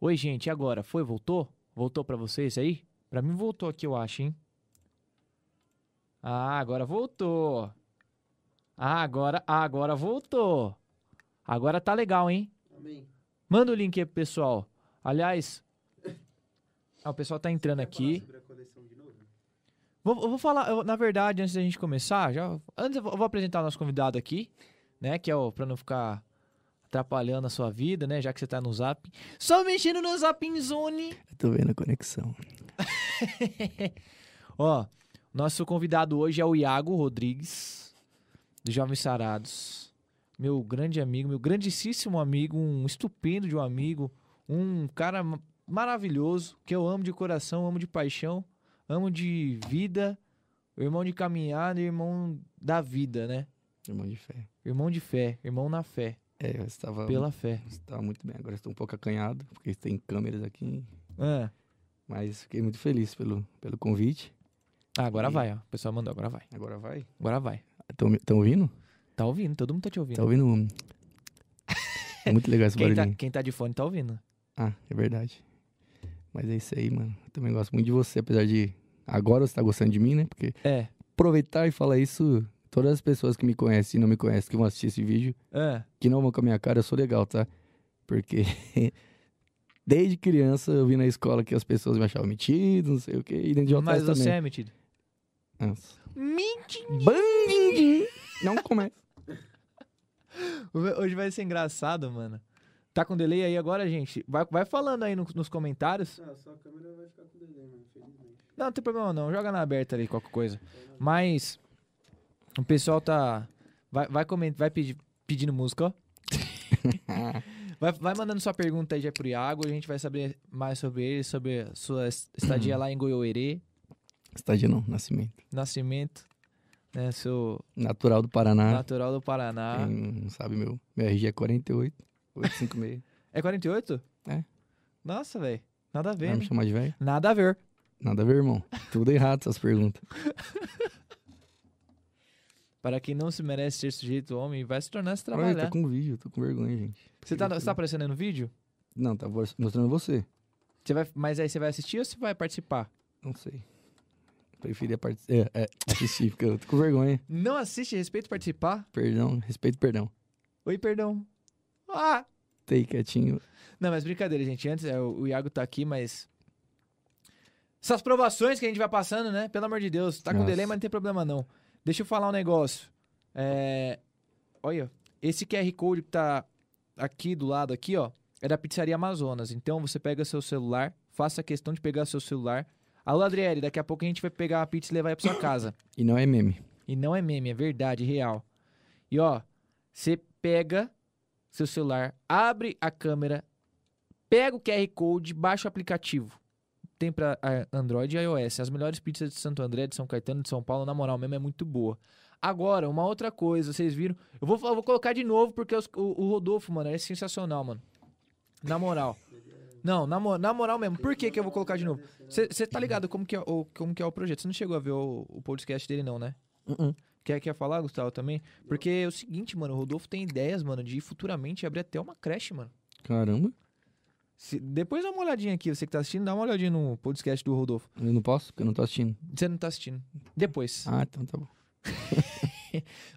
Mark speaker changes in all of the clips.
Speaker 1: Oi, gente, e agora? Foi? Voltou? Voltou pra vocês aí? Pra mim voltou aqui, eu acho, hein? Ah, agora voltou. Ah, agora, ah, agora voltou. Agora tá legal, hein?
Speaker 2: Amém.
Speaker 1: Manda o link aí pro pessoal. Aliás, ah, o pessoal tá entrando
Speaker 2: Quer
Speaker 1: aqui.
Speaker 2: falar sobre a coleção de novo?
Speaker 1: Vou, eu vou falar, eu- na verdade, antes da gente começar, já, antes eu vou, eu vou apresentar o nosso convidado aqui, né? Que é o, pra não ficar atrapalhando a sua vida, né? Já que você tá no zap. Só mexendo no Zapinzone.
Speaker 3: Eu tô vendo a conexão.
Speaker 1: Ó, nosso convidado hoje é o Iago Rodrigues, do Jovens Sarados. Meu grande amigo, meu grandíssimo amigo, um estupendo de um amigo, um cara ma- maravilhoso, que eu amo de coração, amo de paixão, amo de vida, irmão de caminhada, e irmão da vida, né?
Speaker 3: Irmão de fé.
Speaker 1: Irmão de fé, irmão na fé,
Speaker 3: É, eu estava,
Speaker 1: pela fé.
Speaker 3: eu estava muito bem. Agora estou um pouco acanhado, porque tem câmeras aqui.
Speaker 1: Ah,
Speaker 3: Mas fiquei muito feliz pelo, pelo convite.
Speaker 1: ah, agora
Speaker 3: E-
Speaker 1: vai, ó. O pessoal mandou, agora vai.
Speaker 3: Agora vai.
Speaker 1: Agora vai.
Speaker 3: Estão me- estão ouvindo?
Speaker 1: Tá ouvindo, todo mundo tá te ouvindo.
Speaker 3: Tá ouvindo? um- É muito legal esse
Speaker 1: quem, tá,
Speaker 3: barulhinho.
Speaker 1: quem tá de fone tá ouvindo.
Speaker 3: Ah, é verdade. Mas é isso aí, mano. Eu também gosto muito de você, apesar de agora você tá gostando de mim, né? Porque
Speaker 1: É.
Speaker 3: aproveitar e falar isso, todas as pessoas que me conhecem e não me conhecem, que vão assistir esse vídeo,
Speaker 1: Ah,
Speaker 3: que não vão com a minha cara, eu sou legal, tá? Porque desde criança eu vi na escola que as pessoas me achavam metido, não sei o quê, e dentro de
Speaker 1: mas
Speaker 3: hotéis
Speaker 1: você
Speaker 3: também.
Speaker 1: é metido.
Speaker 3: Nossa.
Speaker 1: Mentira!
Speaker 3: Bandim! Não começa.
Speaker 1: Hoje vai ser engraçado, mano. Tá com delay aí agora, gente? Vai, vai falando aí no- nos comentários.
Speaker 2: Ah, só a câmera vai ficar com delay, mano, infelizmente.
Speaker 1: Não, não tem problema não. Joga na aberta ali qualquer coisa. Mas o pessoal tá. Vai, vai, coment... vai pedi- pedindo música, ó. Vai, vai mandando sua pergunta aí já pro Iago. A gente vai saber mais sobre ele, sobre a sua es- estadia lá em Goiôerê,
Speaker 3: Estádio não, nascimento.
Speaker 1: nascimento, né? Seu
Speaker 3: Natural do Paraná.
Speaker 1: natural do Paraná.
Speaker 3: Quem não sabe, meu. Meu RG é 48, 856.
Speaker 1: É 48?
Speaker 3: É.
Speaker 1: Nossa, velho. Nada a ver.
Speaker 3: Vai me
Speaker 1: né?
Speaker 3: chamar de velho?
Speaker 1: Nada a ver.
Speaker 3: Nada a ver, irmão. Tudo errado essas perguntas.
Speaker 1: Para quem não se merece ser sujeito homem, vai se tornar se
Speaker 3: Olha, eu
Speaker 1: trabalhar.
Speaker 3: tô com vídeo, tô com vergonha, gente.
Speaker 1: Você, tá, você tá aparecendo aí no vídeo?
Speaker 3: Não, tá vo- mostrando você.
Speaker 1: Você vai, mas aí você vai assistir ou você vai participar?
Speaker 3: Não sei. Preferia participar. É, é, assistir, porque eu tô com vergonha.
Speaker 1: Não assiste, respeito participar?
Speaker 3: Perdão, respeito, perdão.
Speaker 1: Oi, perdão. Ah!
Speaker 3: Tei quietinho.
Speaker 1: Não, mas brincadeira, gente. Antes, é, o o Iago tá aqui, mas. Essas provações que a gente vai passando, né? Pelo amor de Deus. Tá com
Speaker 3: Nossa.
Speaker 1: delay, mas não tem problema não. Deixa eu falar um negócio. É. Olha, esse QR Code que tá aqui do lado, aqui, ó, é da Pizzaria Amazonas. Então você pega seu celular, faça questão de pegar seu celular. Alô, Adriele, daqui a pouco a gente vai pegar a pizza e levar aí pra sua casa.
Speaker 3: E não é meme.
Speaker 1: E não é meme, é verdade, real. E ó, você pega seu celular, abre a câmera, pega o QR Code, baixa o aplicativo. Tem pra ah, Android e iOS. As melhores pizzas de Santo André, de São Caetano, de São Paulo, na moral mesmo, é muito boa. Agora, uma outra coisa, vocês viram. Eu vou, fa- eu vou colocar de novo, porque os- o, o Rodolfo, mano, é sensacional, mano. Na moral. Não, na, mo- na moral mesmo. Por que, que eu vou colocar de novo? Você tá ligado como que, é o, como que é o projeto? Você não chegou a ver o, o podcast dele, não, né? Quer, quer falar, Gustavo, também? Porque é o seguinte, mano, o Rodolfo tem ideias, mano, de futuramente abrir até uma creche, mano.
Speaker 3: Caramba,
Speaker 1: Se- depois dá uma olhadinha aqui, você que tá assistindo, dá uma olhadinha no podcast do Rodolfo.
Speaker 3: eu não posso, porque eu não tô assistindo.
Speaker 1: Você não tá assistindo. Depois.
Speaker 3: Ah, então tá bom.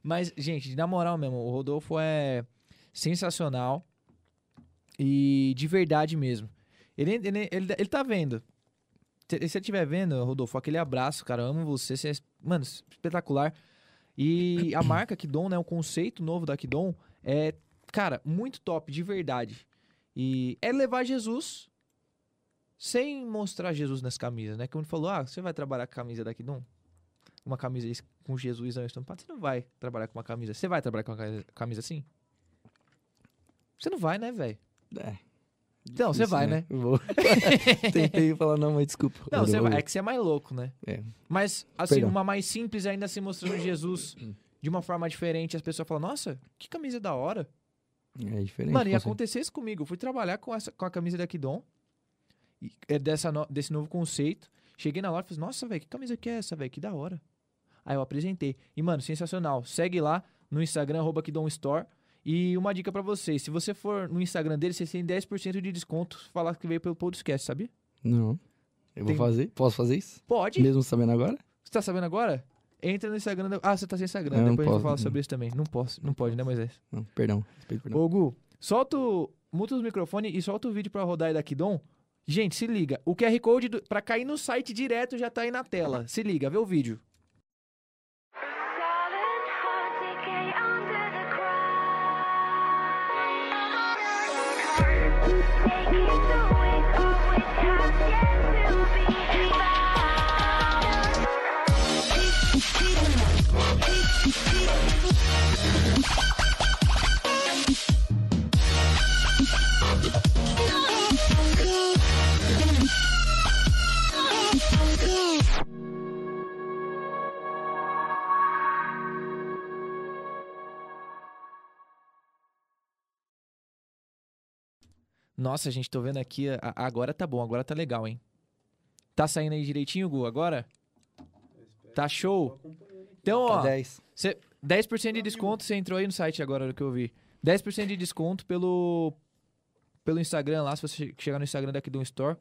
Speaker 1: Mas, gente, na moral mesmo, o Rodolfo é sensacional e de verdade mesmo. Ele, ele, ele, ele tá vendo. Se se você estiver vendo, Rodolfo, aquele abraço, cara, eu amo você, você é, mano, espetacular. E a marca Kidon, né, o conceito novo da Kidon é, cara, muito top, de verdade. E é levar Jesus sem mostrar Jesus nas camisas, né? Quando falou, ah, você vai trabalhar com a camisa da Kidon? Uma camisa es- com Jesus não estampado, você não vai trabalhar com uma camisa. Você vai trabalhar com uma camisa- camisa assim? Você não vai, né, velho?
Speaker 3: É,
Speaker 1: Então, você
Speaker 3: difícil,
Speaker 1: vai, né?
Speaker 3: Vou. Tentei falar, não, mas desculpa.
Speaker 1: Não,
Speaker 3: Eu
Speaker 1: você
Speaker 3: vou-
Speaker 1: vai. É que você é mais louco, né?
Speaker 3: É.
Speaker 1: Mas, assim,
Speaker 3: Perdão.
Speaker 1: uma mais simples ainda se mostrando Jesus de uma forma diferente. As pessoas falam, nossa, que camisa da hora.
Speaker 3: É diferente.
Speaker 1: Mano, e
Speaker 3: com certeza.
Speaker 1: aconteceu isso comigo. Eu fui trabalhar com, essa, com a camisa da Kidon, e, é, dessa no- desse novo conceito. Cheguei na loja e falei, nossa, velho, que camisa que é essa, velho? Que da hora. Aí eu apresentei. E, mano, sensacional. Segue lá no Instagram, arroba Kidon Store. E uma dica pra vocês: se você for no Instagram dele, vocês têm 10% de desconto se falar que veio pelo podcast, sabia?
Speaker 3: Não. Eu vou
Speaker 1: Tem-
Speaker 3: fazer. Posso fazer isso?
Speaker 1: Pode!
Speaker 3: Mesmo sabendo agora?
Speaker 1: Você tá sabendo agora? Entra no Instagram. da- Ah, você tá sem Instagram.
Speaker 3: Não, não
Speaker 1: Depois a gente
Speaker 3: posso,
Speaker 1: fala
Speaker 3: não.
Speaker 1: sobre isso também. Não posso, não pode, né, Moisés?
Speaker 3: Não, perdão. Respeito, perdão.
Speaker 1: Ô, Gu, solta o... Muta os microfones e solta o vídeo pra rodar aí da Kidon. Gente, se liga. O QR Code do... pra cair no site direto já tá aí na tela. Se liga, vê o vídeo.
Speaker 4: Silent heart decay under the ground. Aching the weight of which has yet to be
Speaker 1: Nossa, gente, tô vendo aqui. a- a- Agora tá bom, agora tá legal, hein? Tá saindo aí direitinho, Gu, agora?
Speaker 2: Eu espero.
Speaker 1: Tá
Speaker 2: Tô
Speaker 1: show?
Speaker 2: acompanhando aqui.
Speaker 1: Então, ó,
Speaker 3: 10.
Speaker 1: cê- 10% de desconto, você entrou aí no site agora do que eu vi. 10% de desconto pelo pelo Instagram lá, se você che- chegar no Instagram daqui do Store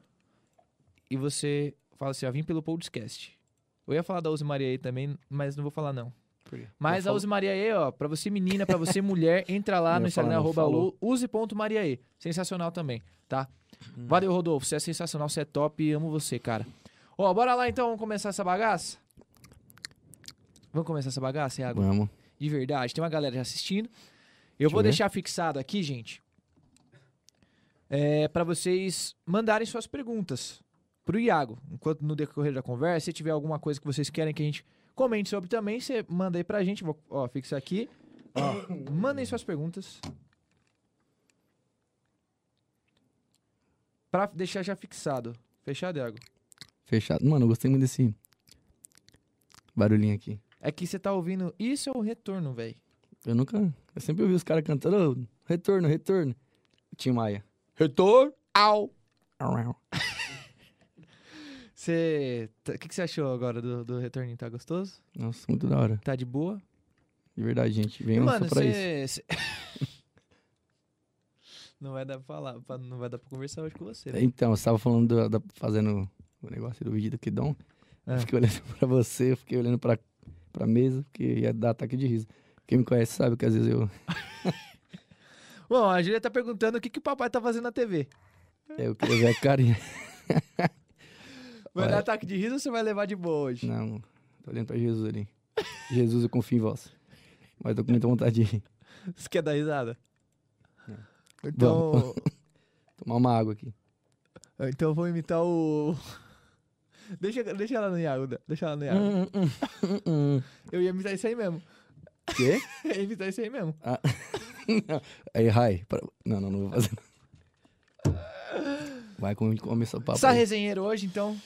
Speaker 1: e você fala assim, ó, vim pelo podcast. Eu ia falar da Use Maria aí também, mas não vou falar não. Mas a Use Maria E, ó, pra você menina, pra você mulher, entra lá
Speaker 3: Eu
Speaker 1: no
Speaker 3: ia
Speaker 1: Instagram,
Speaker 3: falar, não
Speaker 1: arroba
Speaker 3: falou.
Speaker 1: u- use.maria E. Sensacional também, tá?
Speaker 3: Hum.
Speaker 1: Valeu, Rodolfo, você é sensacional, você é top, amo você, cara. Ó, bora lá então, vamos começar essa bagaça? Vamos começar essa bagaça, Iago?
Speaker 3: Vamos.
Speaker 1: De verdade, tem uma galera já assistindo. Eu
Speaker 3: Deixa
Speaker 1: vou
Speaker 3: eu ver.
Speaker 1: deixar fixado aqui, gente, é, para vocês mandarem suas perguntas pro Iago. Enquanto no decorrer da conversa, se tiver alguma coisa que vocês querem que a gente comente sobre também, você manda aí pra gente. Vou, ó, fixar aqui. Ó, mandem suas perguntas. Pra deixar já fixado. Fechado, Iago?
Speaker 3: Fechado. Mano, eu gostei muito desse barulhinho aqui.
Speaker 1: É que você tá ouvindo. Isso é o retorno, velho.
Speaker 3: Eu nunca. Eu sempre ouvi os caras cantando. "Ô, retorno, retorno. Tim Maia. Retorno!
Speaker 1: Au! Você. tá, O que, que você achou agora do, do retorninho? Tá gostoso?
Speaker 3: Nossa, muito da hora.
Speaker 1: Tá de boa?
Speaker 3: De verdade, gente.
Speaker 1: E,
Speaker 3: Venham um só
Speaker 1: mano,
Speaker 3: pra isso.
Speaker 1: você. não vai dar pra falar, pra- não vai dar pra conversar hoje com você. né?
Speaker 3: Então, você tava falando do- da, fazendo o negócio do vídeo do Kidon.
Speaker 1: Ah.
Speaker 3: Eu Fiquei olhando pra você, eu fiquei olhando pra, pra mesa, porque ia dar ataque de riso. Quem me conhece sabe que às vezes eu,
Speaker 1: Bom, a Júlia tá perguntando o que, que o papai tá fazendo na TV.
Speaker 3: é, eu queria ver a carinha.
Speaker 1: Vai
Speaker 3: Olha.
Speaker 1: dar ataque de riso ou você vai levar de boa hoje?
Speaker 3: Não, tô olhando pra Jesus ali. Jesus, eu confio em vós. Mas tô com muita vontade de rir.
Speaker 1: Você quer dar risada? Então,
Speaker 3: tomar uma água aqui.
Speaker 1: então eu vou imitar o. Deixa, deixa ela no Iago, Dan. deixa ela no Iago.
Speaker 3: Hum, hum, hum, hum.
Speaker 1: Eu ia imitar isso aí mesmo.
Speaker 3: Quê?
Speaker 1: Eu ia imitar isso aí mesmo.
Speaker 3: Aí, hi. pra- Não, não, não vou fazer. Vai como começa o papo.
Speaker 1: Está
Speaker 3: aí.
Speaker 1: resenheiro hoje, então?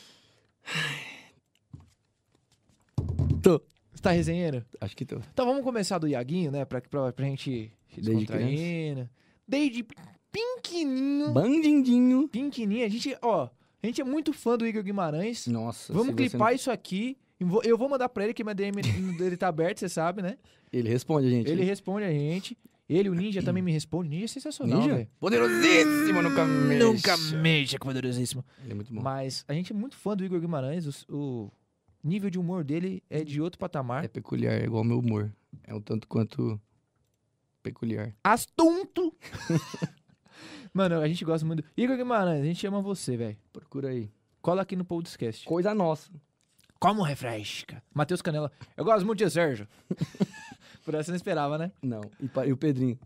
Speaker 3: Tô.
Speaker 1: Está tá resenheiro?
Speaker 3: Acho que tô.
Speaker 1: Então vamos começar do Iaguinho, né? Pra, pra, pra gente se
Speaker 3: Desde criança.
Speaker 1: descontraindo. Desde pinquininho.
Speaker 3: Bandindinho.
Speaker 1: Pinquininho. A gente, ó, a gente é muito fã do Igor Guimarães.
Speaker 3: Nossa, se
Speaker 1: vamos
Speaker 3: você
Speaker 1: clipar isso aqui. e vou- Eu vou mandar pra ele, que minha DM dele tá aberta, você sabe, né?
Speaker 3: Ele responde, gente.
Speaker 1: Ele responde a gente. Ele, o Ninja, também me responde. Ninja é sensacional, velho.
Speaker 3: Poderosíssimo, nunca mexa.
Speaker 1: Nunca mexa com o poderosíssimo.
Speaker 3: Ele é muito bom.
Speaker 1: Mas a gente é muito fã do Igor Guimarães. os- O, nível de humor dele é de outro patamar.
Speaker 3: É peculiar, é igual ao meu humor. É um tanto quanto peculiar.
Speaker 1: Astunto! Mano, a gente gosta muito. do- Igor Guimarães, a gente ama você, velho.
Speaker 3: Procura aí.
Speaker 1: Cola aqui no podcast.
Speaker 3: Coisa nossa.
Speaker 1: Como refresca. Matheus Canela. Eu gosto muito de Sérgio. Por essa eu não esperava, né?
Speaker 3: Não. E, pa- e o Pedrinho?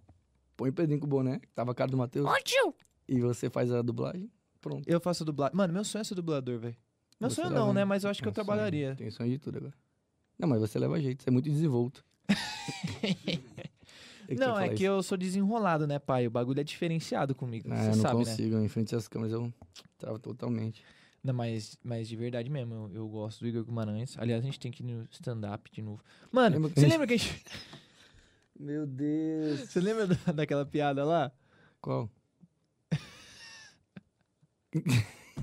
Speaker 3: Põe o Pedrinho com o boné, que tava a cara do Matheus.
Speaker 1: tio!
Speaker 3: E você faz a dublagem. Pronto.
Speaker 1: Eu faço dublagem. Mano, meu sonho é ser dublador, velho. Meu
Speaker 3: Você
Speaker 1: sonho
Speaker 3: leva,
Speaker 1: não, né?
Speaker 3: né?
Speaker 1: Mas eu acho que eu
Speaker 3: Nossa,
Speaker 1: trabalharia.
Speaker 3: Tem sonho de tudo agora. Não, mas você leva jeito, você é muito desenvolto. Eu
Speaker 1: Não, é
Speaker 3: falar
Speaker 1: que
Speaker 3: isso.
Speaker 1: eu sou desenrolado, né, pai? O bagulho é diferenciado comigo.
Speaker 3: Ah,
Speaker 1: você
Speaker 3: eu não
Speaker 1: sabe, né?
Speaker 3: consigo, em frente às câmeras eu travo totalmente.
Speaker 1: Não, mas, mas de verdade mesmo, eu, eu gosto do Igor Guimarães. Aliás, a gente tem que ir no stand-up de novo. Mano,
Speaker 3: Lembra
Speaker 1: você
Speaker 3: que a gente-
Speaker 1: lembra que a gente.
Speaker 3: Meu Deus.
Speaker 1: Você lembra da- daquela piada lá?
Speaker 3: Qual?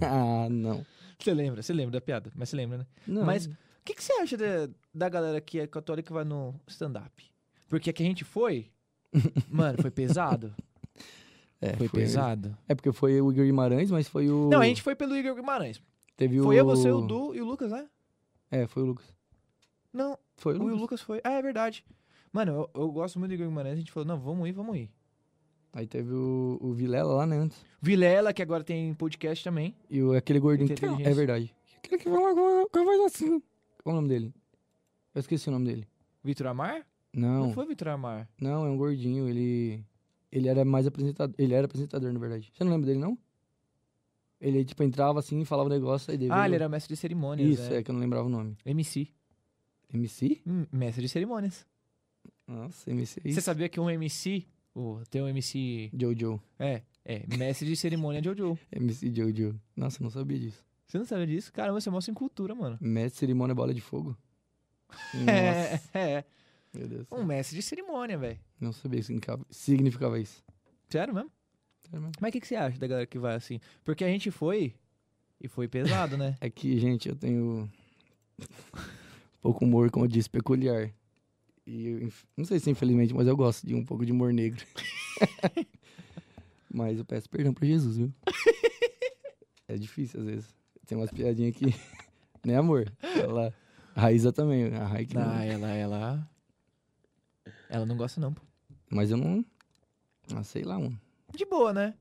Speaker 3: ah, não.
Speaker 1: Você lembra, você lembra da piada, mas você lembra, né?
Speaker 3: não.
Speaker 1: Mas- O que, que você acha da da galera que é católica que vai no stand-up? Porque a que a gente foi, Mano, foi pesado.
Speaker 3: É,
Speaker 1: foi, pesado.
Speaker 3: É porque foi o Igor Guimarães, mas foi o.
Speaker 1: Não, a gente foi pelo Igor Guimarães.
Speaker 3: Teve
Speaker 1: Foi
Speaker 3: o...
Speaker 1: eu, você, o Du e o Lucas, né?
Speaker 3: É, foi o Lucas.
Speaker 1: Não,
Speaker 3: Foi o
Speaker 1: o
Speaker 3: Lucas.
Speaker 1: Lucas foi. Ah, é verdade. Mano, eu, eu gosto muito do Igor Guimarães. A gente falou, não, vamos ir, vamos ir.
Speaker 3: Aí teve o, o Vilela lá, né, antes.
Speaker 1: Vilela, que agora tem podcast também.
Speaker 3: E o, aquele gordinho.
Speaker 1: Tem
Speaker 3: Então, é
Speaker 1: inteligência.
Speaker 3: verdade. Aquele que vai lá com com a voz assim. Qual o nome dele? Eu esqueci o nome dele.
Speaker 1: Vitor Amar?
Speaker 3: Não,
Speaker 1: Não foi Vitor Amar.
Speaker 3: não, é um gordinho. Ele. Ele era mais apresentador. Ele era apresentador, na verdade. Você não lembra dele, não? Ele, tipo, entrava assim, falava um negócio, aí
Speaker 1: Ah, ele
Speaker 3: deveria-
Speaker 1: era mestre de cerimônias,
Speaker 3: Isso,
Speaker 1: né?
Speaker 3: é que eu não lembrava o nome.
Speaker 1: MC.
Speaker 3: MC?
Speaker 1: Hum, mestre de cerimônias.
Speaker 3: Nossa, MC. é
Speaker 1: Você
Speaker 3: Isso.
Speaker 1: sabia que um MC, o- tem um MC,
Speaker 3: Jojo.
Speaker 1: é, é, mestre de cerimônia de Jojo.
Speaker 3: MC Jojo. Nossa, eu não sabia disso.
Speaker 1: Você não sabia disso? Caramba, você mostra em cultura, mano.
Speaker 3: Mestre Cerimônia é Bola de Fogo? Nossa,
Speaker 1: É, é,
Speaker 3: meu Deus. do céu.
Speaker 1: um mestre de cerimônia, velho.
Speaker 3: Não sabia que significava, significava isso.
Speaker 1: Sério mesmo?
Speaker 3: Sério mesmo.
Speaker 1: Mas o que, que você acha da galera que vai assim? Porque a gente foi e foi pesado, né?
Speaker 3: É que, gente, eu tenho pouco humor, como eu disse, peculiar. E eu, inf- não sei se infelizmente, mas eu gosto de um pouco de humor negro. mas eu peço perdão pra Jesus, viu? é difícil às vezes. Tem umas piadinhas aqui, né, amor? Ela, a Raíza também, a Raí que não-
Speaker 1: Ah, ela, ela. Ela não gosta, não. pô.
Speaker 3: Mas eu não. Ah, sei lá, mano.
Speaker 1: De boa, né?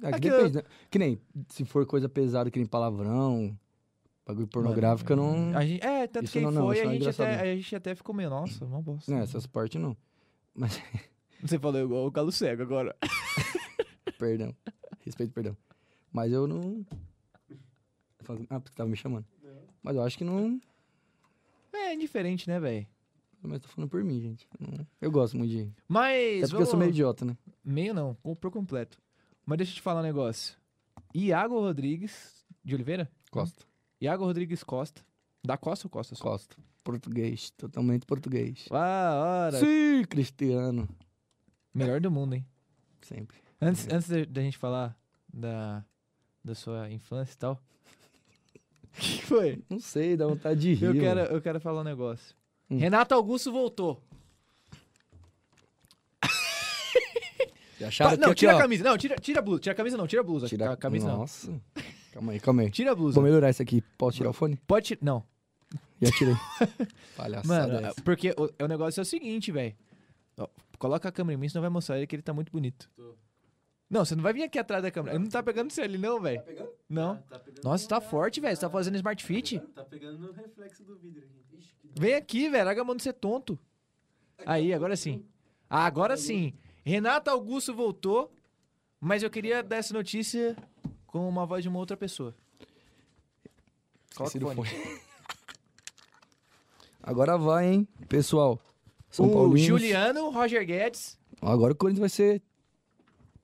Speaker 3: Ah, que
Speaker 1: É que
Speaker 3: depende, né? Que nem, se for coisa pesada, que nem palavrão, bagulho pornográfico, eu não...
Speaker 1: A gente- é, tanto
Speaker 3: Isso
Speaker 1: que aí
Speaker 3: não, não,
Speaker 1: foi,
Speaker 3: isso
Speaker 1: a
Speaker 3: não é
Speaker 1: gente,
Speaker 3: engraçado, É.
Speaker 1: até, a gente até ficou meio, nossa, uma bosta.
Speaker 3: Não, né, essas partes não. Mas,
Speaker 1: Você falou igual o Galo Cego agora.
Speaker 3: perdão. Respeito, perdão. Mas eu não... Ah, porque tava me chamando.
Speaker 2: Não.
Speaker 3: Mas eu acho que não...
Speaker 1: É, indiferente, né, velho?
Speaker 3: Mas eu tô tá falando por mim, gente. Não- Eu gosto muito de... É
Speaker 1: Mas.
Speaker 3: porque eu sou
Speaker 1: vamos-
Speaker 3: meio idiota, né?
Speaker 1: Meio não, com- por completo. Mas deixa eu te falar um negócio. Iago Rodrigues de Oliveira?
Speaker 3: Costa.
Speaker 1: Iago Rodrigues Costa. Da Costa ou Costa? só?
Speaker 3: Costa. Português. Totalmente português.
Speaker 1: Ah, hora.
Speaker 3: Sim, Cristiano.
Speaker 1: Melhor do mundo, hein?
Speaker 3: Sempre.
Speaker 1: Antes, antes da, da gente falar da, da sua infância e tal. O que foi?
Speaker 3: Não sei, dá vontade de rir,
Speaker 1: Eu quero,
Speaker 3: mano.
Speaker 1: eu quero falar um negócio.
Speaker 3: Hum.
Speaker 1: Renato Augusto voltou.
Speaker 3: Já acharam
Speaker 1: Pa-
Speaker 3: que
Speaker 1: não,
Speaker 3: aqui,
Speaker 1: tira
Speaker 3: ó,
Speaker 1: a camisa. Não, tira, tira a blusa. Tira a camisa não, tira a blusa.
Speaker 3: Tira
Speaker 1: a camisa não.
Speaker 3: Nossa. Calma aí, calma aí.
Speaker 1: Tira a blusa.
Speaker 3: Vou melhorar isso aqui. Posso tirar o fone?
Speaker 1: Pode tirar. Não.
Speaker 3: Já tirei. Palhaçada
Speaker 1: Mano,
Speaker 3: essa.
Speaker 1: porque o, o negócio é o seguinte, velho. Ó, Coloca a câmera em mim, senão vai mostrar ele que ele tá muito bonito.
Speaker 2: Tô.
Speaker 1: Não, você não vai vir aqui atrás da câmera. Ele não tá pegando você ali, não, velho.
Speaker 2: Tá pegando?
Speaker 1: Não.
Speaker 2: Tá, tá pegando
Speaker 1: Nossa,
Speaker 2: no-
Speaker 1: tá forte, velho. Você tá fazendo smart fit.
Speaker 2: Tá pegando no reflexo do vidro aqui. Ixi, que dó.
Speaker 1: Vem aqui, velho. Larga a mão de ser tonto. Aí, agora sim. Ah, agora sim. Renato Augusto voltou, mas eu queria dar essa notícia com uma voz de uma outra pessoa. Coloca
Speaker 3: Esqueci
Speaker 1: o
Speaker 3: do
Speaker 1: fone.
Speaker 3: Agora vai, hein? Pessoal, São
Speaker 1: o
Speaker 3: Paulo.
Speaker 1: Juliano Roger Guedes.
Speaker 3: Agora o Corinthians vai ser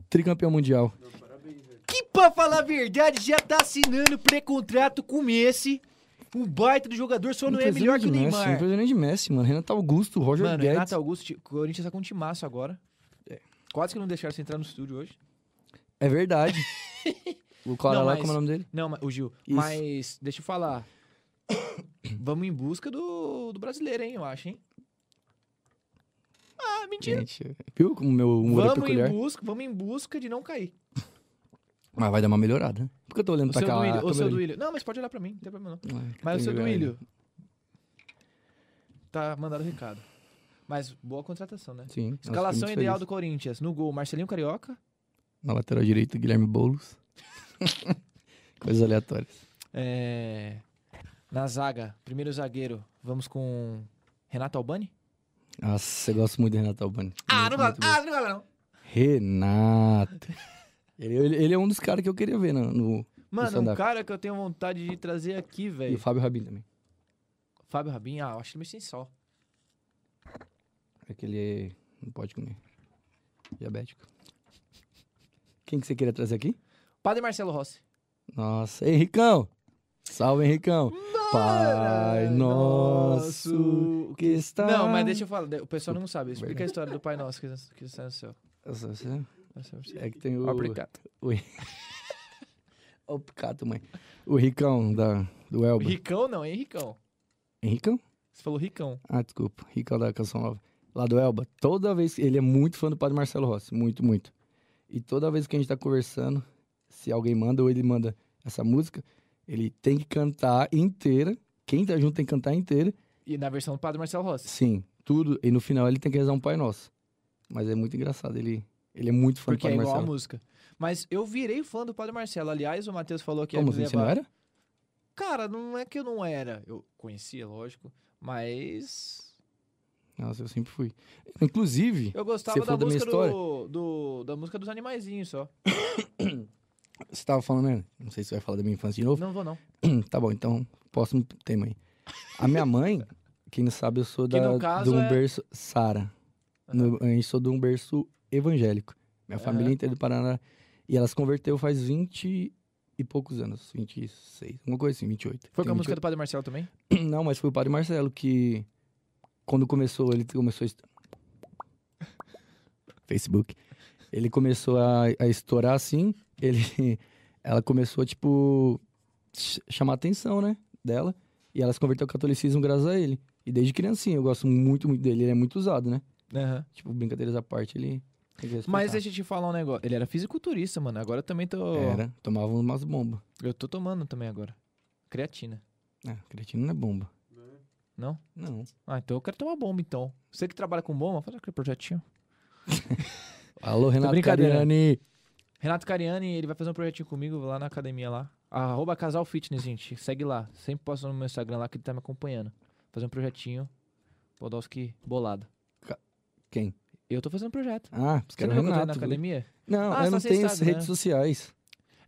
Speaker 3: tricampeão mundial.
Speaker 2: Não, parabéns, velho.
Speaker 1: Que, pra falar a verdade, já tá assinando pré-contrato com o Messi. Um baita do jogador, só não, é
Speaker 3: precisa
Speaker 1: melhor que
Speaker 3: de
Speaker 1: o
Speaker 3: Messi, Não
Speaker 1: Neymar.
Speaker 3: precisa nem de Messi, mano. Renato Augusto, Roger
Speaker 1: Mano,
Speaker 3: Guedes.
Speaker 1: Renato Augusto, ti- Corinthians tá com um timaço agora. É, Quase que não deixaram você entrar no estúdio hoje.
Speaker 3: É verdade. o cara
Speaker 1: Não,
Speaker 3: lá,
Speaker 1: mas-
Speaker 3: como é o nome dele?
Speaker 1: Não, mas- o Gil.
Speaker 3: Isso.
Speaker 1: Mas, deixa eu falar. Vamos em busca do, do brasileiro, hein, eu acho, hein? Ah, mentira.
Speaker 3: Gente, viu como meu humor é
Speaker 1: Vamos em,
Speaker 3: peculiar?
Speaker 1: busca, vamos em busca de não cair.
Speaker 3: Mas vai dar uma melhorada. né? Por que eu tô olhando
Speaker 1: O
Speaker 3: pra
Speaker 1: seu
Speaker 3: cá?
Speaker 1: Duílio,
Speaker 3: a
Speaker 1: o seu
Speaker 3: câmera
Speaker 1: Duílio. Não, mas pode olhar pra mim, não tem problema não.
Speaker 3: ali? Ah,
Speaker 1: Mas o seu
Speaker 3: tá tem vergonha.
Speaker 1: Duílio tá mandado o recado. Mas boa contratação, né?
Speaker 3: Sim. nós
Speaker 1: Escalação
Speaker 3: ficamos
Speaker 1: ideal
Speaker 3: felizes.
Speaker 1: do Corinthians. No gol, Marcelinho Carioca.
Speaker 3: Na lateral direita, Guilherme Boulos. Coisas aleatórias.
Speaker 1: É, Na zaga, primeiro zagueiro, vamos com Renato Albani?
Speaker 3: Nossa, eu gosto muito do Renato Albani. Muito, muito bom.
Speaker 1: Ah, não gosta não.
Speaker 3: Renato. Ele, ele- ele é um dos caras que eu queria ver no. no-
Speaker 1: Mano, um
Speaker 3: stand-up.
Speaker 1: cara que eu tenho vontade de trazer aqui,
Speaker 3: e o
Speaker 1: velho.
Speaker 3: Fábio Rabin também.
Speaker 1: Fábio Rabin, ah, eu acho ele meio sem sol.
Speaker 3: É que ele não pode comer. Diabético. Quem que você queria trazer aqui?
Speaker 1: Padre Marcelo Rossi.
Speaker 3: Nossa, Henricão! Salve, Henricão! Pai nosso que tá está...
Speaker 1: Não, mas deixa eu falar, o pessoal não sabe. Explica a
Speaker 3: Verdade.
Speaker 1: história do Pai Nosso que que está no céu.
Speaker 3: Nossa, você-
Speaker 1: Nossa, você-
Speaker 3: É que tem o...
Speaker 1: Obrigado.
Speaker 3: Ó o picado, mãe. O Ricão da, do Elba.
Speaker 1: Ricão não, hein, Ricão?
Speaker 3: Henricão?
Speaker 1: Você falou Ricão.
Speaker 3: Ah, desculpa. Ricão da Canção Nova. lá do Elba, toda vez. Ele é muito fã do Padre Marcelo Rossi, muito, muito. E toda vez que a gente tá conversando, se alguém manda ou ele manda essa música, ele tem que cantar inteira. Quem tá junto tem que cantar inteira.
Speaker 1: E na versão do Padre Marcelo Rossi.
Speaker 3: Sim, tudo. E no final ele tem que rezar um Pai Nosso. Mas é muito engraçado. Ele, ele é muito fã
Speaker 1: Porque é
Speaker 3: do Padre
Speaker 1: igual a
Speaker 3: Marcelo.
Speaker 1: música. Mas eu virei fã do Padre Marcelo. Aliás, o Matheus falou que ia
Speaker 3: Como
Speaker 1: me
Speaker 3: assim? Você não
Speaker 1: levar-
Speaker 3: era?
Speaker 1: Cara, não é que eu não era. Eu conhecia, lógico. Mas.
Speaker 3: Nossa, eu sempre fui. Inclusive,
Speaker 1: Eu gostava da
Speaker 3: falou da minha
Speaker 1: música do, do- Da música dos animaizinhos só.
Speaker 3: você tava falando, né? Não sei se você vai falar da minha infância de novo.
Speaker 1: Não vou, não.
Speaker 3: Tá bom, então, próximo tema aí. A minha mãe, quem não sabe, eu sou
Speaker 1: Que
Speaker 3: da,
Speaker 1: no caso
Speaker 3: de um
Speaker 1: é-
Speaker 3: berço. Sara. No- Eu sou de um berço evangélico. Minha família
Speaker 1: Aham.
Speaker 3: inteira do Paraná. E ela se converteu faz 20 e poucos anos. 26, alguma coisa assim, 28.
Speaker 1: Foi com
Speaker 3: Tem
Speaker 1: a
Speaker 3: 28.
Speaker 1: música do Padre Marcelo também?
Speaker 3: Não, mas foi o padre Marcelo que. Quando começou, ele começou a. est- Facebook. Ele começou a, a estourar assim. Ele, ela começou, tipo, ch- chamar a atenção, né? Dela. E ela se converteu ao catolicismo graças a ele. E desde criancinha, eu gosto muito, muito dele. Ele é muito usado, né?
Speaker 1: Aham.
Speaker 3: Tipo, brincadeiras à parte, ele. tem que
Speaker 1: Mas
Speaker 3: respeitar.
Speaker 1: deixa eu te falar um negócio. Ele era fisiculturista, mano. Agora eu também tô.
Speaker 3: Era, tomava umas bombas.
Speaker 1: Eu tô tomando também agora. Creatina.
Speaker 3: Ah, creatina não é bomba.
Speaker 2: Né?
Speaker 3: Não.
Speaker 1: Ah, então eu quero tomar bomba, então. Você que trabalha com bomba, faz aquele projetinho.
Speaker 3: Alô, Renato
Speaker 1: brincadeira.
Speaker 3: Cariani.
Speaker 1: Renato Cariani, ele vai fazer um projetinho comigo lá na academia lá. Arroba Casal Fitness, gente. Segue lá. Sempre posto no meu Instagram lá que ele tá me acompanhando. Fazer um projetinho. Podolski bolado.
Speaker 3: Quem?
Speaker 1: Eu tô fazendo um projeto.
Speaker 3: Ah, porque
Speaker 1: Você
Speaker 3: era
Speaker 1: não
Speaker 3: o
Speaker 1: viu que eu tô indo na
Speaker 3: Renato.
Speaker 1: academia?
Speaker 3: Não,
Speaker 1: Ah,
Speaker 3: eu
Speaker 1: só
Speaker 3: não
Speaker 1: você
Speaker 3: tenho
Speaker 1: sabe,
Speaker 3: redes
Speaker 1: né?
Speaker 3: sociais.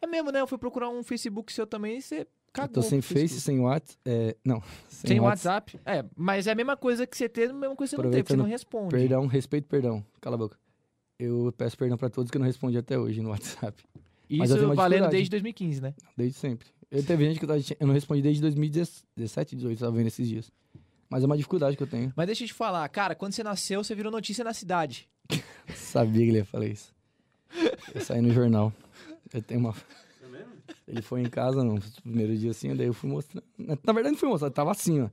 Speaker 1: É mesmo, né? Eu fui procurar um Facebook seu também e você
Speaker 3: Eu
Speaker 1: cagou.
Speaker 3: tô sem
Speaker 1: pro Facebook.
Speaker 3: Face, sem WhatsApp. É, não, sem,
Speaker 1: Sem
Speaker 3: WhatsApp.
Speaker 1: WhatsApp. É, mas é a mesma coisa que você ter, a mesma coisa que você não tem, porque você não responde.
Speaker 3: Perdão, respeito, perdão. Cala a boca. Eu peço perdão pra todos que eu não respondi até hoje no WhatsApp. Mas
Speaker 1: Isso
Speaker 3: eu tenho uma
Speaker 1: valendo
Speaker 3: dificuldade.
Speaker 1: desde 2015, né?
Speaker 3: Desde sempre. Eu teve gente que eu, tava- eu não respondi desde 2017, 18, tava vendo esses dias. Mas é uma dificuldade que eu tenho.
Speaker 1: Mas deixa eu te falar, cara, quando você nasceu, você virou notícia na cidade.
Speaker 3: Sabia que ele ia falar isso. Eu saí no jornal. Eu tenho uma.
Speaker 2: É mesmo?
Speaker 3: Ele foi em casa no primeiro dia assim, daí eu fui mostrando. Na na verdade, não fui mostrar, tava assim, ó.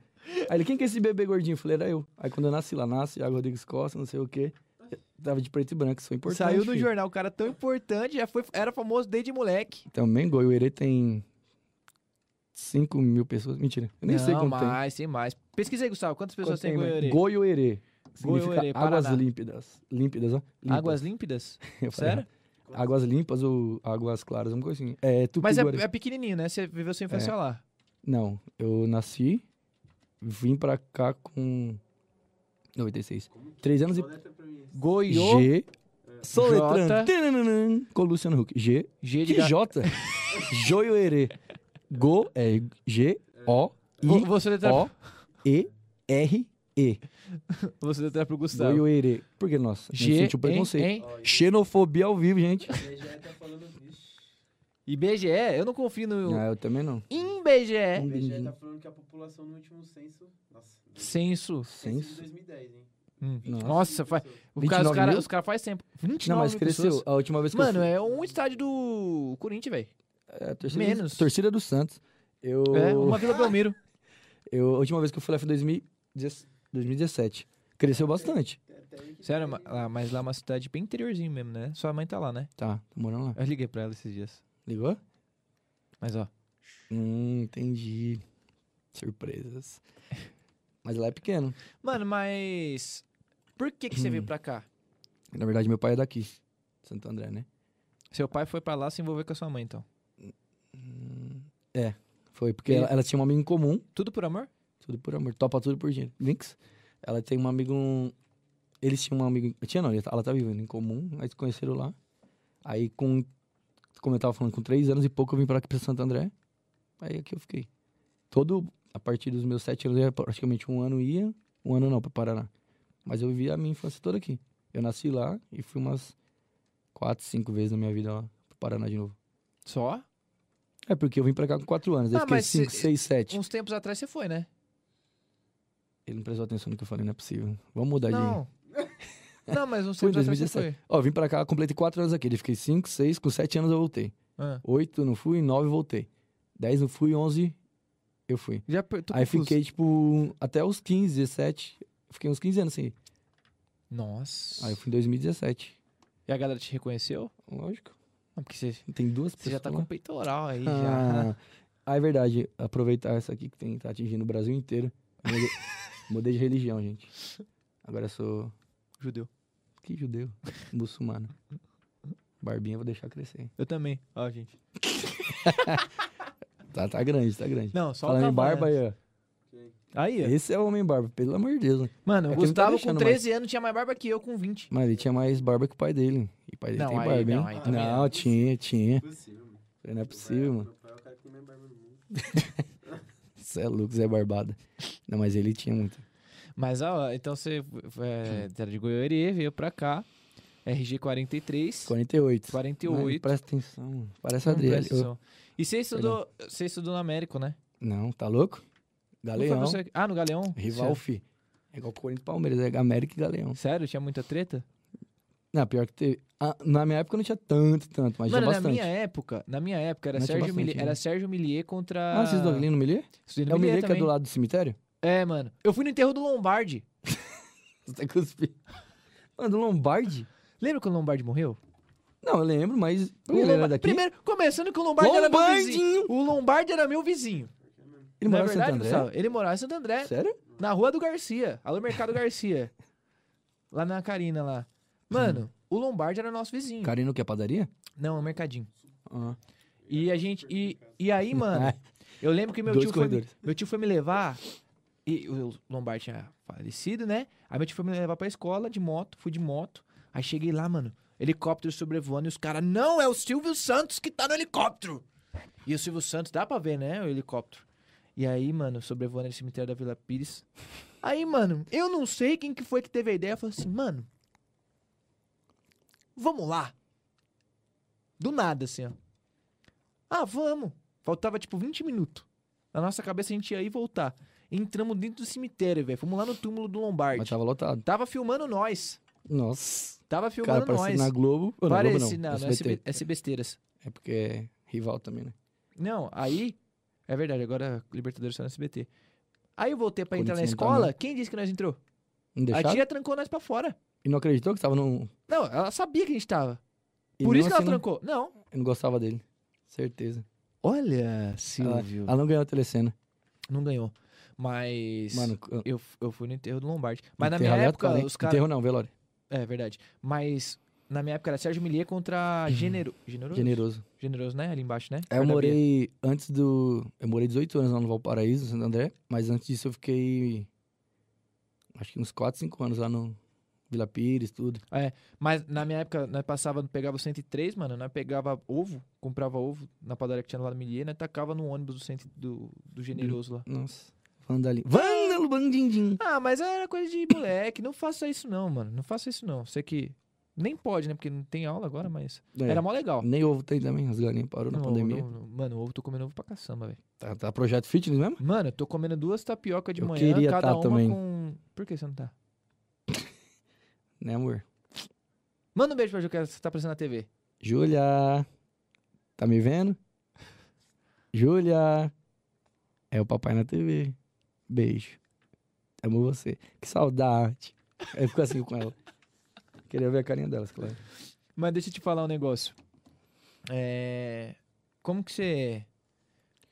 Speaker 3: Aí ele, quem que é esse bebê gordinho? Eu falei, era eu. Aí quando eu nasci lá, nasce, Iago Rodrigues Costa, não sei o quê. Eu tava de preto e branco, isso foi importante.
Speaker 1: Saiu no
Speaker 3: filho.
Speaker 1: jornal, cara tão importante, já foi, era famoso desde moleque.
Speaker 3: Também Goiuerê tem 5 mil pessoas. Mentira, eu nem
Speaker 1: não,
Speaker 3: sei quanto
Speaker 1: mais, tem mais. Pesquisa aí, Gustavo, quantas
Speaker 3: tem.
Speaker 1: pessoas tem em
Speaker 3: Quanto
Speaker 1: Goiânia?
Speaker 3: tem, Goiuerê. Significa
Speaker 1: Goiuerê,
Speaker 3: águas
Speaker 1: Paraná.
Speaker 3: límpidas. Límpidas, ó. Limpas.
Speaker 1: Águas límpidas?
Speaker 3: Eu falei,
Speaker 1: Sério?
Speaker 3: ó, Águas limpas ou águas claras, uma coisa assim. É, tupi
Speaker 1: Mas é, é pequenininho, né? Você viveu sua infância lá.
Speaker 3: Não, eu nasci, vim pra cá com 96.
Speaker 2: Como que né?
Speaker 3: Três anos e...
Speaker 2: Olha até pra mim.
Speaker 1: Goiô, G,
Speaker 3: G, soletrando, tananana, com o Luciano Huck. G,
Speaker 1: de
Speaker 3: que J? Joioerê. Go, é G, O,
Speaker 1: Vou-
Speaker 3: I,
Speaker 1: vou soletrar-
Speaker 3: O, E, R, E.
Speaker 1: Vou soletrar pro Gustavo.
Speaker 3: Goioerê. Por que, nossa, a gente
Speaker 1: G,
Speaker 3: sentiu preconceito.
Speaker 1: em, em.
Speaker 2: Ó, e
Speaker 3: Xenofobia ao vivo, gente.
Speaker 2: o IBGE tá falando. Ixi.
Speaker 1: IBGE, eu não confio no...
Speaker 3: Ah, eu também não.
Speaker 2: O
Speaker 1: IBGE.
Speaker 2: IBGE
Speaker 3: Entendi.
Speaker 2: tá falando que a população no último censo. Nossa.
Speaker 1: Censo.
Speaker 2: Censo de
Speaker 3: Senso.
Speaker 2: 2010, hein?
Speaker 1: Hum.
Speaker 2: 20
Speaker 1: Nossa,
Speaker 2: mil
Speaker 1: faz-
Speaker 2: pessoas.
Speaker 1: O cara, os
Speaker 3: 29
Speaker 1: caras
Speaker 3: mil?
Speaker 1: os cara faz tempo. 29
Speaker 3: Não, mas
Speaker 1: mil
Speaker 3: cresceu.
Speaker 1: pessoas.
Speaker 3: A última vez que eu
Speaker 1: Mano,
Speaker 3: fui...
Speaker 1: é um estádio do Corinthians, velho.
Speaker 3: É, torcida
Speaker 1: menos.
Speaker 3: Do, torcida do Santos. Eu...
Speaker 1: É, uma Vila Belmiro.
Speaker 3: Eu, a última vez que eu fui lá foi em 2010 2017. Cresceu bastante.
Speaker 2: Tem até aí que
Speaker 1: Sério,
Speaker 2: tá
Speaker 1: ma-
Speaker 2: aí.
Speaker 1: ah, mas lá é uma cidade bem interiorzinho mesmo, né? Sua mãe tá lá, né?
Speaker 3: Tá, tô morando lá.
Speaker 1: Eu liguei pra ela esses dias.
Speaker 3: Ligou?
Speaker 1: Mas ó,
Speaker 3: Hum, entendi. Surpresas. Mas lá é pequeno.
Speaker 1: mano, mas por que que você veio pra cá?
Speaker 3: Na verdade, meu pai é daqui. Santo André, né?
Speaker 1: Seu pai foi pra lá se envolver com a sua mãe, então.
Speaker 3: Foi porque
Speaker 1: E-
Speaker 3: ela, ela tinha um amigo em comum.
Speaker 1: Tudo por amor?
Speaker 3: Tudo por amor. Topa tudo por dinheiro. Links. Ela tem um amigo... um- Eles tinham um amigo... Tinha não, ela tá- ela tá vivendo em comum. Aí se conheceram lá. Aí com... Como eu tava falando, com três anos e pouco eu vim pra aqui pra Santo André. Aí aqui eu fiquei. Todo... A partir dos meus sete anos, eu praticamente um ano ia. Um ano não, pra Paraná. Mas eu vivi a minha infância toda aqui. Eu nasci lá e fui umas quatro, cinco vezes na minha vida lá pro Paraná de novo.
Speaker 1: Só?
Speaker 3: É porque eu vim pra cá com quatro anos. Aí
Speaker 1: Ah,
Speaker 3: fiquei
Speaker 1: mas um
Speaker 3: cinco,
Speaker 1: cê-
Speaker 3: seis, sete.
Speaker 1: Uns tempos atrás você foi, né?
Speaker 3: Ele não prestou atenção no que eu falei, não é possível. Vamos mudar de...
Speaker 1: Não. Não, mas uns
Speaker 3: Foi em
Speaker 1: tempos atrás você foi.
Speaker 3: 2017. Ó, vim pra cá, completei 4 anos aqui. Ele fiquei 5, 6, com 7 anos eu voltei.
Speaker 1: Ah,
Speaker 3: 8 não fui, 9 voltei. 10 não fui, 11 eu fui.
Speaker 1: já per- tô
Speaker 3: Aí
Speaker 1: confuso.
Speaker 3: fiquei, tipo, até os 15, 17. Fiquei uns 15 anos assim.
Speaker 1: Nossa.
Speaker 3: Aí eu fui em 2017.
Speaker 1: E a galera te reconheceu?
Speaker 3: Lógico.
Speaker 1: Não, porque você,
Speaker 3: Tem duas
Speaker 1: você
Speaker 3: pessoas.
Speaker 1: já tá
Speaker 3: lá.
Speaker 1: com peitoral aí, já.
Speaker 3: Ah, ah, é verdade. Aproveitar essa aqui que tem, tá atingindo o Brasil inteiro. Eu Mudei, mudei de religião, gente. Agora eu sou.
Speaker 1: Judeu.
Speaker 3: Que judeu? Muçulmano. Barbinha eu vou deixar crescer.
Speaker 1: Eu também. Ó, gente.
Speaker 3: Tá, tá grande, tá grande.
Speaker 1: Não, só o
Speaker 3: Falando em
Speaker 1: cavalo,
Speaker 3: barba
Speaker 1: né?
Speaker 3: aí, ó.
Speaker 2: Ok.
Speaker 1: Aí, ó.
Speaker 3: Esse é o homem barba, pelo amor de Deus, né?
Speaker 1: Mano, o
Speaker 3: É que não tá
Speaker 1: Gustavo com
Speaker 3: deixando
Speaker 1: 13 anos tinha mais barba que eu com 20.
Speaker 3: Mas ele tinha mais barba que o pai dele. E o pai dele
Speaker 1: Não,
Speaker 3: tem
Speaker 1: aí
Speaker 3: barba, hein?
Speaker 1: não, aí
Speaker 2: também
Speaker 3: não,
Speaker 2: não.
Speaker 3: tinha, tinha.
Speaker 2: Possível, mano.
Speaker 3: Não é
Speaker 2: Meu pai
Speaker 3: possível, mano.
Speaker 2: Meu pai é o cara que tem mais barba no mundo.
Speaker 3: Você é louco, Zé Barbada. Não, mas ele tinha muito.
Speaker 1: Mas, ó, então você
Speaker 3: Hum.
Speaker 1: é, era de Goiânia, veio pra cá. RG43,
Speaker 3: 48.
Speaker 1: 48.
Speaker 3: Mano, presta atenção. mano. Parece a
Speaker 1: Não
Speaker 3: Adriele.
Speaker 1: presta atenção. E você estudou, você estudou no Américo, né?
Speaker 3: Não, tá louco?
Speaker 1: Não foi
Speaker 3: Galeão.
Speaker 1: você- Ah, no Galeão?
Speaker 3: Rival, fi. É igual Corinthians e Palmeiras, é América e Galeão.
Speaker 1: Sério? Tinha muita treta?
Speaker 3: Não, pior que teve. ah, na minha época não tinha tanto, tanto, mas
Speaker 1: Mano,
Speaker 3: tinha
Speaker 1: na
Speaker 3: bastante.
Speaker 1: minha época, na minha época era,
Speaker 3: Mas tinha
Speaker 1: Sérgio,
Speaker 3: bastante,
Speaker 1: Millier,
Speaker 3: né?
Speaker 1: era Sérgio Millier contra...
Speaker 3: Ah, vocês do Avelino Milê?
Speaker 1: Suzino
Speaker 3: É o Milê que é
Speaker 1: também.
Speaker 3: do lado do cemitério?
Speaker 1: É, mano. Eu fui no enterro do Lombardi.
Speaker 3: Você tá cuspindo. Mano, do Lombardi?
Speaker 1: Lembra que o Lombardi morreu?
Speaker 3: Não, eu lembro, mas.
Speaker 1: O
Speaker 3: Ele era
Speaker 1: Lomba-
Speaker 3: daqui?
Speaker 1: Primeiro, começando que o Lombardi, era meu vizinho.
Speaker 3: Lombardinho!
Speaker 1: O Lombardi era meu vizinho.
Speaker 3: Ele
Speaker 1: Não é
Speaker 3: morava em
Speaker 1: verdade,
Speaker 3: Santo André?
Speaker 1: Gustavo? É. Ele morava em Santo André.
Speaker 3: Sério?
Speaker 1: Na rua do Garcia. Alô, Mercado Garcia. Lá na Carina, lá. Mano, o Lombardi era nosso vizinho.
Speaker 3: Carino que é padaria?
Speaker 1: Não, é o Mercadinho.
Speaker 3: Ah.
Speaker 1: E a gente... E, e aí, mano, eu lembro que meu
Speaker 3: Dois
Speaker 1: tio, foi, me-
Speaker 3: corredores.
Speaker 1: meu tio foi me levar... E o Lombardi tinha falecido, né? Aí meu tio foi me levar pra escola de moto. Fui de moto. Aí cheguei lá, mano. Helicóptero sobrevoando e os caras... Não, é o Silvio Santos que tá no helicóptero! E o Silvio Santos, dá pra ver, né? O helicóptero. E aí, mano, sobrevoando o cemitério da Vila Pires. Aí, mano, eu não sei quem que foi que teve a ideia. Falou assim, mano. Vamos lá. Do nada, assim, ó. Ah, vamos. Faltava, tipo, 20 minutos. Na nossa cabeça a gente ia ir e voltar. Entramos dentro do cemitério, velho. Fomos lá no túmulo do Lombardi.
Speaker 3: Mas
Speaker 1: Tava...
Speaker 3: tava lotado.
Speaker 1: filmando nós.
Speaker 3: Nossa.
Speaker 1: Tava
Speaker 3: Cara,
Speaker 1: filmando
Speaker 3: parece
Speaker 1: nós.
Speaker 3: na Globo. Ou na Globo,
Speaker 1: Parece,
Speaker 3: não.
Speaker 1: não,
Speaker 3: na
Speaker 1: não,
Speaker 3: SBT.
Speaker 1: SB, SBesteiras.
Speaker 3: É porque é rival também, né?
Speaker 1: Não, aí. É verdade, agora Libertadores só no SBT. Aí eu voltei pra entrar na
Speaker 3: Corinthians não tá,
Speaker 1: escola. Quem disse que nós entrou?
Speaker 3: Não
Speaker 1: A
Speaker 3: deixaram?
Speaker 1: tia trancou nós pra fora.
Speaker 3: E não acreditou que tava num.
Speaker 1: Não, ela sabia que a gente tava.
Speaker 3: e
Speaker 1: Por
Speaker 3: não
Speaker 1: isso que ela
Speaker 3: assim, não-
Speaker 1: trancou. Não.
Speaker 3: Eu não gostava dele. Certeza.
Speaker 1: Olha,
Speaker 3: Ela, ela não ganhou a telecena.
Speaker 1: Não ganhou. Mas.
Speaker 3: Mano,
Speaker 1: Eu, eu fui no enterro do Lombardi. Mas na
Speaker 3: enterrar
Speaker 1: minha
Speaker 3: aliado,
Speaker 1: época,
Speaker 3: cara, hein?
Speaker 1: os caras.
Speaker 3: é né? Enterro não, velório.
Speaker 1: É verdade. Mas na minha época era Sérgio Millier contra
Speaker 3: Uhum.
Speaker 1: Genero... Generoso?
Speaker 3: Generoso.
Speaker 1: Generoso, né? Ali embaixo, né?
Speaker 3: É,
Speaker 1: Perto
Speaker 3: Eu
Speaker 1: da Bia.
Speaker 3: morei antes do. Eu morei 18 anos lá no Valparaíso, Santo André. Mas antes disso eu fiquei. Acho que uns 4, 5 anos lá no Vila Pires, tudo.
Speaker 1: Mas na minha época, nós passava, pegava o 103, mano. Nós pegava ovo, comprava ovo na padaria que tinha lá no Millier, nós tacava no ônibus do, cento, do, do Generoso lá.
Speaker 3: Nossa. Vandalinho. Vândalo Bandindim.
Speaker 1: Ah, mas era coisa de moleque. Não faça isso não, mano. Não faça isso não. Você que nem pode, né? Porque não tem aula agora, mas
Speaker 3: É,
Speaker 1: era mó legal.
Speaker 3: Nem ovo tem também, as galinhas parou na
Speaker 1: Não,
Speaker 3: pandemia.
Speaker 1: não, não. mano, ovo tô comendo ovo pra caçamba, velho.
Speaker 3: Tá, tá projeto fitness mesmo?
Speaker 1: Mano, eu tô comendo duas tapioca de
Speaker 3: Eu
Speaker 1: manhã,
Speaker 3: queria
Speaker 1: cada
Speaker 3: tá
Speaker 1: uma
Speaker 3: também.
Speaker 1: com. Por que você não tá?
Speaker 3: Né, amor?
Speaker 1: Manda um beijo pra Ju, que você tá aparecendo na TV.
Speaker 3: Júlia. Tá me vendo? Júlia. É o papai na TV. Beijo. Amo você. Que saudade. Eu fico assim com ela. Queria ver a carinha delas, claro.
Speaker 1: Mas deixa eu te falar um negócio. É. Como que você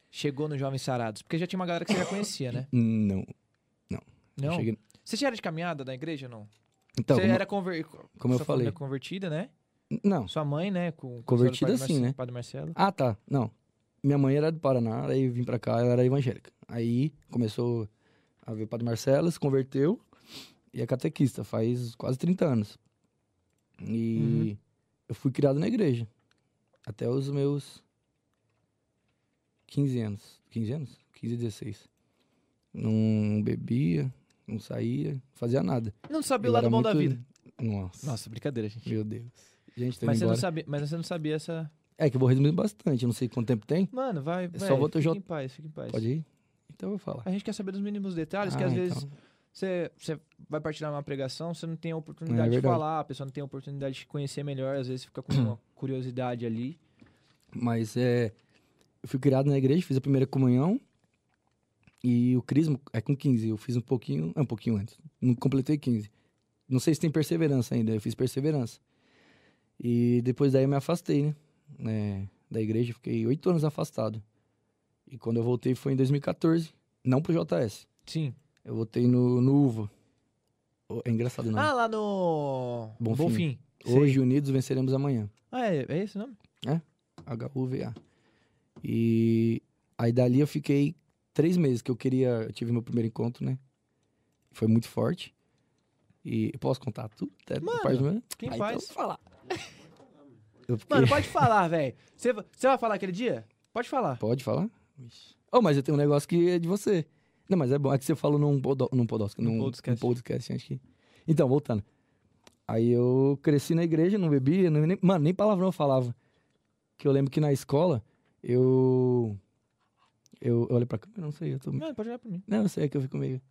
Speaker 1: chegou no Jovens Sarados? Porque já tinha uma galera que você já conhecia, né?
Speaker 3: Não. eu
Speaker 1: Não?
Speaker 3: cheguei-
Speaker 1: Você já era de caminhada na igreja ou não?
Speaker 3: Então,
Speaker 1: você
Speaker 3: como-
Speaker 1: era conver...
Speaker 3: como eu
Speaker 1: sua família
Speaker 3: falei.
Speaker 1: convertida, né?
Speaker 3: não.
Speaker 1: Sua mãe, né? Com... com a
Speaker 3: Convertida
Speaker 1: história do Padre
Speaker 3: sim,
Speaker 1: Marce-
Speaker 3: né?
Speaker 1: Padre Marcelo.
Speaker 3: Ah, tá. Não. Minha mãe era do Paraná, aí eu vim pra cá, ela era evangélica. Aí começou a ver o Padre Marcelo, se converteu e é catequista, faz quase 30 anos. E
Speaker 1: Uhum.
Speaker 3: eu fui criado na igreja até os meus 15 anos. 15 anos? 15, 16. Não bebia, não saía, não fazia nada.
Speaker 1: Não sabia
Speaker 3: Eu
Speaker 1: o lado
Speaker 3: era
Speaker 1: bom da
Speaker 3: muito-
Speaker 1: vida.
Speaker 3: Nossa,
Speaker 1: Nossa, brincadeira, gente.
Speaker 3: meu Deus. Gente, tô indo
Speaker 1: Mas você,
Speaker 3: embora.
Speaker 1: não sabia, mas você não sabia essa.
Speaker 3: É que eu vou resumir bastante, eu não sei quanto tempo tem.
Speaker 1: Mano, vai.
Speaker 3: só
Speaker 1: vai,
Speaker 3: vou ter
Speaker 1: fica
Speaker 3: jo-
Speaker 1: em paz, fica em paz.
Speaker 3: Pode ir? Então eu vou falar.
Speaker 1: A gente quer saber dos mínimos detalhes, que
Speaker 3: Ah,
Speaker 1: às
Speaker 3: então.
Speaker 1: vezes você, você vai partilhar uma pregação, você não tem a oportunidade de
Speaker 3: É verdade.
Speaker 1: falar, a pessoa não tem a oportunidade de te conhecer melhor, às vezes fica com uma curiosidade ali.
Speaker 3: Mas é. Eu fui criado na igreja, fiz a primeira comunhão. E o crisma é com 15. Eu fiz um pouquinho. é, Um pouquinho antes. Não completei 15. Não sei se tem perseverança ainda, eu fiz perseverança. E depois daí eu me afastei, né? né, da igreja, fiquei oito anos afastado. E quando eu voltei foi em 2014, não pro JS.
Speaker 1: Sim.
Speaker 3: Eu voltei no, no UVA. O- É engraçado o nome.
Speaker 1: Ah, lá no.
Speaker 3: Bonfim.
Speaker 1: Bonfim. Sei.
Speaker 3: Hoje unidos venceremos amanhã.
Speaker 1: Ah, é, é esse o nome?
Speaker 3: HUVA. E aí dali eu fiquei três meses que eu queria. Eu tive meu primeiro encontro, né? Foi muito forte. E eu posso contar tudo? Até
Speaker 1: Mano,
Speaker 3: parte do-
Speaker 1: Quem
Speaker 3: Ah, então
Speaker 1: faz?
Speaker 3: eu vou falar. Eu fiquei-
Speaker 1: Mano, pode falar, velho. Você você vai falar aquele dia? Pode falar.
Speaker 3: Pode falar? Oh, mas eu tenho um negócio que é de você. Não, mas é bom. É que você falou num, podo, num podosca,
Speaker 1: Num
Speaker 3: num,
Speaker 1: podcast.
Speaker 3: num podcast, acho que. Então, voltando. Aí eu cresci na igreja, não bebia, não, nem, mano, nem palavrão eu falava. Que eu lembro que na escola, eu... Eu, eu olho pra câmera, não sei, eu tô...
Speaker 1: Mano, pode olhar pra mim.
Speaker 3: Não, eu sei é que eu fico meio...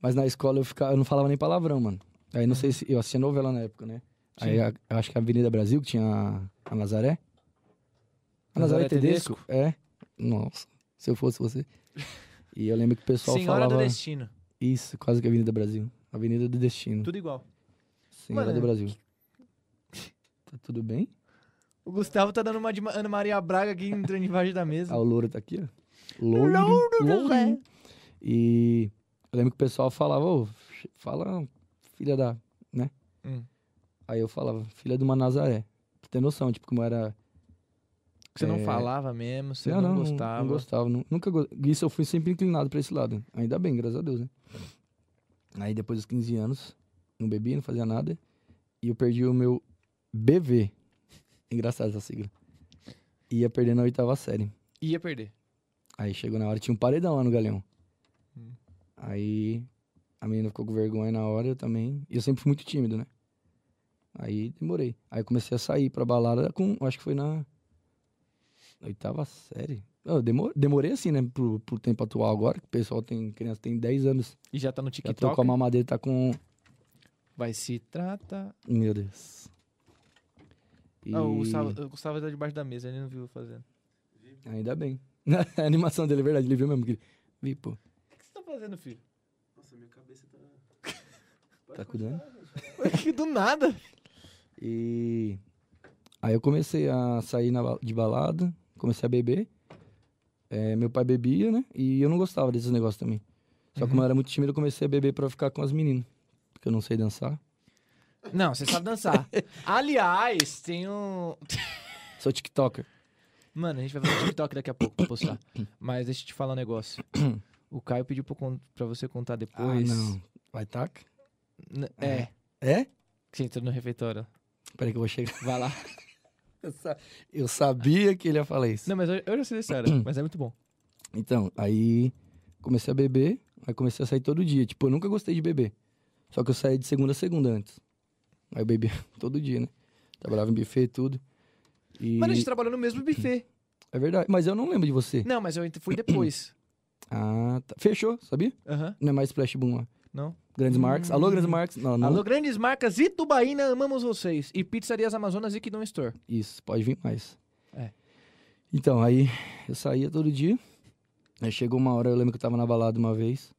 Speaker 3: Mas na escola eu, ficava, eu não falava nem palavrão, mano. Aí não sei se... Eu assistia novela na época, né? Aí
Speaker 1: Uhum. Sim.
Speaker 3: a- eu acho que a Avenida Brasil, que tinha a, a Nazaré. A Nazaré,
Speaker 1: Nazaré
Speaker 3: Tedesco. É. Nossa, se eu fosse você. E eu lembro que o pessoal
Speaker 1: Senhora do
Speaker 3: falava...
Speaker 1: Destino.
Speaker 3: Isso, quase que a Avenida Brasil. Avenida do Destino.
Speaker 1: Tudo igual.
Speaker 3: Senhora
Speaker 1: Mano,
Speaker 3: do Brasil. Tá tudo bem?
Speaker 1: O Gustavo tá dando uma de Ma- Ana Maria Braga aqui entrando embaixo da mesa.
Speaker 3: Ah, o louro tá aqui, ó. Louro. Louro. E eu lembro que o pessoal falava, ô, fala, filha da. né?
Speaker 1: Hum.
Speaker 3: Aí eu falava, filha de uma Nazaré. Pra ter noção, tipo, como era.
Speaker 1: Você não
Speaker 3: É.
Speaker 1: falava mesmo, você não, gostava.
Speaker 3: Não gostava. nu- Nunca go- Isso eu fui sempre inclinado pra esse lado. Ainda bem, graças a Deus, né? Aí depois dos 15 anos, não bebia, não fazia nada. E eu perdi o meu BV. Engraçado essa sigla. Ia perdendo a oitava série.
Speaker 1: Ia perder.
Speaker 3: Aí chegou na hora, tinha um paredão lá no Galeão.
Speaker 1: Hum.
Speaker 3: Aí a menina ficou com vergonha na hora, eu também. E eu sempre fui muito tímido, né? Aí demorei. Aí eu comecei a sair pra balada com. Acho que foi na. na oitava série. Eu demor- demorei assim, né? Pro, pro tempo atual agora, que o pessoal tem. Criança tem 10 anos.
Speaker 1: E já tá no
Speaker 3: Já tô
Speaker 1: TikTok.
Speaker 3: com a mamadeira, tá com. um,
Speaker 1: Vai se tratar.
Speaker 3: Meu Deus. E...
Speaker 1: Ah, o, Gustavo, o Gustavo tá debaixo da mesa, ele não viu eu fazendo.
Speaker 3: Ainda bem. a animação dele é verdade, ele viu mesmo. que ele- Vi, pô.
Speaker 1: O que você tá fazendo, filho?
Speaker 2: Nossa, minha cabeça tá. Pode
Speaker 3: Tá cuidando?
Speaker 2: continuar, gente.
Speaker 1: Que do nada.
Speaker 3: E aí eu comecei a sair na ba- de balada, comecei a beber. É, meu pai bebia, né? E eu não gostava desses negócios também. Só que como eu era muito tímido, eu comecei a beber pra ficar com as meninas. Porque eu não sei dançar.
Speaker 1: Não, você sabe dançar. Aliás, tem um.
Speaker 3: Sou TikToker.
Speaker 1: Mano, a gente vai fazer um TikTok daqui a pouco pra postar. Mas deixa eu te falar um negócio. O Caio pediu pra, eu con- pra você contar depois.
Speaker 3: Ah, não. Vai taca?
Speaker 1: N- É,
Speaker 3: É?
Speaker 1: que você entrou no refeitório.
Speaker 3: Peraí que eu vou chegar.
Speaker 1: Vai lá.
Speaker 3: Eu, sa- eu sabia que ele ia falar isso.
Speaker 1: Não, mas eu, eu já sei dessa história, mas é muito bom.
Speaker 3: Então, aí comecei a beber, aí comecei a sair todo dia. Tipo, eu nunca gostei de beber. Só que eu saí de segunda a segunda antes. Aí eu bebia todo dia, né? Trabalhava em buffet e tudo. E...
Speaker 1: Mano, a gente trabalhou no mesmo buffet.
Speaker 3: É verdade. Mas eu não lembro de você.
Speaker 1: Não, mas eu ent- fui depois.
Speaker 3: Ah, tá. Fechou, sabia?
Speaker 1: Aham.
Speaker 3: Não é mais Splash Boom lá.
Speaker 1: Não. Hum.
Speaker 3: Grandes Marques. Alô, Grandes Marques. Não, não.
Speaker 1: Alô, grandes marcas Itubaína, amamos vocês. E pizzarias Amazonas e Kidon Store.
Speaker 3: Isso, pode vir mais.
Speaker 1: É.
Speaker 3: Então, aí eu saía todo dia. Aí chegou uma hora, eu lembro que eu tava na balada uma vez.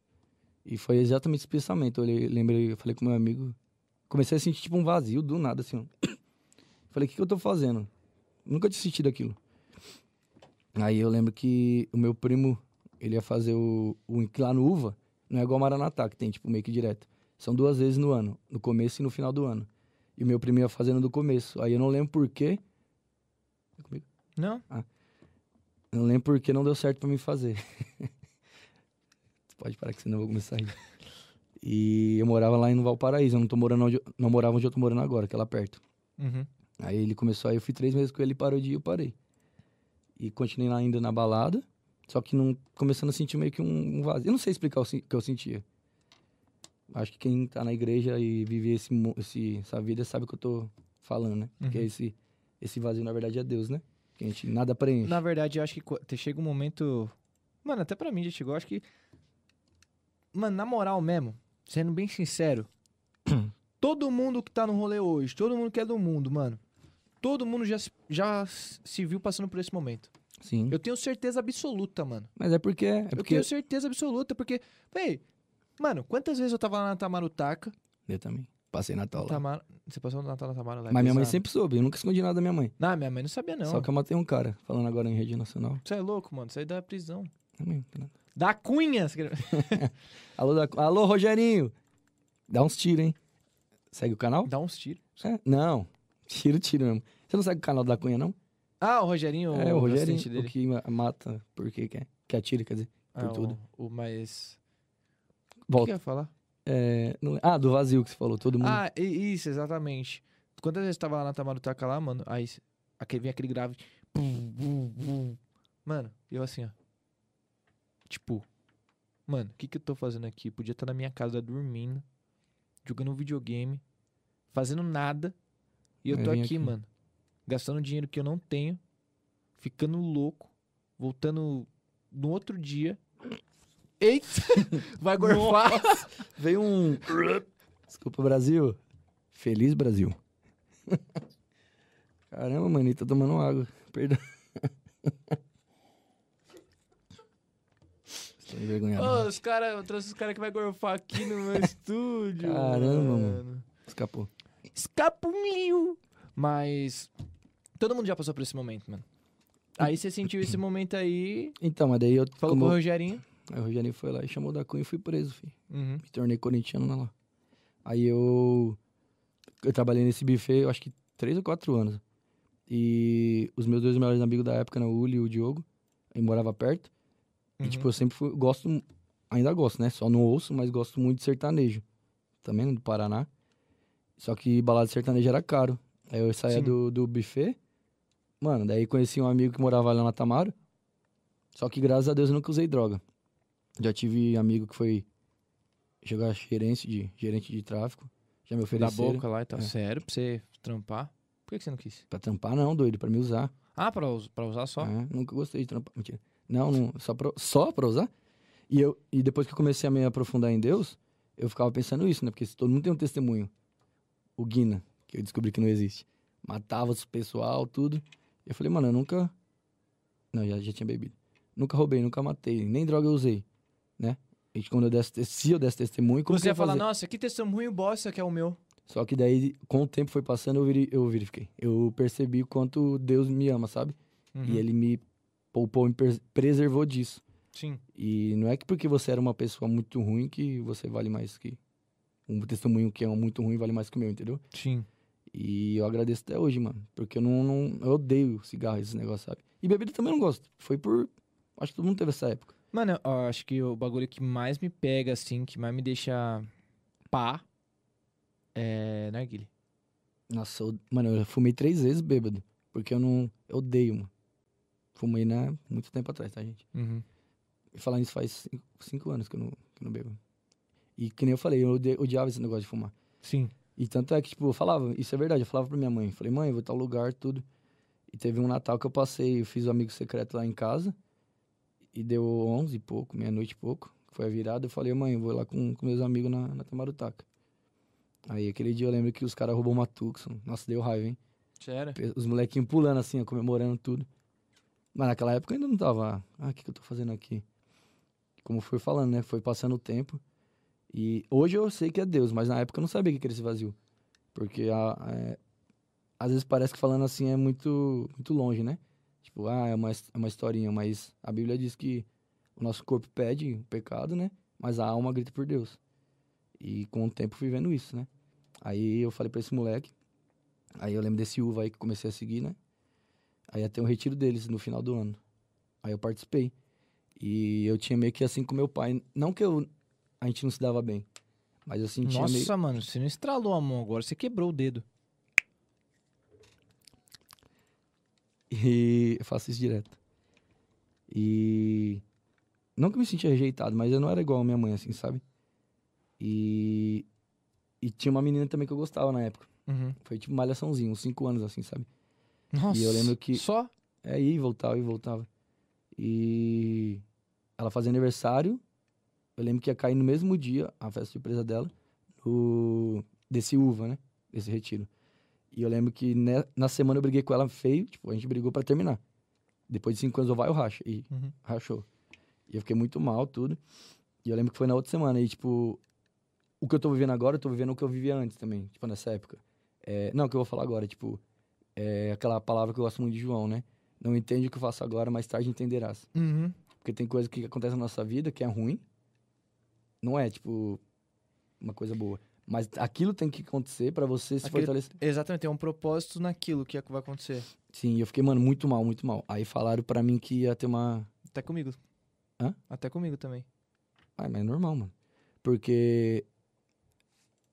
Speaker 3: E foi exatamente esse pensamento. Eu olhei- lembrei, eu falei com meu amigo. Comecei a sentir tipo um vazio do nada, assim. ó. Falei, o que, que eu tô fazendo? Nunca tinha sentido aquilo. Aí eu lembro que o meu primo, ele ia fazer o, o que lá no Uva. Não é igual Maranatá, que tem tipo meio que direto. São duas vezes no ano, no começo e no final do ano. E o meu primo ia fazendo do começo. Aí eu não lembro por quê. É comigo?
Speaker 1: Não?
Speaker 3: Eu não lembro porque não deu certo pra mim fazer. Pode parar que senão eu vou começar a rir. E eu morava lá em Valparaíso, eu não, tô morando onde, eu- não morava onde eu tô morando agora, que é lá perto.
Speaker 1: Uhum.
Speaker 3: Aí ele começou, aí eu fui três meses com ele, ele parou de ir, eu parei. E continuei lá ainda na balada, só que não, começando a sentir meio que um, um vazio. Eu não sei explicar o, sen- o que eu sentia. Acho que quem tá na igreja e vive esse, mo- esse- essa vida sabe o que eu tô falando, né? Porque
Speaker 1: Uhum.
Speaker 3: esse, esse vazio, na verdade, é Deus, né? Que a gente nada preenche.
Speaker 1: Na verdade, eu acho que co- te- chega um momento. Mano, até pra mim já chegou. eu Acho que. Mano, na moral mesmo, sendo bem sincero, todo mundo que tá no rolê hoje, todo mundo que é do mundo, mano, todo mundo já, se- já s- se viu passando por esse momento.
Speaker 3: Sim.
Speaker 1: Eu tenho certeza absoluta, mano.
Speaker 3: Mas é porque. Hum. É
Speaker 1: Eu
Speaker 3: porque...
Speaker 1: tenho certeza absoluta, porque. Véi, mano, quantas vezes eu tava lá na Tamarutaca
Speaker 3: Eu também. Passei Natal Tá lá.
Speaker 1: Tamara- Você passou o Natal na Tamara lá? é
Speaker 3: Mas minha mãe
Speaker 1: pesado.
Speaker 3: sempre soube, eu nunca escondi nada da minha mãe.
Speaker 1: Não, minha mãe não sabia, não.
Speaker 3: Só que eu matei um cara, falando agora em rede nacional.
Speaker 1: Você é louco, mano. Isso aí dá prisão.
Speaker 3: Também, tá nada.
Speaker 1: Da cunha! você quer-
Speaker 3: Alô, da... Alô, Rogerinho! Dá uns tiros, hein? Segue o canal?
Speaker 1: Dá uns tiros.
Speaker 3: É, Não. Tiro, tiro mesmo. Você não segue o canal da Cunha, não?
Speaker 1: Ah, o Rogerinho,
Speaker 3: é, o Rogerinho,
Speaker 1: assistente dele.
Speaker 3: o que ma- mata, porque quer. Que atira, quer dizer.
Speaker 1: Ah,
Speaker 3: por
Speaker 1: o-
Speaker 3: tudo.
Speaker 1: O, mais... O que que
Speaker 3: Volta.
Speaker 1: eu ia falar?
Speaker 3: É, não- Ah, do vazio que você falou, todo mundo.
Speaker 1: Ah, e- isso, exatamente. Quantas vezes eu tava lá na Tamarutaca lá, mano, aí s- aquele, vinha aquele grave. bum, bum, bum. Mano, eu assim, ó. Tipo, mano, o que que eu tô fazendo aqui? Podia estar na minha casa dormindo, jogando um videogame, fazendo nada. E eu
Speaker 3: Aí
Speaker 1: tô
Speaker 3: vem
Speaker 1: aqui,
Speaker 3: aqui.
Speaker 1: mano, gastando dinheiro que eu não tenho, ficando louco, voltando no outro dia. Eita! Vai gorfar!
Speaker 3: Veio um. Desculpa, Brasil. Feliz Brasil. Caramba, mano, ele tá tomando água. Perdão. Estou envergonhado.
Speaker 1: Ô, os cara, eu trouxe os caras que vai gorfar aqui no meu estúdio.
Speaker 3: Caramba, mano. Escapou.
Speaker 1: Escapulinho. Mas todo mundo já passou por esse momento, mano. Aí você sentiu esse momento aí,
Speaker 3: Então, mas daí eu.
Speaker 1: falou
Speaker 3: como
Speaker 1: com o
Speaker 3: eu-
Speaker 1: Rogerinho.
Speaker 3: Aí o Rogerinho foi lá e chamou da Cunha e fui preso, filho.
Speaker 1: Uhum.
Speaker 3: Me tornei corintiano na lá. Aí eu. Eu trabalhei nesse buffet, eu acho que três ou quatro anos. E os meus dois melhores amigos da época, né, o Uli e o Diogo, eu morava perto. E,
Speaker 1: uhum.
Speaker 3: tipo, eu sempre fui, gosto, mu- ainda gosto, né? Só não ouço, mas gosto muito de sertanejo. Também né, do Paraná. Só que balada de sertanejo era caro. Aí eu saía
Speaker 1: Sim.
Speaker 3: do, do buffet. Mano, daí conheci um amigo que morava lá na Tamaro. Só que graças a Deus eu nunca usei droga. Já tive amigo que foi jogar gerente de, gerente de tráfico. Já me
Speaker 1: da
Speaker 3: ofereceram.
Speaker 1: boca lá e tal.
Speaker 3: É.
Speaker 1: Sério, pra você trampar. Por que que você não quis?
Speaker 3: Pra tampar não, doido, pra me usar.
Speaker 1: Ah, pra, us- pra usar só?
Speaker 3: É, nunca gostei de trampar. Mentira. Não, não. Só pra, só pra usar? E, eu, e depois que eu comecei a me aprofundar em Deus, eu ficava pensando isso, né? Porque se todo mundo tem um testemunho. O Guina, que eu descobri que não existe. Matava os pessoal, tudo. Eu falei, mano, eu nunca. Não, já, já tinha bebido. Nunca roubei, nunca matei, nem droga eu usei, né? E quando eu desse, se eu desse testemunho, como que
Speaker 1: você
Speaker 3: eu
Speaker 1: ia falar,
Speaker 3: fazer?
Speaker 1: nossa, que testemunho bosta que é o meu.
Speaker 3: Só que daí, com o tempo foi passando, eu, veri, eu verifiquei. Eu percebi o quanto Deus me ama, sabe?
Speaker 1: Uhum.
Speaker 3: E ele me poupou, me pres- preservou disso.
Speaker 1: Sim.
Speaker 3: E não é que porque você era uma pessoa muito ruim que você vale mais que. Um testemunho que é muito ruim vale mais que o meu, entendeu?
Speaker 1: Sim.
Speaker 3: E eu agradeço até hoje, mano. Porque eu não, não- eu odeio cigarro, esses negócios, sabe? E bebida também eu não gosto. Foi por. Acho que todo mundo teve essa época.
Speaker 1: Mano, eu- ó, acho que o bagulho que mais me pega, assim, que mais me deixa pá, é narguile.
Speaker 3: Nossa, eu- mano, eu fumei três vezes bêbado. Porque eu não. Eu odeio, mano. Fumei, né? Muito tempo atrás, tá, gente?
Speaker 1: Uhum.
Speaker 3: E falar nisso faz cinco, cinco anos que eu, não, que eu não bebo. E que nem eu falei, eu ode- odiava esse negócio de fumar.
Speaker 1: Sim.
Speaker 3: E tanto é que, tipo, eu falava, isso é verdade, eu falava pra minha mãe. Falei, mãe, eu vou tal lugar, tudo. E teve um Natal que eu passei, eu fiz um amigo secreto lá em casa. E deu 11 e pouco, meia-noite e pouco. Foi a virada, eu falei, mãe, eu vou lá com, com meus amigos na, na Tamarutaca. Aí aquele dia eu lembro que os caras roubou uma Tucson. Nossa, deu raiva, hein?
Speaker 1: Sério?
Speaker 3: Pe- Os molequinhos pulando assim, ó, comemorando tudo. Mas naquela época eu ainda não tava. Ah, o que, que eu tô fazendo aqui? Como foi falando, né? Foi passando o tempo. E hoje eu sei que é Deus, mas na época eu não sabia o que que era esse vazio. Porque a- é, às vezes parece que falando assim é muito, muito longe, né? Tipo, ah, é uma, his- é uma historinha, mas a Bíblia diz que o nosso corpo pede o pecado, né? Mas a alma grita por Deus. E com o tempo fui vendo isso, né? Aí eu falei pra esse moleque. Aí eu lembro desse uva aí que comecei a seguir, né? Aí ia ter um retiro deles no final do ano. Aí eu participei. E eu tinha meio que assim com meu pai. Não que eu, a gente não se dava bem, mas eu sentia meio.
Speaker 1: Nossa, mano, você não estralou a mão agora, você quebrou o dedo.
Speaker 3: E eu faço isso direto. E. Não que eu me sentia rejeitado, mas eu não era igual a minha mãe, assim, sabe? E. E tinha uma menina também que eu gostava na época.
Speaker 1: Uhum.
Speaker 3: Foi tipo malhaçãozinho, uns 5 anos, assim, sabe?
Speaker 1: Nossa.
Speaker 3: E eu lembro que-
Speaker 1: Só?
Speaker 3: É, ia e voltava, e voltava. E. Ela fazia aniversário. Eu lembro que ia cair no mesmo dia, a festa surpresa dela, o... desse uva, né? Desse retiro. E eu lembro que ne- na semana eu briguei com ela feio, tipo, a gente brigou pra terminar. Depois de cinco anos eu vai, eu racho. E
Speaker 1: Uhum.
Speaker 3: rachou. E eu fiquei muito mal, tudo. E eu lembro que foi na outra semana. E, tipo, o que eu tô vivendo agora, eu tô vivendo o que eu vivia antes também, tipo, nessa época. É, não, o que eu vou falar agora, tipo, é aquela palavra que eu gosto muito de João, né? Não entende o que eu faço agora, mais tarde entenderás.
Speaker 1: Uhum.
Speaker 3: Porque tem coisa que acontece na nossa vida que é ruim. Não é, tipo, uma coisa boa. Mas aquilo tem que acontecer pra você se
Speaker 1: Aquilo-
Speaker 3: fortalecer.
Speaker 1: Exatamente, tem um propósito naquilo que é que vai acontecer.
Speaker 3: Sim, eu fiquei, mano, muito mal, muito mal. Aí falaram pra mim que ia ter uma.
Speaker 1: Até comigo.
Speaker 3: Hã?
Speaker 1: Até comigo também.
Speaker 3: Ah, mas é normal, mano. Porque.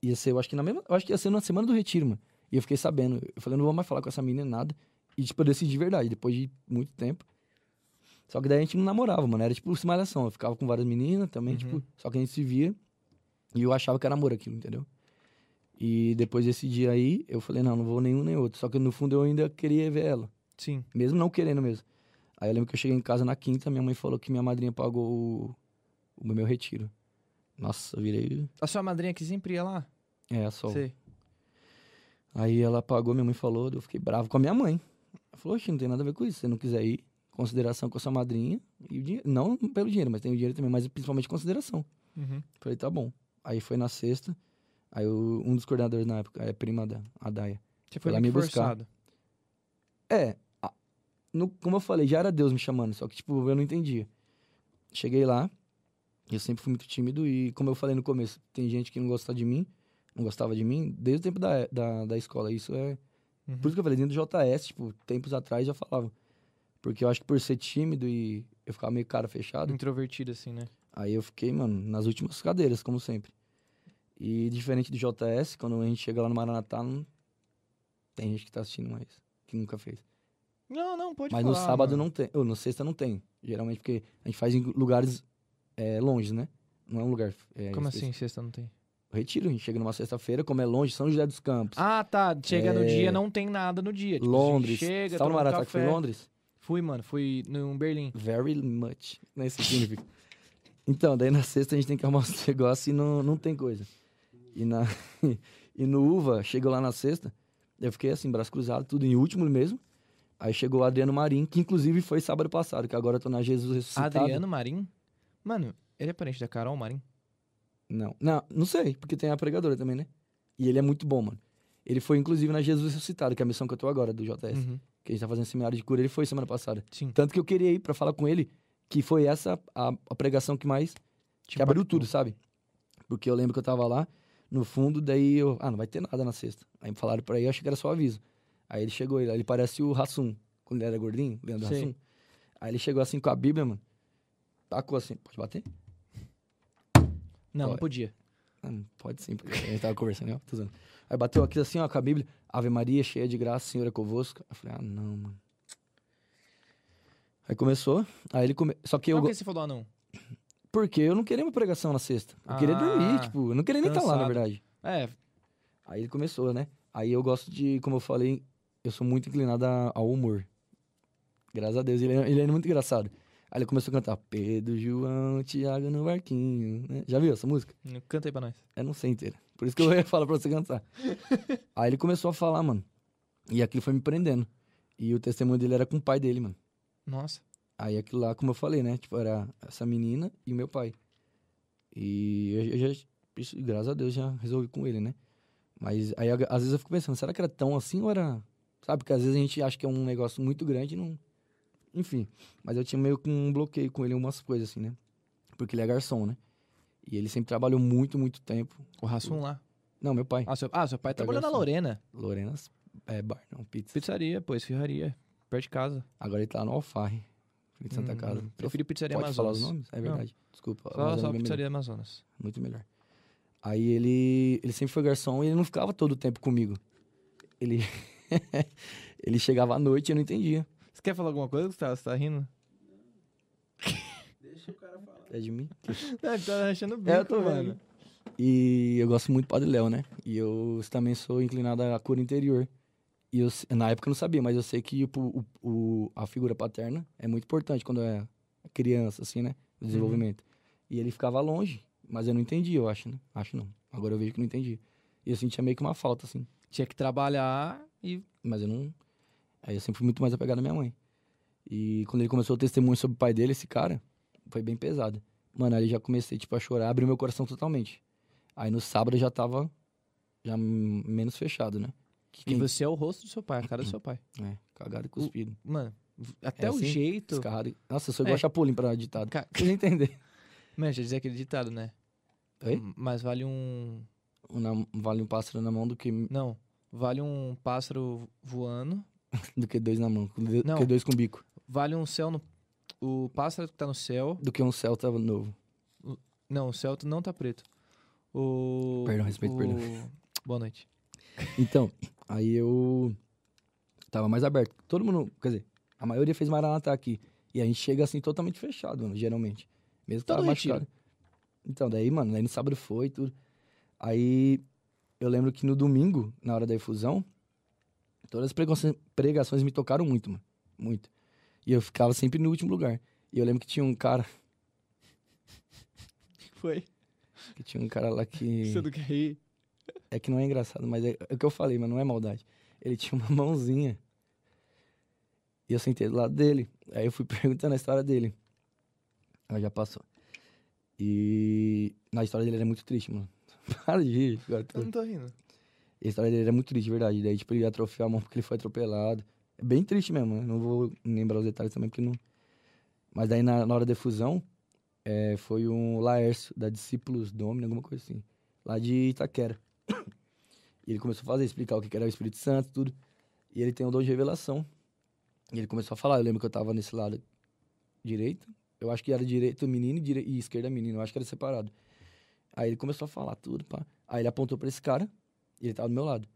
Speaker 3: Ia ser, eu acho que na mesma. Eu acho que ia ser na semana do retiro, mano. E eu fiquei sabendo. Eu falei, não vou mais falar com essa menina nada. E, tipo, eu decidi de verdade, depois de muito tempo. Só que daí a gente não namorava, mano. Era tipo malhação. Eu ficava com várias meninas também,
Speaker 1: Uhum.
Speaker 3: tipo. Só que a gente se via. E eu achava que era amor aquilo, entendeu? E depois desse dia aí, eu falei, não, não vou nenhum nem outro. Só que no fundo eu ainda queria ver ela.
Speaker 1: Sim.
Speaker 3: Mesmo não querendo mesmo. Aí eu lembro que eu cheguei em casa na quinta, minha mãe falou que minha madrinha pagou o, o meu retiro. Nossa, eu virei.
Speaker 1: A sua madrinha que sempre ia lá?
Speaker 3: É, a sol.
Speaker 1: Sei.
Speaker 3: Aí ela pagou, minha mãe falou, eu fiquei bravo com a minha mãe. Ela falou, oxe, não tem nada a ver com isso. Se você não quiser ir, consideração com a sua madrinha. E o dinheiro. Não pelo dinheiro, mas tem o dinheiro também, mas principalmente consideração.
Speaker 1: Uhum.
Speaker 3: Falei, tá bom. Aí foi na sexta. Aí o- um dos coordenadores na época, é prima da a Daia.
Speaker 1: Você
Speaker 3: Foi
Speaker 1: foi
Speaker 3: lá
Speaker 1: meio
Speaker 3: me buscar.
Speaker 1: forçado.
Speaker 3: É, a- no- como eu falei, já era Deus me chamando, só que, tipo, eu não entendia. Cheguei lá, eu sempre fui muito tímido e, como eu falei no começo, tem gente que não gosta de mim, não gostava de mim, desde o tempo da, da, da escola. Isso é.
Speaker 1: Uhum.
Speaker 3: Por isso que eu falei, dentro do JS, tipo, tempos atrás já falava. Porque eu acho que por ser tímido e eu ficava meio cara fechado,
Speaker 1: Introvertido, assim, né?
Speaker 3: Aí eu fiquei, mano, nas últimas cadeiras, como sempre. E diferente do JS, quando a gente chega lá no Maranatá, não... tem gente que tá assistindo mais, que nunca fez.
Speaker 1: Não, não, pode
Speaker 3: Mas no sábado não tem, ou no sexta não tem, geralmente, porque a gente faz em lugares é, longe, né? Não é um lugar. é,
Speaker 1: Como
Speaker 3: específico.
Speaker 1: assim, sexta não tem?
Speaker 3: Retiro, a gente chega numa sexta-feira, como é longe, São José dos Campos.
Speaker 1: Ah, tá. Chega no
Speaker 3: É.
Speaker 1: dia, não tem nada no dia. Tipo,
Speaker 3: Londres.
Speaker 1: Você chega,
Speaker 3: Sabe no
Speaker 1: toma um
Speaker 3: Maratá que foi em
Speaker 1: café.
Speaker 3: Londres?
Speaker 1: Fui, mano. Fui no Berlim.
Speaker 3: Very much. Né? Isso significa. então, daí na sexta a gente tem que arrumar os negócios e não, não tem coisa. E, na, e no Uva, chegou lá na sexta, eu fiquei assim, braço cruzado, tudo em último mesmo. Aí chegou o Adriano Marim, que inclusive foi sábado passado, que agora eu tô na Jesus ressuscitado.
Speaker 1: Adriano Marim? Mano, ele é parente da Carol Marim?
Speaker 3: Não, não, não sei, porque tem a pregadora também, né? E ele é muito bom, mano. Ele foi inclusive na Jesus ressuscitado, que é a missão que eu tô agora, do JS.
Speaker 1: Uhum.
Speaker 3: Que a gente tá fazendo seminário de cura, ele foi semana passada.
Speaker 1: Sim.
Speaker 3: Tanto que eu queria ir pra falar com ele, que foi essa a- a pregação que mais
Speaker 1: Te
Speaker 3: que abriu
Speaker 1: impactou.
Speaker 3: tudo, sabe? Porque eu lembro que eu tava lá, no fundo, daí eu. Ah, não vai ter nada na sexta. Aí me falaram pra ele, eu achei que era só aviso. Aí ele chegou, ele, ele parece o Rassum, quando ele era gordinho, Leandro
Speaker 1: Sei.
Speaker 3: Rassum. Aí ele chegou assim com a Bíblia, mano. Tacou assim, pode bater?
Speaker 1: Não, não
Speaker 3: Olha.
Speaker 1: podia.
Speaker 3: Ah, não, pode sim, porque a gente tava conversando, ó, tô zoando. Aí bateu aqui assim, ó, com a Bíblia, Ave Maria, cheia de graça, Senhor é convosco. Aí eu falei, ah, não, mano. Aí começou, aí ele come... Só que eu.
Speaker 1: Por
Speaker 3: go-
Speaker 1: que você falou ah, não?
Speaker 3: Porque eu não queria uma pregação na sexta. Eu queria
Speaker 1: Ah,
Speaker 3: dormir, tipo, eu não queria nem estar lá, na
Speaker 1: cansado.
Speaker 3: verdade.
Speaker 1: É,
Speaker 3: Aí ele começou, né? Aí eu gosto de, como eu falei, eu sou muito inclinado a- ao humor. Graças a Deus, ele é, ele é muito engraçado. Aí ele começou a cantar Pedro, João, Tiago no barquinho. né? Já viu essa música?
Speaker 1: canta aí pra nós.
Speaker 3: Eu não sei inteira. É Por isso que eu ia falar pra você cantar. Aí ele começou a falar, mano. E aquilo foi me prendendo. E o testemunho dele era com o pai dele, mano.
Speaker 1: Nossa.
Speaker 3: Aí aquilo lá, como eu falei, né? Tipo, era essa menina e meu pai. E eu, eu já, isso, graças a Deus, já resolvi com ele, né? Mas aí a- às vezes eu fico pensando, será que era tão assim ou era. Sabe? Porque às vezes a gente acha que é um negócio muito grande e não. Enfim. Mas eu tinha meio que um bloqueio com ele em umas coisas, assim, né? Porque ele é garçom, né? E ele sempre trabalhou muito, muito tempo.
Speaker 1: O Rassum lá.
Speaker 3: Não, meu pai.
Speaker 1: Ah, seu, ah, seu pai
Speaker 3: Tá
Speaker 1: trabalhou na
Speaker 3: garçom.
Speaker 1: Lorena.
Speaker 3: Lorenas. É, bar, não, pizza.
Speaker 1: Pizzaria, pô, esfirraria. Perto de casa.
Speaker 3: Agora ele tá no Alfarre, em Santa
Speaker 1: Hum,
Speaker 3: Casa.
Speaker 1: Prefiro pizzaria
Speaker 3: Pode falar
Speaker 1: Amazonas.
Speaker 3: os nomes? É
Speaker 1: Não.
Speaker 3: verdade. Desculpa.
Speaker 1: Só, só
Speaker 3: Amazonas é bem melhor.
Speaker 1: pizzaria Amazonas.
Speaker 3: Muito melhor. Aí ele, ele sempre foi garçom e ele não ficava todo o tempo comigo. Ele, ele chegava à noite e eu não entendia.
Speaker 1: Você quer falar alguma coisa, Gustavo? Você tá rindo?
Speaker 2: Deixa o cara falar.
Speaker 3: É de mim.
Speaker 1: É, tá achando bico,
Speaker 3: É, eu tô vendo.
Speaker 1: mano.
Speaker 3: E eu gosto muito do Padre Léo, né? E eu também sou inclinado à cura interior. E eu, se- na época eu não sabia, mas eu sei que tipo, o, o- a figura paterna é muito importante quando é criança, assim, né?
Speaker 1: Uhum.
Speaker 3: O desenvolvimento. E ele ficava longe, mas eu não entendi, eu acho, né? Acho não. Agora eu vejo que não entendi. E eu sentia meio que uma falta, assim.
Speaker 1: Tinha que trabalhar e...
Speaker 3: Mas eu não. Aí eu sempre fui muito mais apegado à minha mãe. E quando ele começou o testemunho sobre o pai dele, esse cara, foi bem pesado. Mano, aí eu já comecei, tipo, a chorar, abriu meu coração totalmente. Aí no sábado eu já tava já m- menos fechado, né? Que
Speaker 1: E
Speaker 3: quem-
Speaker 1: você é o rosto do seu pai, a cara do seu pai.
Speaker 3: É, cagado e cuspido.
Speaker 1: Mano, v- até
Speaker 3: É
Speaker 1: o
Speaker 3: assim?
Speaker 1: jeito.
Speaker 3: Escarrado. e- Nossa, eu sou igual
Speaker 1: É.
Speaker 3: a Chapulin pra ditado.
Speaker 1: Ca-
Speaker 3: Vocês entenderam?
Speaker 1: Mano, já dizia aquele ditado, né?
Speaker 3: Oi?
Speaker 1: M- Mas vale um.
Speaker 3: Um na- Vale um pássaro na mão do que,
Speaker 1: Não. Vale um pássaro voando.
Speaker 3: do que dois na mão. Do do
Speaker 1: Não.
Speaker 3: que dois com bico.
Speaker 1: Vale um céu no. O pássaro que tá no céu.
Speaker 3: Do que um Celta novo.
Speaker 1: Não, o céu não tá preto. O.
Speaker 3: Perdão, respeito, perdão.
Speaker 1: o- Boa noite.
Speaker 3: Então, aí eu tava mais aberto. Todo mundo, quer dizer, a maioria fez Maranatá aqui. E a gente chega assim totalmente fechado, mano, geralmente. Mesmo que
Speaker 1: Todo
Speaker 3: tava
Speaker 1: retiro.
Speaker 3: machucado. Então, daí, mano, daí no sábado foi e tudo. Aí eu lembro que no domingo, na hora da infusão, todas as pregonça- pregações me tocaram muito, mano. Muito. E eu ficava sempre no último lugar. E eu lembro que tinha um cara,
Speaker 1: Foi.
Speaker 3: que tinha um cara lá que.
Speaker 1: Você não quer rir?
Speaker 3: É que não é engraçado, mas é, é o que eu falei, mas não é maldade. Ele tinha uma mãozinha. E eu sentei do lado dele. Aí eu fui perguntando a história dele. Ela já passou. E na história dele era muito triste, mano. Para de rir. agora tu-
Speaker 1: Eu não tô rindo.
Speaker 3: A história dele era muito triste, de verdade. Daí, tipo, ele atrofiou a mão porque ele foi atropelado. É bem triste mesmo, né? Não vou lembrar os detalhes também, porque não. Mas daí, na, na hora da fusão, é, foi um Laércio, da Discípulos Domini, alguma coisa assim. Lá de Itaquera. E ele começou a fazer, explicar o que que era o Espírito Santo, tudo. E ele tem o dom de revelação. E ele começou a falar. Eu lembro que eu tava nesse lado direito. Eu acho que era direito menino e, dire... e esquerda menino. Eu acho que era separado. Aí ele começou a falar tudo, pá. Aí ele apontou pra esse cara. E ele tava do meu lado.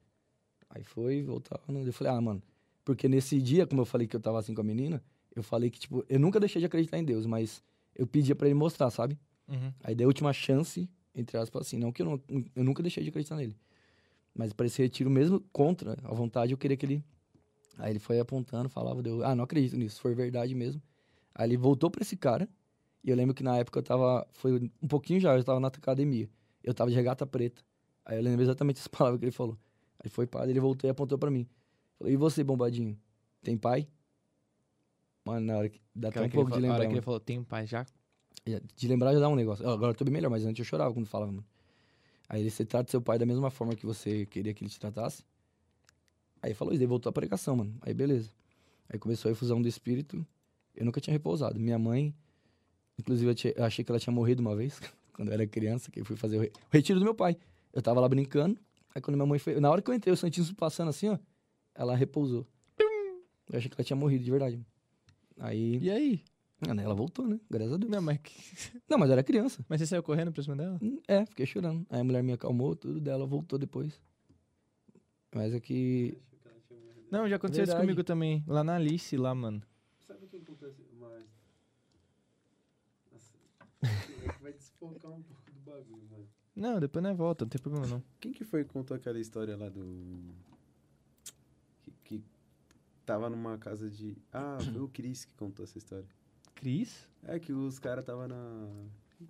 Speaker 3: Aí foi, voltava. né? Eu falei, ah, mano. Porque nesse dia, como eu falei que eu tava assim com a menina, eu falei que, tipo, eu nunca deixei de acreditar em Deus, mas eu pedia pra ele mostrar, sabe?
Speaker 1: Uhum.
Speaker 3: Aí dei a última chance, entre aspas, assim. Não que eu, não, eu nunca deixei de acreditar nele. Mas pra esse retiro, mesmo contra a vontade, eu queria que ele. Aí ele foi apontando, falava, deu, ah, não acredito nisso, se for verdade mesmo. Aí ele voltou pra esse cara. E eu lembro que na época eu tava. Foi um pouquinho já, eu tava na academia. Eu tava de regata preta. Aí eu lembro exatamente as palavras que ele falou. Aí foi padre, ele voltou e apontou pra mim. Falei, e você, bombadinho? Tem pai? Mano, na hora que. Dá até
Speaker 1: Cara,
Speaker 3: um
Speaker 1: que ele
Speaker 3: pouco de
Speaker 1: fala- a hora
Speaker 3: lembrar.
Speaker 1: que ele
Speaker 3: mano.
Speaker 1: falou, tem um pai já?
Speaker 3: Já- De lembrar já dá um negócio. Ó, Agora eu tô bem melhor, mas antes eu chorava quando falava, mano. Aí ele, você trata seu pai da mesma forma que você queria que ele te tratasse? Aí falou isso, daí voltou a pregação, mano. Aí beleza. Aí começou a efusão do espírito. Eu nunca tinha repousado. Minha mãe, inclusive, eu, tinha- eu achei que ela tinha morrido uma vez, quando eu era criança, que eu fui fazer o, re- o retiro do meu pai. Eu tava lá brincando. Aí quando minha mãe foi. Na hora que eu entrei, o Santíssimo passando assim, ó, ela repousou. Eu achei que ela tinha morrido, de verdade. Aí.
Speaker 1: E aí?
Speaker 3: Ah, né, Ela voltou, né? Graças a Deus.
Speaker 1: Não, mas, que-
Speaker 3: Não, mas eu era criança.
Speaker 1: mas você saiu correndo pra cima dela?
Speaker 3: Hum, É, fiquei chorando. Aí a mulher me acalmou, tudo dela, voltou depois. Mas é que.
Speaker 2: Achei que ela tinha morrido.
Speaker 1: Não, já aconteceu isso
Speaker 3: Verdade.
Speaker 1: comigo também. Lá na Alice, lá, mano.
Speaker 2: Sabe o que acontece mais? Nossa, vai desfocar um pouco do bagulho, mano.
Speaker 1: Não, depois não é volta, não tem problema não.
Speaker 2: Quem que foi que contou aquela história lá do. Que, que tava numa casa de. Ah, foi o Chris que contou essa história.
Speaker 1: Cris?
Speaker 2: É que os caras tava na.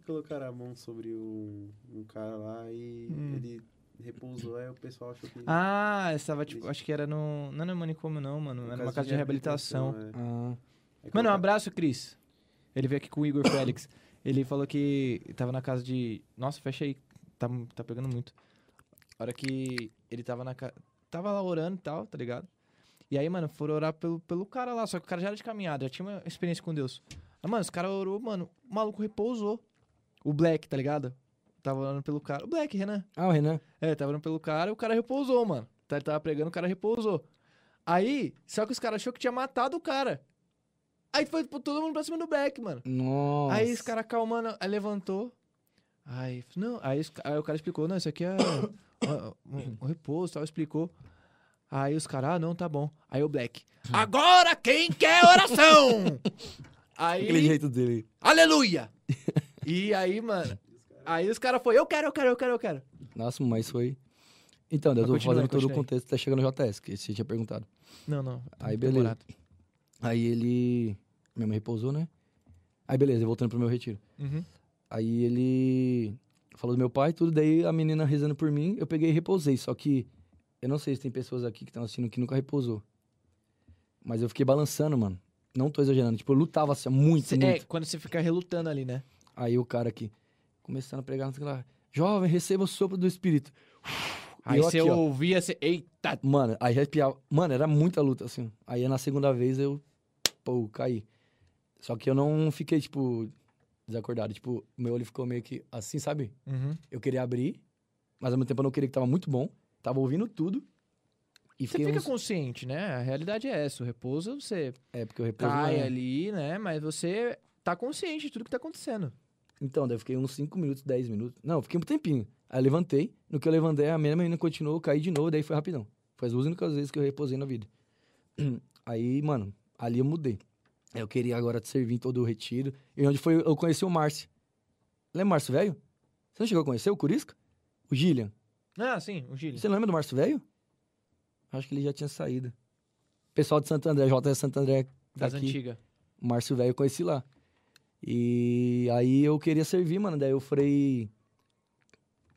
Speaker 2: Colocaram a mão sobre um, um cara lá e
Speaker 1: Hum.
Speaker 2: ele repousou, aí o pessoal achou que.
Speaker 1: Ah, estava tipo, acho que era no. Não era no manicômio, não, mano. Era uma casa de reabilitação.
Speaker 2: é.
Speaker 3: Ah,
Speaker 2: Aí
Speaker 1: Mano, um
Speaker 2: colocaram-
Speaker 1: abraço, Cris. Ele veio aqui com o Igor Félix. Ele falou que tava na casa de. Nossa, fecha aí. Tá, tá pegando muito. A hora que ele tava na casa. Tava lá orando e tal, tá ligado? E aí, mano, foram orar pelo, pelo cara lá. Só que o cara já era de caminhada, já tinha uma experiência com Deus. Aí, mano, os caras orou, mano. O maluco repousou. O Black, tá ligado? Tava orando pelo cara. O Black, Renan.
Speaker 3: ah o Renan.
Speaker 1: É, tava indo pelo cara e o cara repousou, mano. Tá, Ele tava pregando, o cara repousou. Aí, só que os caras achou que tinha matado o cara. Aí foi pô, todo mundo pra cima do Beck, mano.
Speaker 3: Nossa.
Speaker 1: Aí os caras calmando, aí levantou. Aí, não, aí, os ca- aí o cara explicou, não, isso aqui é ó, um, um repouso, tal, explicou. Aí os caras, ah, não, tá bom. Aí o Black,
Speaker 3: Hum.
Speaker 1: agora quem quer oração?
Speaker 3: Aquele
Speaker 1: aí,
Speaker 3: jeito dele.
Speaker 1: aleluia! E aí, mano, aí os caras foi, eu quero, eu quero, eu quero, eu quero.
Speaker 3: Nossa, mas foi. Então, eu
Speaker 1: Mas
Speaker 3: tô
Speaker 1: continua,
Speaker 3: fazendo todo
Speaker 1: continua
Speaker 3: o
Speaker 1: aí.
Speaker 3: contexto, tá chegando no JS, que você tinha perguntado.
Speaker 1: Não, não.
Speaker 3: Aí,
Speaker 1: tá
Speaker 3: beleza.
Speaker 1: demorado.
Speaker 3: Aí ele. Minha mãe repousou, né? Aí beleza, voltando pro meu retiro.
Speaker 1: Uhum.
Speaker 3: Aí ele falou do meu pai, tudo. Daí a menina rezando por mim, eu peguei e repousei. Só que eu não sei se tem pessoas aqui que estão assistindo que nunca repousou. Mas eu fiquei balançando, mano. Não tô exagerando. Tipo, eu lutava assim, muito,
Speaker 1: Cê-
Speaker 3: muito.
Speaker 1: é, quando você fica relutando ali, né?
Speaker 3: Aí o cara aqui, começando a pregar, não sei o que lá. Jovem, receba o sopro do espírito. E
Speaker 1: Aí é
Speaker 3: eu
Speaker 1: você
Speaker 3: aqui, ó.
Speaker 1: ouvia, você. Eita!
Speaker 3: Mano, aí já espiava. Mano, era muita luta, assim. Aí na segunda vez eu, pô, caí. Só que eu não fiquei, tipo, desacordado. Tipo, meu olho ficou meio que assim, sabe? Eu queria abrir, mas ao mesmo tempo eu não queria que tava muito bom. Tava ouvindo tudo. E
Speaker 1: Você
Speaker 3: fiquei
Speaker 1: fica
Speaker 3: uns-
Speaker 1: consciente, né? A realidade é essa. O repouso, você
Speaker 3: É, porque o repouso não
Speaker 1: cai
Speaker 3: é-
Speaker 1: ali, né? Mas você tá consciente de tudo que tá acontecendo.
Speaker 3: Então, daí eu fiquei uns 5 minutos, 10 minutos. Não, eu fiquei um tempinho. Aí eu levantei. No que eu levantei, a minha menina continuou, eu caí de novo, daí foi rapidão. Foi as duas únicas vezes que eu reposei na vida. Aí, mano, ali eu mudei. Aí Eu queria agora te servir em todo o retiro. E onde foi, eu conheci o Márcio. Lembra o Márcio Velho? Você não chegou a conhecer o Curisca? O Gillian.
Speaker 1: Ah, sim, o Gil.
Speaker 3: Você lembra do Márcio Velho? Acho que ele já tinha saído. Pessoal de Santo André, JS Santo André tá
Speaker 1: Das
Speaker 3: daqui.
Speaker 1: antigas.
Speaker 3: O Márcio Velho eu conheci lá. E aí eu queria servir, mano. Daí eu Frei.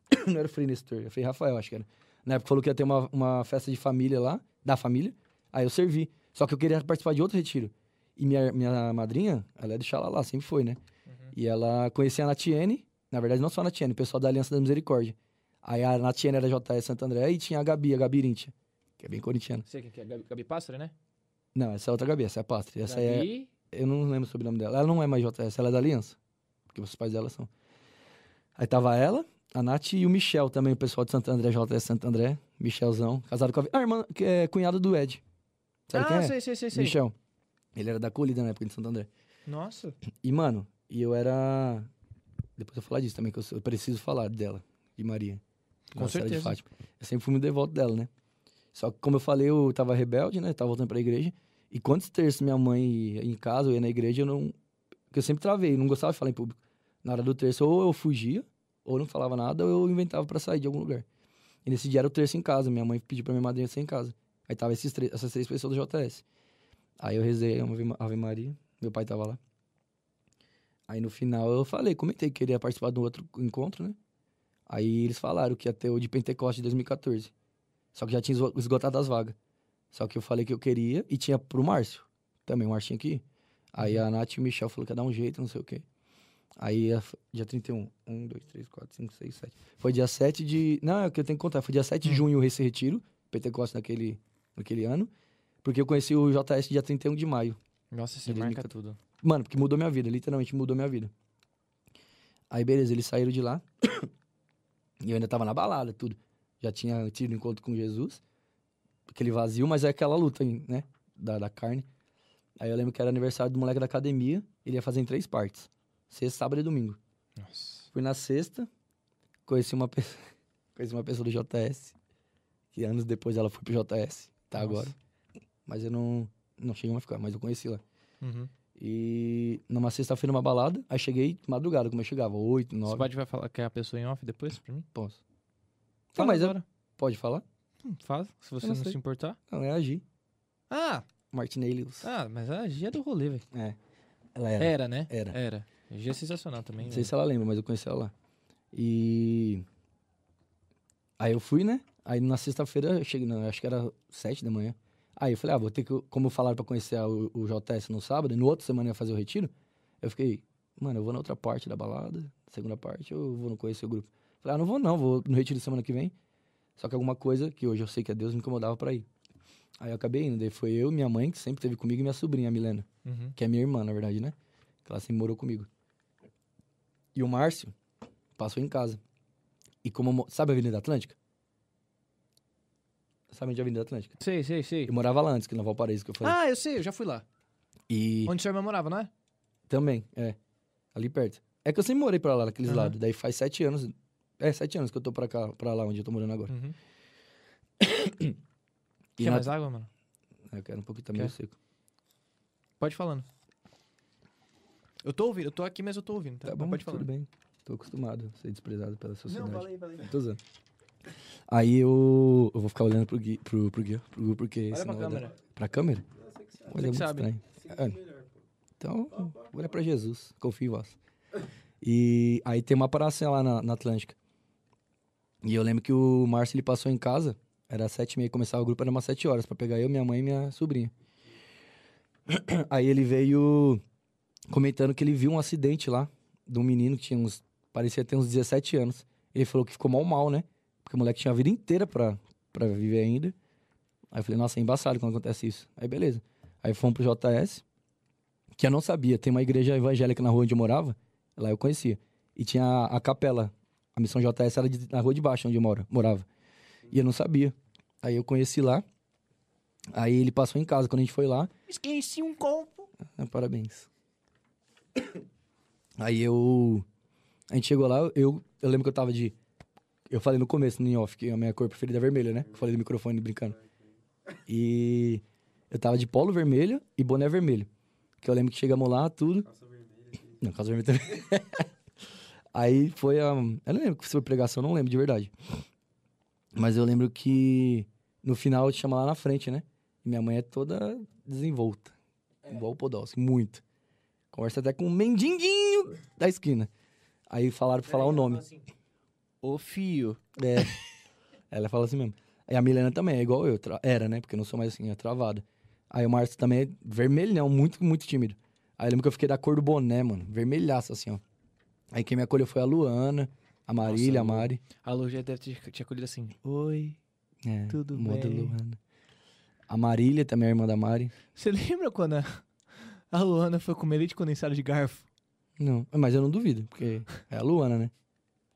Speaker 3: Não era o Frei Nestor, era o Frei Rafael, acho que era. Na época falou que ia ter uma, uma festa de família lá, da família. Aí eu servi. Só que eu queria participar de outro retiro. E minha, minha madrinha, ela é de Xalala, sempre foi, né? E ela conhecia a Natiene, na verdade não só a Natiene, o pessoal da Aliança da Misericórdia. Aí a Natiene era JS Santo André e tinha a Gabi, a Gabi Rintia, que é bem corintiana.
Speaker 1: Sei quem que é, Gabi, Gabi Pássaro, né?
Speaker 3: Não, essa é outra Gabi, essa é a Pátria. Essa é,
Speaker 1: Gabi...
Speaker 3: eu não lembro sobre o sobrenome dela. Ela não é mais JS, ela é da Aliança. Porque os pais dela são. Aí tava ela, a Nath e o Michel também, o pessoal de Santo André, JS Santo André. Michelzão, casado com a... Vi- a irmã, que é cunhado do Ed. Sabe quem
Speaker 1: ah,
Speaker 3: é?
Speaker 1: sei, sei, sei, sei.
Speaker 3: Michel. Ele era da Colida na época de Santo André.
Speaker 1: Nossa.
Speaker 3: E, mano, e eu era. Depois eu vou falar disso também, que eu, sou- eu preciso falar dela, de Maria.
Speaker 1: Com
Speaker 3: Nossa Senhora
Speaker 1: certeza.
Speaker 3: De Fátima. Eu sempre fui muito devoto dela, né? Só que, como eu falei, eu tava rebelde, né? Tava voltando pra igreja. E quantos terços minha mãe ia em casa, eu ia na igreja, eu não. Porque eu sempre travei, não gostava de falar em público. Na hora do terço, ou eu fugia, ou não falava nada, ou eu inventava pra sair de algum lugar. E nesse dia era o terço em casa. Minha mãe pediu pra minha madrinha ser em casa. Aí tava esses três, essas três pessoas do JS. Aí eu rezei uma Ave Ma- Ave Maria. Meu pai tava lá. Aí no final eu falei, comentei que queria participar de um outro encontro, né? Aí eles falaram que ia ter o de Pentecostes de 2014. Só que já tinha esgo- esgotado as vagas. Só que eu falei que eu queria e tinha pro Márcio. Também, o Márcio tinha aqui. Aí a Nath e o Michel falou que ia dar um jeito, não sei o quê. Aí, a- dia 31. 1, 2, 3, 4, 5, 6, 7. Foi dia 7 de. Não, é o que eu tenho que contar. Foi dia 7 de junho esse retiro, Pentecostes naquele, naquele ano. Porque eu conheci o JS dia 31 de maio.
Speaker 1: Nossa, você
Speaker 3: Ele
Speaker 1: marca
Speaker 3: nunca-
Speaker 1: tudo.
Speaker 3: Mano, porque mudou minha vida, literalmente mudou minha vida. Aí, beleza, eles saíram de lá. e eu ainda tava na balada, tudo. Já tinha tido encontro com Jesus. Aquele vazio, mas é aquela luta, aí, né? Da, da carne. Aí eu lembro que era aniversário do moleque da academia. Ele ia fazer em três partes: sexta, sábado e domingo.
Speaker 1: Nossa.
Speaker 3: Fui na sexta, conheci uma pessoa, conheci uma pessoa do JS, que anos depois ela foi pro JS, tá
Speaker 1: Nossa.
Speaker 3: agora. Mas eu não, não cheguei a ficar, mas eu conheci lá.
Speaker 1: Uhum.
Speaker 3: E numa sexta-feira, uma balada, aí cheguei madrugada, como eu chegava, oito,
Speaker 1: Você
Speaker 3: nove,
Speaker 1: pode vai falar que é a pessoa em off depois pra mim?
Speaker 3: posso. Não,
Speaker 1: Fala
Speaker 3: mas eu-
Speaker 1: agora.
Speaker 3: pode falar?
Speaker 1: Hum, faz, se você
Speaker 3: Eu
Speaker 1: não,
Speaker 3: não
Speaker 1: se
Speaker 3: sei.
Speaker 1: importar.
Speaker 3: Não, é a Gi,
Speaker 1: Ah,
Speaker 3: Martinelli Lewis.
Speaker 1: ah, mas a Gia é do rolê, velho.
Speaker 3: É, ela era.
Speaker 1: Era, né?
Speaker 3: Era.
Speaker 1: Era. A Gia é sensacional também.
Speaker 3: Não sei
Speaker 1: velho.
Speaker 3: se ela lembra, mas eu conheci ela lá. E. Aí eu fui, né? Aí na sexta-feira, eu cheguei, não, acho que era sete da manhã. Aí eu falei, ah, vou ter que. Como falaram pra conhecer a- o, o JS no sábado, e no outro semana eu ia fazer o retiro. Eu fiquei, mano, eu vou na outra parte da balada, segunda parte, eu vou não conhecer o grupo. Falei, ah, não vou não, vou no retiro semana que vem. Só que alguma coisa que hoje eu sei que é Deus me incomodava pra ir. Aí eu acabei indo, daí foi eu, minha mãe, que sempre teve comigo, e minha sobrinha, a Milena
Speaker 1: Uhum.
Speaker 3: que é minha irmã, na verdade, né? Que ela sempre morou comigo. E o Márcio passou em casa. E como eu mo- Sabe a Avenida Atlântica? Sabe onde é a Avenida Atlântica?
Speaker 1: Sei, sei, sei.
Speaker 3: Eu morava lá antes, que na Valparaíso que eu falei.
Speaker 1: Ah, eu sei, eu já fui lá.
Speaker 3: E
Speaker 1: Onde sua irmã morava, não é?
Speaker 3: também, é. Ali perto. É que eu sempre morei pra lá, naqueles
Speaker 1: Aham.
Speaker 3: lados. Daí faz sete anos. É, sete anos que eu tô pra cá, pra lá onde eu tô morando agora.
Speaker 1: Uhum.
Speaker 3: E
Speaker 1: Quer
Speaker 3: na-
Speaker 1: mais água, mano?
Speaker 3: Eu quero um pouquinho também, eu
Speaker 1: Quer?
Speaker 3: seco.
Speaker 1: Pode ir falando. Eu tô ouvindo, eu tô aqui, mas eu tô ouvindo. Tá,
Speaker 3: Tá
Speaker 1: Mas
Speaker 3: bom,
Speaker 1: pode
Speaker 3: pode
Speaker 1: falar.
Speaker 3: tudo bem. Tô acostumado a ser desprezado pela sociedade.
Speaker 2: valeu.
Speaker 3: Tô usando. Aí eu, eu vou ficar olhando pro Gui, pro, pro Gui, pro Gui porque
Speaker 1: Olha pra
Speaker 3: senão vai dar-
Speaker 1: câmera.
Speaker 3: Pra câmera? Mas é muito
Speaker 1: sabe.
Speaker 3: estranho.
Speaker 2: Seria melhor, pô.
Speaker 3: Então, olha pra Jesus. Confio em vós. E aí tem uma praça lá na, na Atlântica. E eu lembro que o Márcio, ele passou em casa. Era sete e meia, começava o grupo, era umas sete horas. Pra pegar eu, minha mãe e minha sobrinha. Aí ele veio comentando que ele viu um acidente lá. De um menino que tinha uns... Parecia ter uns 17 anos. Ele falou que ficou mal, mal, né? Porque o moleque tinha a vida inteira pra, pra viver ainda. Aí eu falei, nossa, é embaçado quando acontece isso. Aí beleza. Aí fomos pro JS, que eu não sabia. Tem uma igreja evangélica na rua onde eu morava, lá eu conhecia. E tinha a, a capela. A missão JS era de- na rua de baixo, onde eu moro, morava. E eu não sabia. Aí eu conheci lá. Aí ele passou em casa. Quando a gente foi lá,
Speaker 1: Esqueci um copo.
Speaker 3: ah, parabéns. Aí eu. A gente chegou lá, eu, eu lembro que eu tava de. Eu falei no começo, no em off, que a minha cor preferida é vermelha, né? Eu falei no microfone brincando. E eu tava de polo vermelho e boné vermelho. Que eu lembro que chegamos lá, tudo.
Speaker 2: Calça vermelha. assim.
Speaker 3: Não, Casa Vermelha também. Aí foi a. Eu não lembro se foi pregação, não lembro de verdade. Mas eu lembro que no final eu te chama lá na frente, né? E minha mãe é toda desenvolta.
Speaker 2: É.
Speaker 3: Igual o Podolski, muito. Conversa até com o mendiginho da esquina. Aí falaram pra falar
Speaker 2: É,
Speaker 3: o nome.
Speaker 1: Assim. Ô, fio.
Speaker 3: É. Ela fala assim mesmo. E a Milena também é igual eu. tra- Era, né? Porque eu não sou mais assim, é travada. Aí o Márcio também é vermelhão, muito, muito tímido. Aí eu lembro que eu fiquei da cor do boné, mano. Vermelhaço, assim, ó. Aí quem me acolheu foi a Luana, a Marília,
Speaker 1: Lu.
Speaker 3: a Mari.
Speaker 1: A Lu já deve ter te acolhido assim. Oi.
Speaker 3: É,
Speaker 1: Tudo
Speaker 3: moda
Speaker 1: bem.
Speaker 3: Luana. A Marília também é irmã da Mari.
Speaker 1: Você lembra quando a, a Luana foi comer leite condensado de garfo?
Speaker 3: Não, mas eu não duvido, porque é a Luana, né?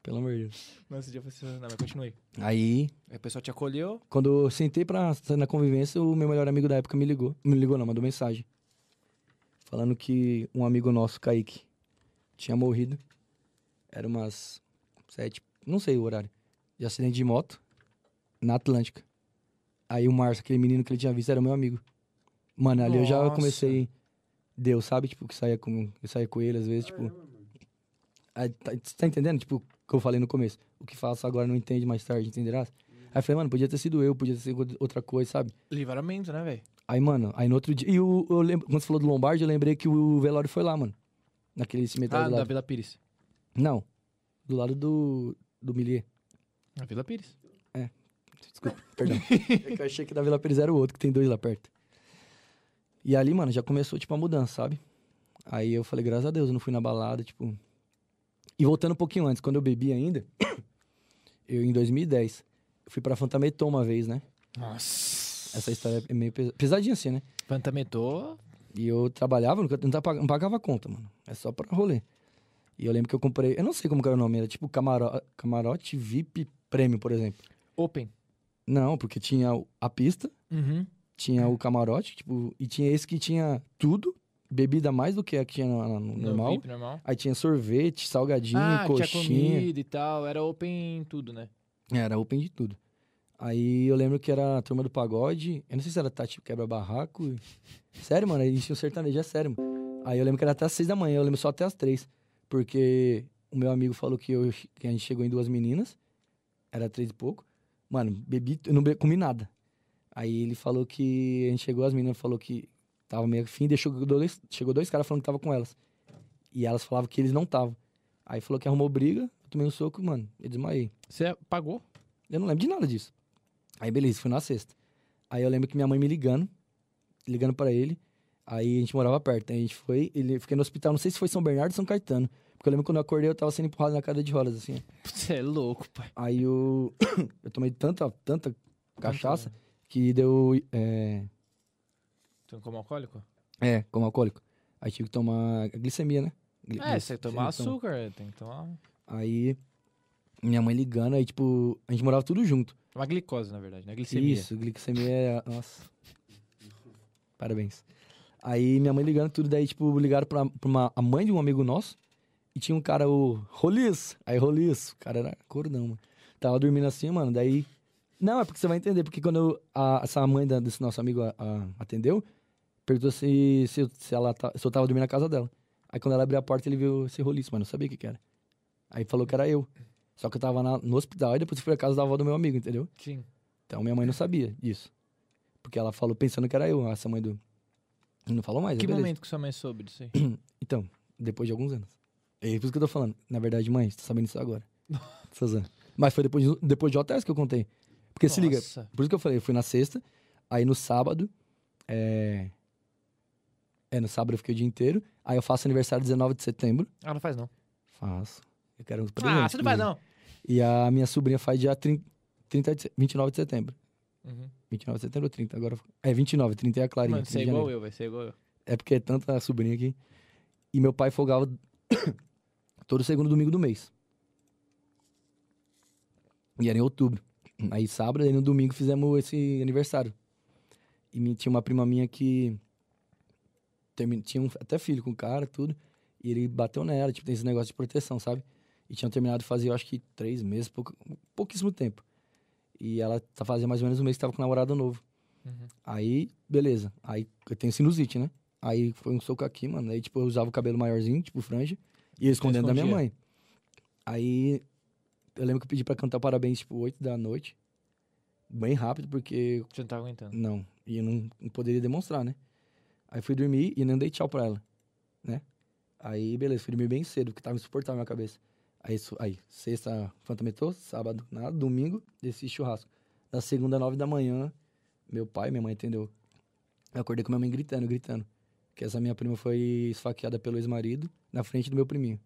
Speaker 3: Pelo amor de Deus.
Speaker 1: Nossa, já foi sensacional, mas continue.
Speaker 3: Aí,
Speaker 1: Aí o pessoal te acolheu.
Speaker 3: Quando eu sentei pra sair na convivência, o meu melhor amigo da época me ligou. Me ligou não, mandou mensagem. Falando que um amigo nosso, Kaique, tinha morrido. Era umas sete, não sei o horário, de acidente de moto na Atlântica. Aí o Márcio, aquele menino que ele tinha visto, era meu amigo. Mano, ali eu já
Speaker 1: Nossa.
Speaker 3: comecei... Deus, sabe? Tipo, que saía com, eu saía com ele às vezes, tipo...
Speaker 2: Caramba, mano.
Speaker 3: Aí, tá, você tá entendendo? Tipo, o que eu falei no começo. O que faço agora não entende mais tarde, entenderás? Aí eu falei, mano, podia ter sido eu, podia ter sido outra coisa, sabe?
Speaker 1: Livramento, né, velho?
Speaker 3: Aí, mano, aí no outro dia. E o, eu lembro, quando você falou do Lombardi, eu lembrei que o velório foi lá, mano. Naquele
Speaker 1: Ah,
Speaker 3: cemitério lá.
Speaker 1: da Vila Pires.
Speaker 3: Não. Do lado do. Do Milier.
Speaker 1: Na Vila Pires.
Speaker 3: Desculpa, perdão. é que eu achei que da Vila Pires era o outro, que tem dois lá perto. E ali, mano, já começou, tipo, a mudança, sabe? Aí eu falei, graças a Deus, eu não fui na balada, tipo. E voltando um pouquinho antes, quando eu bebi ainda, eu em 2010, eu fui pra Fantameton uma vez, né?
Speaker 1: Nossa.
Speaker 3: Essa história é meio pesa- pesadinha assim, né?
Speaker 1: Fantametou.
Speaker 3: E eu trabalhava, não, não, tava- não pagava conta, mano. É só pra rolê. E eu lembro que eu comprei, eu não sei como que era o nome, era tipo camaro, camarote VIP Prêmio, por exemplo.
Speaker 1: Open.
Speaker 3: Não, porque tinha o- a pista,
Speaker 1: Uhum.
Speaker 3: tinha o camarote, tipo, e tinha esse que tinha tudo, bebida mais do que a que tinha na- na- no,
Speaker 1: No
Speaker 3: normal.
Speaker 1: VIP, normal.
Speaker 3: Aí tinha sorvete, salgadinho,
Speaker 1: ah, tinha
Speaker 3: coxinha.
Speaker 1: comida e tal. Era open em tudo, né?
Speaker 3: É, Era open de tudo. Aí eu lembro que era a turma do pagode. Eu não sei se era Tati Quebra-Barraco. Sério, mano, eles tinham sertanejo, é sério. Mano. Aí eu lembro que era até as seis da manhã, eu lembro só até as três. Porque o meu amigo falou que, eu, que a gente chegou em duas meninas, era três e pouco. Mano, bebi, eu não be, comi nada. Aí ele falou que a gente chegou, as meninas falou que tava meio fim, deixou dois, chegou dois caras falando que tava com elas. E elas falavam que eles não estavam. Aí falou que arrumou briga, eu tomei um soco, mano, eu desmaiei.
Speaker 1: Você pagou?
Speaker 3: Eu não lembro de nada disso. Aí, beleza, fui na sexta. Aí eu lembro que minha mãe me ligando, ligando pra ele. Aí a gente morava perto. Aí a gente foi, ele fiquei no hospital, não sei se foi São Bernardo ou São Caetano. Porque eu lembro quando eu acordei, eu tava sendo empurrado na cadeira de rodas, assim.
Speaker 1: Você é louco, pai.
Speaker 3: Aí eu, eu tomei tanta, tanta cachaça que deu. É,
Speaker 1: Tu não como alcoólico?
Speaker 3: é, como alcoólico. Aí tive que tomar glicemia, né? Gli-
Speaker 1: É, você tomar
Speaker 3: glicemia, toma.
Speaker 1: açúcar, é, tem que tomar um-
Speaker 3: Aí minha mãe ligando, aí tipo, a gente morava tudo junto.
Speaker 1: uma glicose, na verdade, né? Glicemia.
Speaker 3: Isso, glicemia é. Nossa. Parabéns. Aí minha mãe ligando tudo, daí, tipo, ligaram pra, pra uma, a mãe de um amigo nosso. E tinha um cara, o Rolis. Aí, Rolis. O cara era cordão, mano. Tava dormindo assim, mano. Daí. Não, é porque você vai entender, porque quando eu- a- essa mãe da- desse nosso amigo a- a- atendeu, perguntou se, se, eu- se ela ta- se eu tava dormindo na casa dela. Aí quando ela abriu a porta, ele viu esse roliço, mano. Eu sabia o que, que era. Aí falou que era eu. Só que eu tava na- no hospital e depois fui à casa da avó do meu amigo, entendeu?
Speaker 1: Sim.
Speaker 3: Então minha mãe não sabia disso. Porque ela falou pensando que era eu, essa mãe do. E não falou mais,
Speaker 1: que
Speaker 3: é beleza.
Speaker 1: momento que sua mãe soube disso aí?
Speaker 3: Então, depois de alguns anos. É por isso que eu tô falando. Na verdade, mãe, você tá sabendo isso agora. Suzana. Mas foi depois, de- depois de hotéis que eu contei. Porque se liga,
Speaker 1: Nossa.
Speaker 3: por isso que eu falei, eu fui na sexta, aí no sábado. É. É, no sábado eu fiquei o dia inteiro. Aí eu faço aniversário 19 de setembro.
Speaker 1: Ah, não faz não.
Speaker 3: Faço. Eu quero uns
Speaker 1: Ah,
Speaker 3: presentes,
Speaker 1: você não faz
Speaker 3: menino.
Speaker 1: não.
Speaker 3: E a minha sobrinha faz dia 30, 30 de, se- 29 de setembro.
Speaker 1: Uhum.
Speaker 3: 29 de setembro ou 30? Agora. É, 29, 30 é a Clarinha.
Speaker 1: Mano,
Speaker 3: 30
Speaker 1: você é
Speaker 3: de
Speaker 1: igual
Speaker 3: janeiro.
Speaker 1: eu, vai ser igual eu.
Speaker 3: É porque é tanta sobrinha aqui. E meu pai folgava todo segundo domingo do mês. E era em outubro. Aí sábado e no domingo fizemos esse aniversário. E me- tinha uma prima minha que termi- tinha um- até filho com o cara, tudo. E ele bateu nela, tipo, tem esse negócio de proteção, sabe? E tinham terminado de fazer, eu acho que três meses, pouco- pouquíssimo tempo. E ela tá fazendo mais ou menos um mês que tava com namorado novo.
Speaker 1: Uhum.
Speaker 3: Aí, beleza. Aí eu tenho sinusite, né? Aí foi um soco aqui, mano. Aí, tipo, eu usava o cabelo maiorzinho, tipo, franja. E eu escondendo da minha
Speaker 1: escondia.
Speaker 3: mãe. Aí, eu lembro que eu pedi pra cantar parabéns, tipo, 8 da noite. Bem rápido, porque
Speaker 1: Você não tá aguentando.
Speaker 3: não, e eu não, não poderia demonstrar, né? Aí fui dormir e não dei tchau pra ela, né? Aí, beleza, fui dormir bem cedo, porque tava insuportável na minha cabeça. Aí, su- aí sexta, fantametou, sábado, nada, domingo, desci churrasco. Na segunda, nove da manhã, meu pai, minha mãe, entendeu? Eu acordei com minha mãe gritando, gritando. Que essa minha prima foi esfaqueada pelo ex-marido na frente do meu priminho.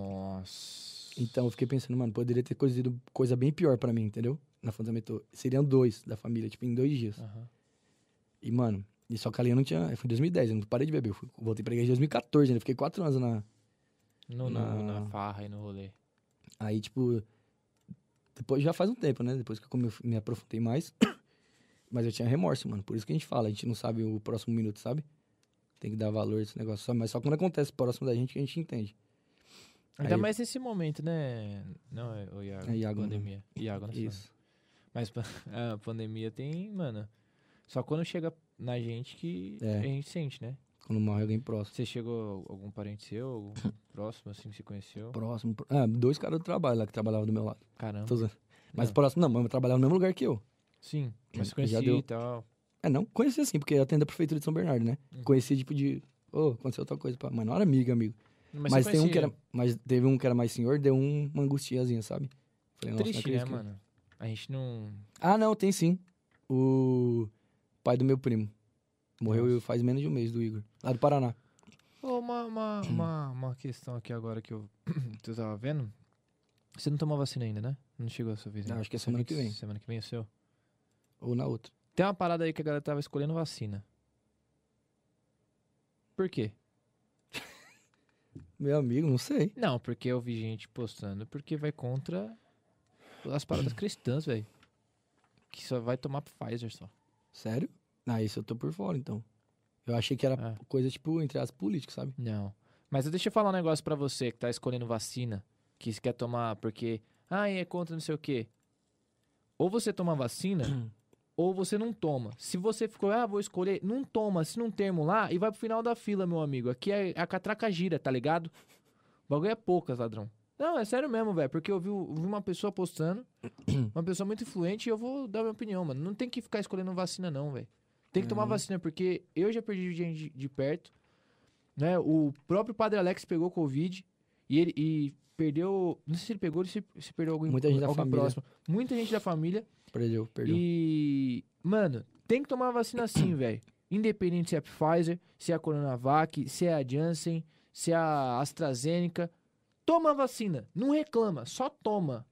Speaker 1: Nossa.
Speaker 3: Então eu fiquei pensando, mano, poderia ter cozido coisa bem pior pra mim, entendeu? Na fantametou. Seriam dois da família, tipo, em dois dias.
Speaker 1: Aham.
Speaker 3: E, mano, e só que ali eu não tinha. Foi em 2010, eu não parei de beber. Eu fui- voltei pra igreja em 2014, ainda fiquei quatro anos na.
Speaker 1: No, no-
Speaker 3: Na-
Speaker 1: Na farra e no rolê.
Speaker 3: Aí, tipo. Depois já faz um tempo, né? Depois que eu come- me aprofundei mais. Mas eu tinha remorso, mano. Por isso que a gente fala, a gente não sabe o próximo minuto, sabe? Tem que dar valor a esse negócio. Só- Mas só quando acontece próximo da gente que a gente entende.
Speaker 1: Ainda
Speaker 3: Aí-
Speaker 1: mais nesse momento, né? Não, é o Iago.
Speaker 3: É Iago, né?
Speaker 1: Pandemia. Iago, não sei.
Speaker 3: Isso.
Speaker 1: Mas pa- a pandemia tem, mano. Só quando chega na gente que
Speaker 3: É.
Speaker 1: a gente sente, né?
Speaker 3: Quando morre alguém próximo.
Speaker 1: Você chegou algum parente seu, algum próximo, assim, que se conheceu?
Speaker 3: Próximo. pro- Ah, dois caras do trabalho lá que trabalhavam do meu lado.
Speaker 1: Caramba.
Speaker 3: Tô zoando. Mas
Speaker 1: Não.
Speaker 3: próximo, não, mas trabalhava no mesmo lugar que eu.
Speaker 1: Sim, mas se
Speaker 3: Hum, Já
Speaker 1: conhecia
Speaker 3: deu.
Speaker 1: e tal.
Speaker 3: É, não conhecia assim, porque eu atendo a prefeitura de São Bernardo, né?
Speaker 1: Uhum.
Speaker 3: Conhecia, tipo, de. Ô, aconteceu tal coisa, pá. Mas não era amigo, amigo.
Speaker 1: Mas,
Speaker 3: Mas,
Speaker 1: você
Speaker 3: tem um que
Speaker 1: conhecia.
Speaker 3: era. Mas teve um que era mais senhor, deu um- uma angustiazinha, sabe? Falei, nossa, não
Speaker 1: Triste, né,
Speaker 3: acredito que-
Speaker 1: mano? A gente não.
Speaker 3: Ah, não, tem sim. O pai do meu primo. Morreu
Speaker 1: Nossa.
Speaker 3: faz menos de um mês do Igor. Lá do Paraná.
Speaker 1: Ô, uma, uma,
Speaker 3: Hum.
Speaker 1: uma, uma questão aqui agora que eu, que eu tava vendo. Você não tomou vacina ainda, né? Não chegou a sua vez.
Speaker 3: Não,
Speaker 1: ainda.
Speaker 3: acho que é semana que vem.
Speaker 1: Semana que vem é o seu.
Speaker 3: Ou na outra.
Speaker 1: Tem uma parada aí que a galera tava escolhendo vacina. Por quê?
Speaker 3: Meu amigo, não sei.
Speaker 1: Não, porque eu vi gente postando, porque vai contra as paradas cristãs, velho. Que só vai tomar Pfizer só.
Speaker 3: Sério? Ah, isso eu tô por fora, então. Eu achei que era
Speaker 1: Ah.
Speaker 3: coisa, tipo, entre as políticas, sabe?
Speaker 1: Não. Mas deixa eu falar um negócio pra você que tá escolhendo vacina, que se quer tomar porque, ah, é contra não sei o quê. Ou você toma vacina, ou você não toma. Se você ficou, ah, vou escolher, não toma, se não termo lá, e vai pro final da fila, meu amigo. Aqui é a catraca gira, tá ligado? O bagulho é poucas, ladrão. Não, é sério mesmo, velho, porque eu vi, eu vi uma pessoa postando, uma pessoa muito influente, e eu vou dar minha opinião, mano. Não tem que ficar escolhendo vacina, não, velho. Tem que tomar
Speaker 3: Uhum.
Speaker 1: vacina, porque eu já perdi gente de- de perto né? O próprio Padre Alex pegou Covid e ele e perdeu. Não sei se ele pegou ou se, se perdeu alguém,
Speaker 3: Muita gente da
Speaker 1: alguém
Speaker 3: família.
Speaker 1: próximo. Muita gente da família.
Speaker 3: Perdeu, perdeu.
Speaker 1: E. Mano, tem que tomar vacina assim, velho. Independente se é Pfizer, se é a Coronavac, se é a Janssen, se é a AstraZeneca. Toma a vacina. Não reclama, só toma.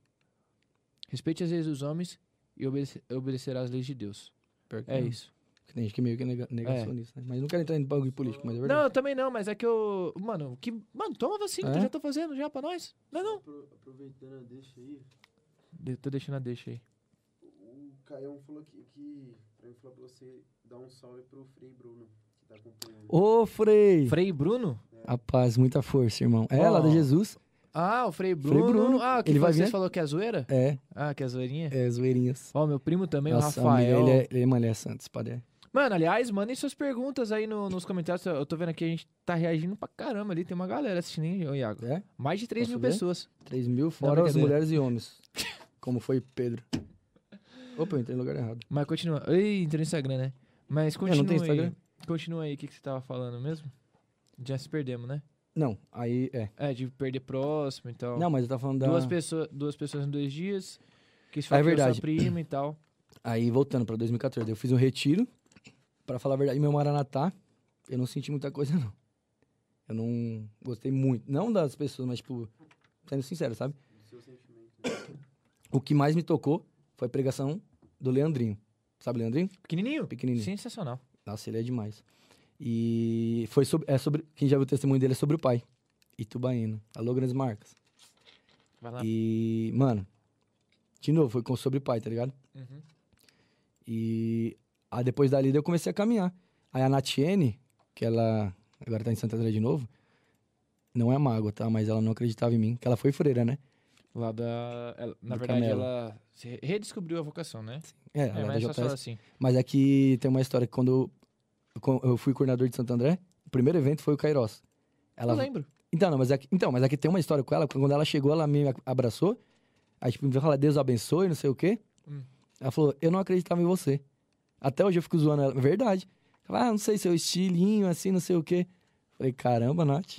Speaker 1: Respeite as leis dos homens e obedece- obedecerá as leis de Deus.
Speaker 3: Pior que
Speaker 1: É
Speaker 3: não.
Speaker 1: isso.
Speaker 3: Porque Tem gente que é meio que é nega- negacionista, né? Mas não quero entrar em bagulho político, mas é verdade.
Speaker 1: Não, eu também não, mas é que eu. Mano, que. Mano, toma vacina, que
Speaker 3: É?
Speaker 1: eu já tô fazendo já pra nós. Não é não?
Speaker 2: Apro- Aproveitando a deixa aí,
Speaker 1: Eu tô deixando a deixa aí.
Speaker 2: o Caião falou que, que pra mim falou pra você dar um salve pro Frei Bruno, que tá acompanhando.
Speaker 3: Ô, Frei!
Speaker 1: Frei Bruno?
Speaker 3: A paz, muita força, irmão. É, lá
Speaker 1: Ó.
Speaker 3: da Jesus.
Speaker 1: Ah, o Frei Bruno.
Speaker 3: Frei Bruno,
Speaker 1: Ah, que
Speaker 3: ele vai
Speaker 1: vocês
Speaker 3: vir?
Speaker 1: falou que é zoeira?
Speaker 3: É,
Speaker 1: Ah, que é zoeirinha.
Speaker 3: é, zoeirinhas.
Speaker 1: Ó, meu primo também,
Speaker 3: Nossa,
Speaker 1: o Rafael.
Speaker 3: amigo, ele é, ele é, mano, ele é santo, esse padre. é.
Speaker 1: Mano, aliás, mandem suas perguntas aí no- nos comentários. Eu tô vendo aqui, a gente tá reagindo pra caramba ali. Tem uma galera assistindo, hein, ô Iago?
Speaker 3: É?
Speaker 1: Mais de 3
Speaker 3: Posso
Speaker 1: mil
Speaker 3: ver?
Speaker 1: pessoas.
Speaker 3: 3 mil fora as
Speaker 1: brincadeira.
Speaker 3: é mulheres e homens. Como foi Pedro. Opa, eu entrei no lugar errado.
Speaker 1: Mas continua. Ei, entrou no Instagram, né? Mas continua
Speaker 3: não tenho Instagram.
Speaker 1: aí. Continua aí, o que, que você tava falando mesmo? Já se perdemos, né?
Speaker 3: Não, aí é.
Speaker 1: É, de perder próximo e tal.
Speaker 3: Não, mas eu tava falando da.
Speaker 1: duas, pessoas, duas pessoas em dois dias. Que isso
Speaker 3: Ah, é
Speaker 1: foi sua
Speaker 3: verdade.
Speaker 1: prima e tal.
Speaker 3: Aí voltando pra 2014, eu fiz um retiro. Pra falar a verdade, meu Maranatá, eu não senti muita coisa, não. Eu não gostei muito. Não das pessoas, mas, tipo, sendo sincero, sabe?
Speaker 2: Do seu sentimento, né?
Speaker 3: O que mais me tocou foi a pregação do Leandrinho. Sabe o Leandrinho?
Speaker 1: Pequenininho?
Speaker 3: Pequenininho.
Speaker 1: Sensacional.
Speaker 3: Nossa, ele é demais. E foi sobre, é sobre. Quem já viu o testemunho dele é sobre o pai. Itubaína. Alô, grandes marcas.
Speaker 1: Vai lá.
Speaker 3: E, mano, de novo, foi com sobre o pai, tá ligado?
Speaker 1: Uhum.
Speaker 3: E aí depois dali eu comecei a caminhar. Aí a Natiene, que ela agora tá em Santa André de novo, não é mágoa, tá? Mas ela não acreditava em mim, que ela foi freira, né?
Speaker 1: Lá da. ela- na
Speaker 3: Do
Speaker 1: verdade,
Speaker 3: Canelo.
Speaker 1: ela se re- redescobriu a vocação, né?
Speaker 3: É,
Speaker 1: É,
Speaker 3: ela é da
Speaker 1: mas só
Speaker 3: JS.
Speaker 1: fala assim.
Speaker 3: Mas é que tem uma história que quando eu, co- eu fui coordenador de Santo André, o primeiro evento foi o
Speaker 1: Eu
Speaker 3: Kairos. Ela,
Speaker 1: lembro.
Speaker 3: então, não, mas é que, então, mas é que tem uma história com ela, que quando ela chegou, ela me a- abraçou, aí tipo, me falar Deus abençoe, não sei o quê.
Speaker 1: Hum.
Speaker 3: Ela falou, eu não acreditava em você. Até hoje eu fico zoando ela, verdade. Ela, ah, não sei, seu estilinho, assim, não sei o quê. Falei, caramba, Nath,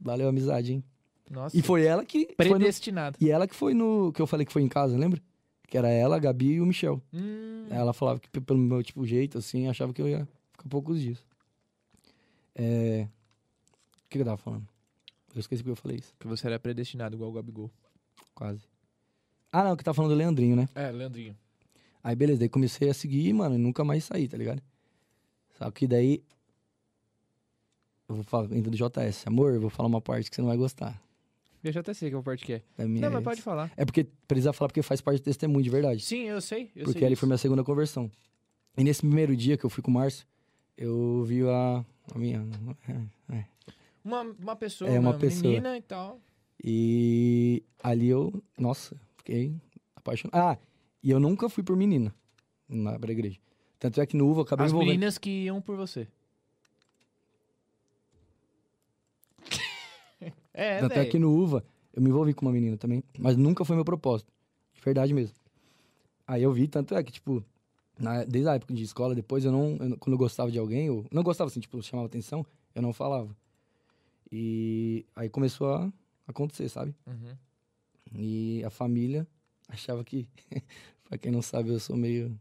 Speaker 3: valeu a amizade, hein?
Speaker 1: Nossa.
Speaker 3: E foi ela que... foi no-
Speaker 1: predestinado.
Speaker 3: e ela que foi no... que eu falei que foi em casa, lembra? Que era ela, a Gabi e o Michel.
Speaker 1: Hum,
Speaker 3: Ela falava que p- pelo meu tipo jeito, assim, achava que eu ia ficar poucos dias. É... O que que eu tava falando? Eu esqueci porque eu falei isso,
Speaker 1: que você era predestinado, igual o Gabigol.
Speaker 3: quase. Ah, não, que tá falando do Leandrinho, né?
Speaker 1: É, Leandrinho.
Speaker 3: Aí beleza, daí comecei a seguir, mano, e nunca mais saí, tá ligado? Só que daí. Eu vou falar ainda do JS. Amor, eu vou falar uma parte que você não vai gostar.
Speaker 1: Eu já até sei qual parte que é.
Speaker 3: Da minha
Speaker 1: Não, mas
Speaker 3: ex.
Speaker 1: pode falar.
Speaker 3: É porque precisa falar porque faz parte do testemunho de verdade.
Speaker 1: Sim, eu sei. Eu
Speaker 3: porque
Speaker 1: sei
Speaker 3: ali
Speaker 1: disso.
Speaker 3: foi minha segunda conversão. E nesse primeiro dia que eu fui com o Márcio, eu vi a, a minha.
Speaker 1: uma, uma pessoa,
Speaker 3: É,
Speaker 1: uma,
Speaker 3: uma pessoa.
Speaker 1: menina e tal.
Speaker 3: E ali eu, nossa, fiquei apaixonado. Ah, e eu nunca fui por menina na pra igreja. Tanto é que no Uva eu acabei
Speaker 1: As
Speaker 3: envolvendo.
Speaker 1: meninas que iam por você. é,
Speaker 3: Tanto é
Speaker 1: velho.
Speaker 3: que no Uva eu me envolvi com uma menina também, mas nunca foi meu propósito. De verdade mesmo. Aí eu vi, tanto é que, tipo, na- desde a época de escola, depois eu não, eu não- Quando eu gostava de alguém, eu não gostava assim, tipo, chamava atenção, eu não falava. E aí começou a acontecer, sabe?
Speaker 1: Uhum.
Speaker 3: E a família achava que, pra quem não sabe, eu sou meio.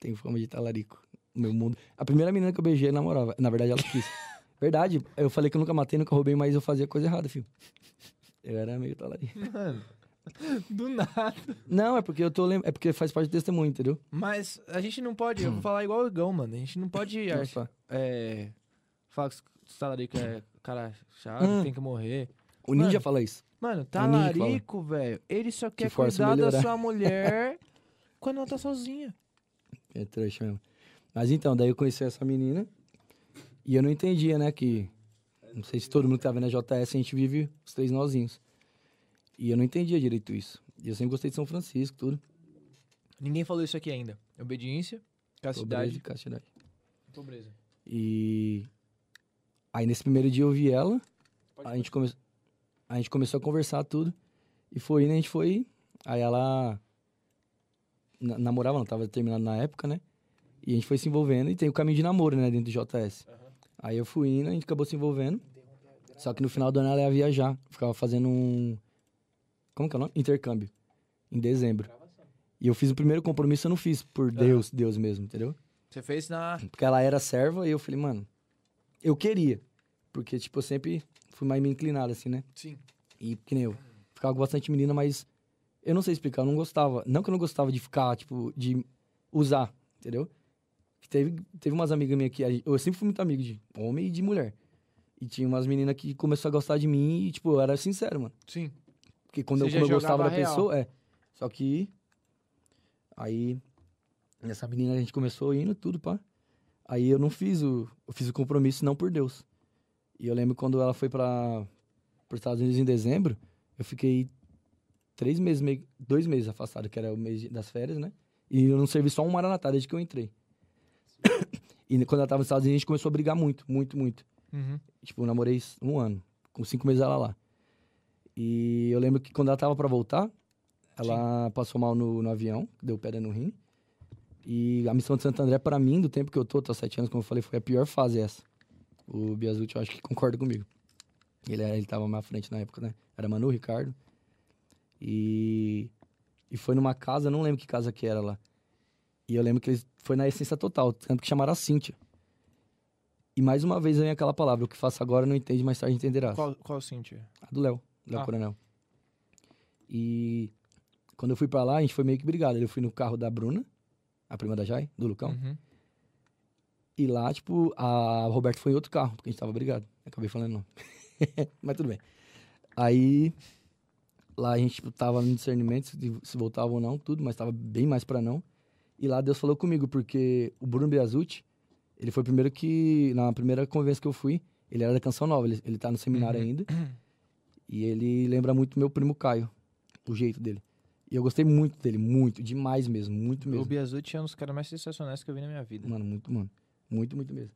Speaker 3: Tenho fama de talarico. no Meu mundo. A primeira menina que eu beijei, ela namorava. Na verdade, ela quis. verdade, eu falei que eu nunca matei, nunca roubei, mas eu fazia coisa errada, filho. Eu era meio talarico.
Speaker 1: Mano, do nada.
Speaker 3: Não, é porque eu tô lembrando. É porque faz parte do testemunho, entendeu?
Speaker 1: Mas a gente não pode, eu vou falar igual o Igão, mano. A gente não pode
Speaker 3: Não,
Speaker 1: ah,
Speaker 3: só.
Speaker 1: é, falar que o talarico é cara chato,
Speaker 3: Hum.
Speaker 1: tem que morrer.
Speaker 3: O Ninja
Speaker 1: Mano,
Speaker 3: fala isso.
Speaker 1: Mano,
Speaker 3: A Nick fala.
Speaker 1: talarico, velho, ele só quer
Speaker 3: força a
Speaker 1: cuidar da
Speaker 3: melhorar.
Speaker 1: sua mulher quando ela tá sozinha.
Speaker 3: É trouxa mesmo. Mas então, daí eu conheci essa menina. E eu não entendia, né, que... Não sei se todo mundo que tá vendo a JS, a gente vive os três nozinhos. E eu não entendia direito isso. E eu sempre gostei de São Francisco, tudo.
Speaker 1: Ninguém falou isso aqui ainda. Obediência,
Speaker 3: Pobreza e
Speaker 1: castidade,
Speaker 3: castidade.
Speaker 1: pobreza.
Speaker 3: E... Aí nesse primeiro dia eu vi ela. a, gente come... a gente começou a conversar tudo. E foi indo, a gente foi... Aí ela... na- namorava, não, tava terminando na época, né? E a gente foi se envolvendo. E tem o caminho de namoro, né, dentro do JS. Aí eu fui indo, a gente acabou se envolvendo. Só que no final do ano ela ia viajar. Ficava fazendo um. Como que é o nome? Intercâmbio. Em dezembro. E eu fiz o primeiro compromisso, eu não fiz por Deus, Deus mesmo, entendeu?
Speaker 1: Você fez
Speaker 5: Ah,
Speaker 1: na.
Speaker 3: Porque ela era serva e eu falei, mano, eu queria. Porque, tipo, eu sempre fui mais me inclinado, assim, né?
Speaker 1: Sim.
Speaker 3: E que nem eu. Ficava com bastante menina, mas eu não sei explicar, eu não gostava. Não que eu não gostava de ficar, tipo, de usar, entendeu? Que Teve, teve umas amigas minhas que. a gen- Eu sempre fui muito amigo de homem e de mulher. E tinha umas meninas que começaram a gostar de mim e, tipo, eu era sincero, mano.
Speaker 1: Sim.
Speaker 3: Porque quando
Speaker 1: Você
Speaker 3: eu,
Speaker 1: já
Speaker 3: como eu
Speaker 1: jogava
Speaker 3: gostava da
Speaker 1: real.
Speaker 3: pessoa, é. Só que. Aí. Essa menina a gente começou indo, tudo, pá. Aí eu não fiz o. Eu fiz o compromisso não por Deus. E eu lembro quando ela foi para os Estados Unidos em dezembro, eu fiquei três meses, meio, dois meses afastado, que era o mês de- das férias, né? E eu não servi só um Maranatá desde que eu entrei. e quando ela tava nos Estados Unidos, a gente começou a brigar muito, muito, muito.
Speaker 1: Uhum.
Speaker 3: Tipo, eu namorei s- um ano. Com cinco meses ela lá. E eu lembro que quando ela tava pra voltar, ela passou mal no, no avião, deu pedra no rim. E a missão de Santo André, pra mim, do tempo que eu tô, tô há sete anos, como eu falei, foi a pior fase essa. O Biasucci, eu acho que concorda comigo. Ele, era- ele tava mais à frente na época, né? Era Manu, Ricardo. E, e foi numa casa, eu não lembro que casa que era lá. E eu lembro que eles, foi na essência total, tanto que chamaram a Cíntia. E mais uma vez vem aquela palavra, o Tá. que faço agora não entende, mais tarde entenderás.
Speaker 1: Qual, qual Cíntia?
Speaker 3: A do Léo, Léo
Speaker 1: Ah.
Speaker 3: Coronel. E quando eu fui pra lá, a gente foi meio que brigado. Eu fui no carro da Bruna, a prima da Jai, do Lucão.
Speaker 1: Uhum.
Speaker 3: E lá, tipo, a o Roberto foi em outro carro, porque a gente tava brigado. Acabei falando não. Mas tudo bem. Aí, lá a gente tipo, tava no discernimento se, se voltava ou não, tudo, mas tava bem mais pra não. E lá Deus falou comigo, porque o Bruno Biasucci, ele foi o primeiro que, na primeira convivência que eu fui, ele era da Canção Nova, ele, ele tá no seminário ainda. E ele lembra muito meu primo Caio, o jeito dele. E eu gostei muito dele, muito, demais mesmo, muito mesmo.
Speaker 5: O Biasucci é um dos caras mais sensacionais que eu vi na minha vida.
Speaker 3: Mano, muito, mano. Muito, muito mesmo.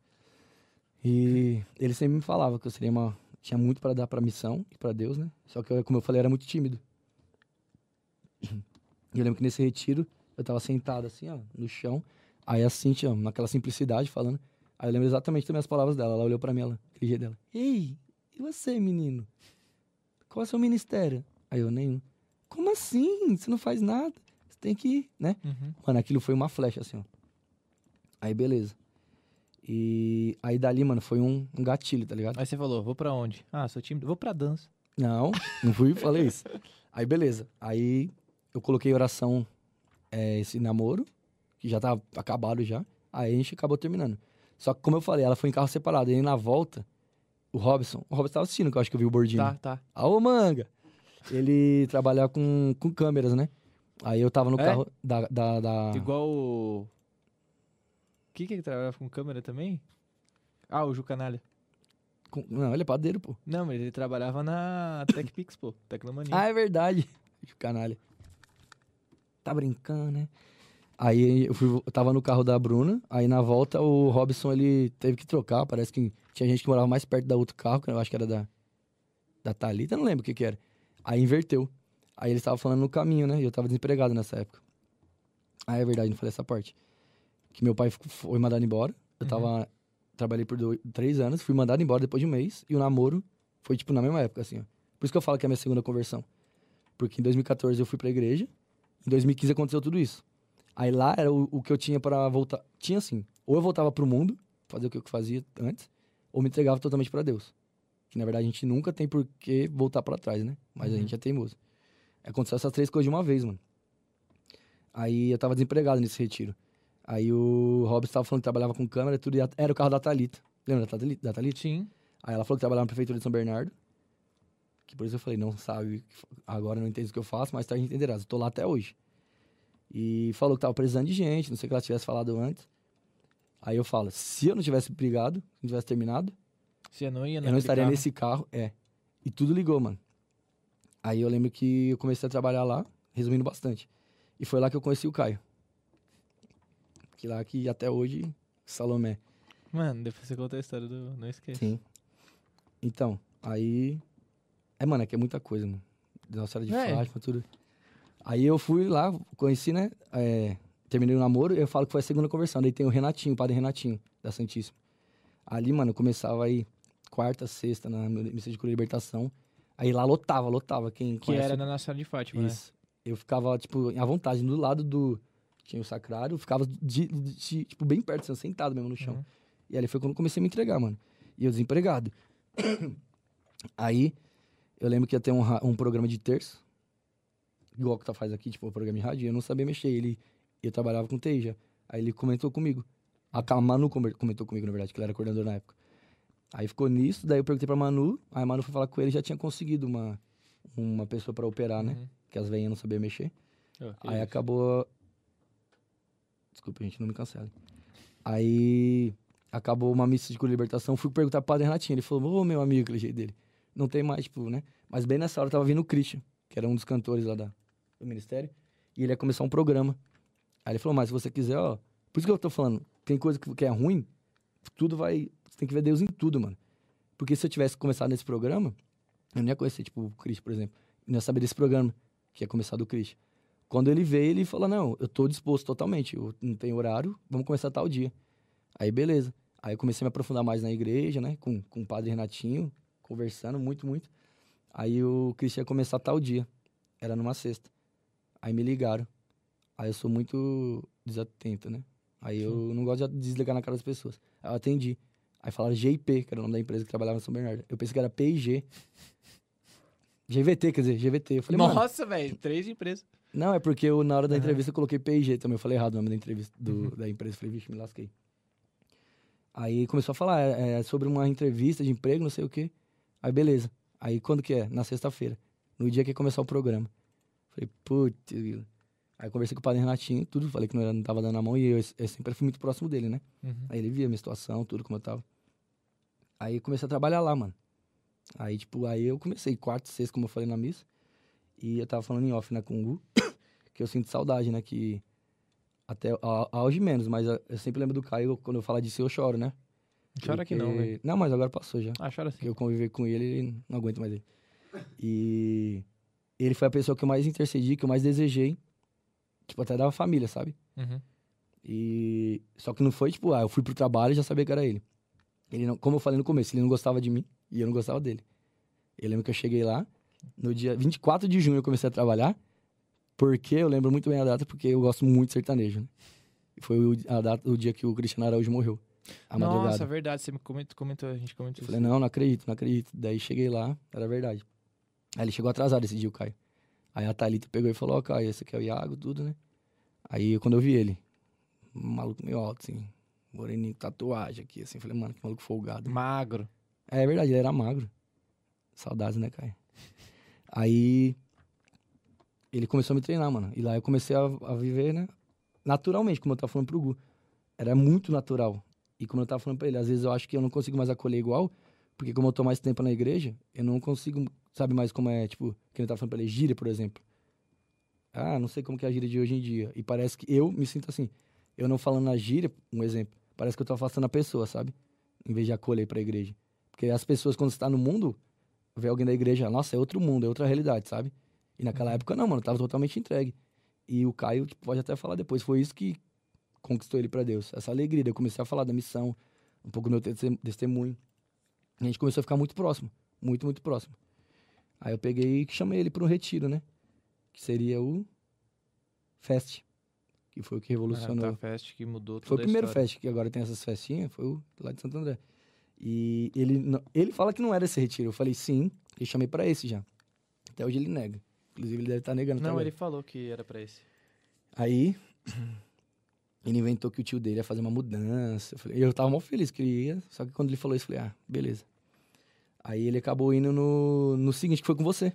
Speaker 3: E ele sempre me falava que eu seria uma. Tinha muito pra dar pra missão e pra Deus, né? Só que, eu, como eu falei, era muito tímido. E eu lembro que nesse retiro, eu tava sentado assim, ó, no chão. Aí a Cintia, naquela simplicidade, falando. Aí eu lembro exatamente também as palavras dela. Ela olhou pra mim, ela, aquele jeito dela. Ei, e você, menino? Qual é o seu ministério? Aí eu, nenhum. Como assim? Você não faz nada? Você tem que ir, né?
Speaker 1: Uhum.
Speaker 3: Mano, aquilo foi uma flecha, assim, ó. Aí, beleza. E aí dali, mano, foi um, um gatilho, tá ligado?
Speaker 5: Aí você falou, vou pra onde? Ah, sou tímido. Vou pra dança.
Speaker 3: Não, não fui e falei isso. Aí, beleza. Aí eu coloquei oração é, esse namoro, que já tava acabado já. Aí a gente acabou terminando. Só que, como eu falei, ela foi em carro separado. E aí, na volta, o Robson... O Robson tava assistindo, que eu acho que eu vi o bordinho.
Speaker 5: Tá, tá.
Speaker 3: Alô, manga! Ele trabalhava com, com câmeras, né? Aí eu tava no
Speaker 5: É?
Speaker 3: carro da... da, da...
Speaker 5: Igual o... Que que ele trabalhava com câmera também? Ah, o Ju Canalha.
Speaker 3: com- Não, ele é padeiro, pô.
Speaker 5: Não, mas ele trabalhava na TechPix, pô. Tecnomania.
Speaker 3: Ah, é verdade. O canalha. Tá brincando, né? Aí eu, fui, eu tava no carro da Bruna, aí na volta o Robson ele teve que trocar, parece que tinha gente que morava mais perto da outro carro, que eu acho que era da da Thalita, não lembro o que que era. Aí inverteu. Aí eles estavam falando no caminho, né? E eu tava desempregado nessa época. Ah, é verdade, não falei essa parte. Que meu pai ficou- foi mandado embora. Eu tava. Trabalhei por dois, três anos, fui mandado embora depois de um mês. E o namoro foi, tipo, na mesma época, assim, ó. Por isso que eu falo que é a minha segunda conversão. Porque em 2014 eu fui pra igreja. Em 2015 aconteceu tudo isso. Aí lá era o, o que eu tinha pra voltar. Tinha assim, ou eu voltava pro mundo, fazer o que eu fazia antes, ou me entregava totalmente pra Deus. Que na verdade a gente nunca tem por que voltar pra trás, né? Mas a gente é teimoso. Aconteceu essas três coisas de uma vez, mano. Aí eu tava desempregado nesse retiro. Aí o Robson tava falando que trabalhava com câmera, tudo. e a- Era o carro da Thalita. Lembra da Thalita? Da Thalita?
Speaker 5: Sim.
Speaker 3: Aí ela falou que trabalhava na prefeitura de São Bernardo. Que por isso eu falei, não sabe, o que fa- agora não entende o que eu faço, mas tarde entenderás. Eu tô lá até hoje. E falou que tava precisando de gente, não sei o que ela tivesse falado antes. Aí eu falo, se eu não tivesse brigado, não tivesse terminado,
Speaker 5: Você não ia
Speaker 3: eu não
Speaker 5: naquele
Speaker 3: estaria
Speaker 5: carro?
Speaker 3: nesse carro, é. E tudo ligou, mano. Aí eu lembro que eu comecei a trabalhar lá, resumindo bastante. E foi lá que eu conheci o Caio. Que lá que até hoje, Salomé.
Speaker 5: Mano, depois você conta a história do... Não esquece.
Speaker 3: Sim. Então, aí. É, mano, é que é muita coisa, mano. Nossa Senhora de
Speaker 5: É.
Speaker 3: Fátima, tudo. Aí eu fui lá, conheci, né? É, terminei o namoro, eu falo que foi a segunda conversão. Daí tem o Renatinho, o padre Renatinho, da Santíssima. Ali, mano, eu começava aí quarta, sexta, na missa de cura e libertação. Aí lá lotava, lotava. Quem
Speaker 5: Que
Speaker 3: conhece
Speaker 5: era na Nossa Senhora de Fátima, né?
Speaker 3: isso. Eu ficava, tipo, à vontade, do lado do. Tinha o sacrário, eu ficava, de- de- tipo, bem perto, assim, sentado mesmo no chão.
Speaker 5: Uhum.
Speaker 3: E ali foi quando eu comecei a me entregar, mano. E eu desempregado. Aí, eu lembro que ia ter um, ra- um programa de terço, igual que tá faz aqui, tipo, um programa de rádio, e eu não sabia mexer. Ele, eu trabalhava com TI já. Aí ele comentou comigo. A, Ca- a Manu comer- comentou comigo, na verdade, que ele era coordenador na época. Aí ficou nisso, daí eu perguntei pra Manu, aí a Manu foi falar com ele, já tinha conseguido uma, uma pessoa pra operar, né?
Speaker 5: Uhum.
Speaker 3: que as veinhas não sabiam mexer.
Speaker 5: Ó, que
Speaker 3: aí
Speaker 5: isso.
Speaker 3: acabou. Desculpa, gente, não me cancela. Aí acabou uma missa de cura e libertação. Fui perguntar pro padre Renatinho. Ele falou, ô meu amigo, aquele jeito dele. Não tem mais, tipo, né? Mas bem nessa hora tava vindo o Christian, que era um dos cantores lá da, do ministério. E ele ia começar um programa. Aí ele falou, mas se você quiser, ó. Por isso que eu tô falando, tem coisa que, que é ruim, tudo vai. Você tem que ver Deus em tudo, mano. Porque se eu tivesse começado nesse programa, eu não ia conhecer, tipo, o Christian, por exemplo. Eu não ia saber desse programa, que ia começar do Christian. Quando ele veio, ele falou: Não, eu tô disposto totalmente, eu não tenho horário, vamos começar tal dia. Aí, beleza. Aí eu comecei a me aprofundar mais na igreja, né, com, com o padre Renatinho, conversando muito, muito. Aí o Christian ia começar tal dia, era numa sexta. Aí me ligaram. Aí eu sou muito desatento, né? Aí eu não gosto de desligar na cara das pessoas. Aí eu atendi. Aí falaram GIP, que era o nome da empresa que trabalhava em São Bernardo. Eu pensei que era PIG. GVT, quer dizer, GVT. Eu falei, mano,
Speaker 5: Nossa, velho, três empresas.
Speaker 3: Não, é porque eu, na hora da entrevista eu coloquei PIG também. Eu falei errado o nome da entrevista do- da empresa. Falei, vixe, me lasquei. Aí começou a falar é, é sobre uma entrevista de emprego, não sei o quê. Aí beleza. Aí quando que é? Na sexta-feira. No dia que ia começar o programa. Falei, putz. grilo. Aí conversei com o padre Renatinho, tudo. Falei que não, era- não tava dando a mão e eu, eu sempre fui muito próximo dele, né? Aí ele via a minha situação, tudo como eu tava. Aí comecei a trabalhar lá, mano. Aí, tipo, aí eu comecei quarta, sexta, como eu falei na missa. E eu tava falando em off né, na Kungu, que eu sinto saudade, né? Que até a- a hoje menos, mas eu eu sempre lembro do Caio, quando eu falar disso eu choro, né?
Speaker 5: Não chora que
Speaker 3: Porque-
Speaker 5: não, velho.
Speaker 3: Não, mas agora passou já.
Speaker 5: Ah, chora
Speaker 3: Porque
Speaker 5: sim.
Speaker 3: eu convivi com ele, ele não aguento mais ele. E ele foi a pessoa que eu mais intercedi, que eu mais desejei. Tipo, até da família, sabe?
Speaker 5: Uhum.
Speaker 3: E só que não foi tipo, ah, eu fui pro trabalho e já sabia que era ele. Ele não, como eu falei no começo, ele não gostava de mim e eu não gostava dele. Eu lembro que eu cheguei lá no dia 24 de junho eu comecei a trabalhar, porque eu lembro muito bem a data, porque eu gosto muito de sertanejo, né? E Foi o, a data, o dia que o Cristiano Araújo morreu. A madrugada.
Speaker 5: Nossa, verdade, você me comentou, comentou a gente comentou
Speaker 3: Eu
Speaker 5: isso.
Speaker 3: falei, não, não acredito, não acredito. Daí cheguei lá, era verdade. Aí ele chegou atrasado esse dia, o Caio. Aí a Thalita pegou e falou, ó, Caio, esse aqui é o Iago, tudo, né? Aí quando eu vi ele, um maluco meio alto, assim, moreninho, com tatuagem aqui, assim, falei, mano, que maluco folgado.
Speaker 5: Magro. Ah,
Speaker 3: É, é verdade, ele era magro. Saudades, né, Caio? Aí ele começou a me treinar, mano. E lá eu comecei a, a viver, né? Naturalmente, como eu tava falando pro Gu. Era muito natural. E como eu tava falando pra ele, às vezes eu acho que eu não consigo mais acolher igual, porque como eu tô mais tempo na igreja, eu não consigo, sabe mais como é, tipo, que eu tava falando pra ele, gíria, por exemplo. Ah, não sei como que é a gíria de hoje em dia. E parece que eu me sinto assim. Eu não falando na gíria, um exemplo, parece que eu tô afastando a pessoa, sabe? Em vez de acolher pra igreja. Porque as pessoas, quando você tá no mundo, vê alguém da igreja, nossa, é outro mundo, é outra realidade, sabe? E naquela época, não, mano, eu tava totalmente entregue. E o Caio tipo, pode até falar depois, foi isso que conquistou ele pra Deus. Essa alegria, daí eu comecei a falar da missão, um pouco do meu teste- testemunho. E a gente começou a ficar muito próximo, muito, muito próximo. Aí eu peguei e chamei ele para um retiro, né? Que seria o Fest, que foi o que revolucionou.
Speaker 5: Maratá tá, Fest que mudou toda
Speaker 3: Foi o primeiro
Speaker 5: a história.
Speaker 3: fest que agora tem essas festinhas, foi o lá de Santo André. E ele, não- ele fala que não era esse retiro. Eu falei, sim, eu chamei pra esse já. Até hoje ele nega. Inclusive, ele deve estar negando
Speaker 5: Não,
Speaker 3: também.
Speaker 5: ele falou que era pra esse.
Speaker 3: Aí, ele inventou que o tio dele ia fazer uma mudança. Eu, falei, eu tava mó feliz que ele ia, só que quando ele falou isso, eu falei, ah, beleza. Aí ele acabou indo no, no seguinte, que foi com você.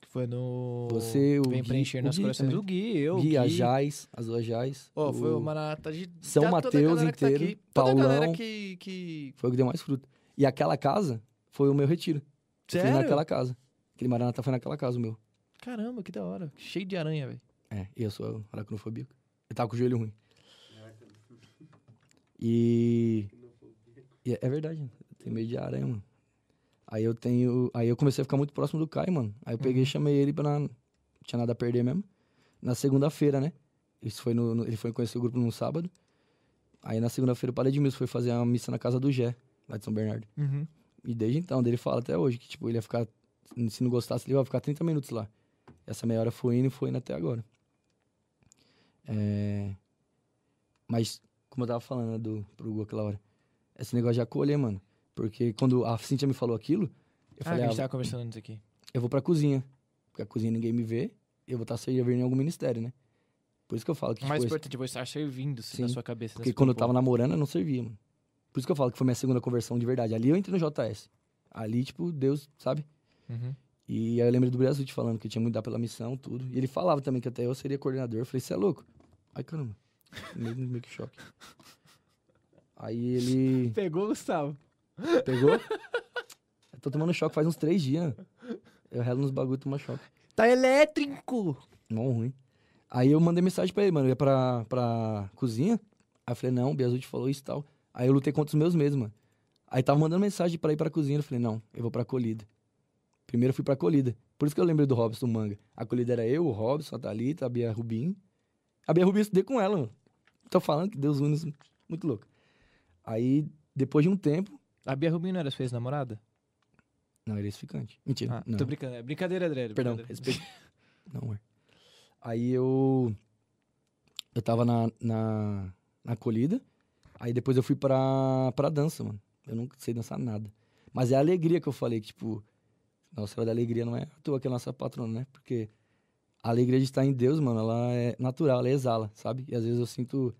Speaker 5: Que foi no.
Speaker 3: Você, o
Speaker 5: Vem
Speaker 3: Gui-
Speaker 5: preencher
Speaker 3: o
Speaker 5: nas
Speaker 3: Gui
Speaker 5: corações
Speaker 3: também.
Speaker 5: do Gui, eu.
Speaker 3: Gui,
Speaker 5: Gui,
Speaker 3: a Jais, as duas Jais.
Speaker 5: Ó,
Speaker 3: o-
Speaker 5: foi o Maratá de.
Speaker 3: São
Speaker 5: tá toda a
Speaker 3: Mateus
Speaker 5: galera que tá
Speaker 3: inteiro,
Speaker 5: aqui, toda a galera
Speaker 3: Paulão.
Speaker 5: que. que...
Speaker 3: Foi o que deu mais fruto. E aquela casa foi o meu retiro. Eu
Speaker 5: Sério?
Speaker 3: Fiz naquela casa. Aquele Maranata foi naquela casa, o meu.
Speaker 5: Caramba, que da hora. Cheio de aranha, velho.
Speaker 3: É, eu sou aracnofobíaco. Eu tava com o joelho ruim. E. e é, é verdade, né? eu tenho medo de aranha, mano. Aí eu tenho. Aí eu comecei a ficar muito próximo do Caio, mano. Aí eu peguei e chamei ele pra. Não tinha nada a perder mesmo. Na segunda-feira, né? Isso foi no, no- ele foi conhecer o grupo no sábado. Aí na segunda-feira o Padre Edmilson foi fazer uma missa na casa do Jé, lá de São Bernardo.
Speaker 5: Uhum.
Speaker 3: E desde então, dele fala até hoje que, tipo, ele ia ficar. Se não gostasse, ele ia ficar 30 minutos lá. Essa meia hora foi indo e foi indo até agora. É... Mas, como eu tava falando né, do, pro Hugo aquela hora, esse negócio de acolher, mano. Porque quando a Cintia me falou aquilo, eu
Speaker 5: Eu ah, que
Speaker 3: falei,
Speaker 5: a
Speaker 3: ah,
Speaker 5: gente tava conversando antes aqui.
Speaker 3: eu vou pra cozinha. Porque a cozinha ninguém me vê, eu vou tá estar servindo em algum ministério, né? Por isso que eu falo que.
Speaker 5: O mais
Speaker 3: tipo, esse-
Speaker 5: importante, vou estar servindo
Speaker 1: assim,
Speaker 5: se na
Speaker 3: Sim,
Speaker 5: sua cabeça.
Speaker 3: porque quando eu tava namorando, eu não servia, mano. Por isso que eu falo que foi minha segunda conversão de verdade. Ali eu entrei no JS. Ali, tipo, Deus, sabe?
Speaker 5: Uhum.
Speaker 3: E aí eu lembro do Brasil te falando que eu tinha que mudar pela missão, tudo. E ele falava também que até eu seria coordenador. Eu falei, você é louco? Ai, caramba. Meio, meio que choque. Aí ele
Speaker 5: Pegou, Gustavo.
Speaker 3: pegou. Eu tô tomando choque faz uns três dias. Eu relo nos bagulho e tomo choque.
Speaker 5: Tá elétrico!
Speaker 3: Mó ruim. Aí eu mandei mensagem pra ele, mano. Eu ia pra, pra cozinha. Aí eu falei, não, o Biazul te falou isso e tal. Aí eu lutei contra os meus mesmos, mano. Aí tava mandando mensagem pra ir pra cozinha. Eu falei, não, eu vou pra colhida. Primeiro eu fui pra colhida. Por isso que eu lembrei do Robson do manga. A colhida era eu, o Robson, a Thalita, a Bia Rubim. A Bia Rubim eu estudei com ela, mano. Tô falando que Deus une, isso. é muito louco. Aí, depois de um tempo.
Speaker 5: A Bia Rubino era sua ex-namorada?
Speaker 3: Não, era esse ficante. Mentira.
Speaker 5: Ah,
Speaker 3: não.
Speaker 5: tô brincando. É brincadeira, André. é
Speaker 3: Perdão,
Speaker 5: brincadeira.
Speaker 3: respeito. Não, amor. Aí eu. Eu tava na, na, na colhida. Aí depois eu fui pra, pra dança, mano. Eu não sei dançar nada. Mas é a alegria que eu falei, que, tipo. Nossa Senhora da Alegria não é à toa que é a nossa patrona, né? Porque a alegria de estar em Deus, mano, ela é natural, ela exala, sabe? E às vezes eu sinto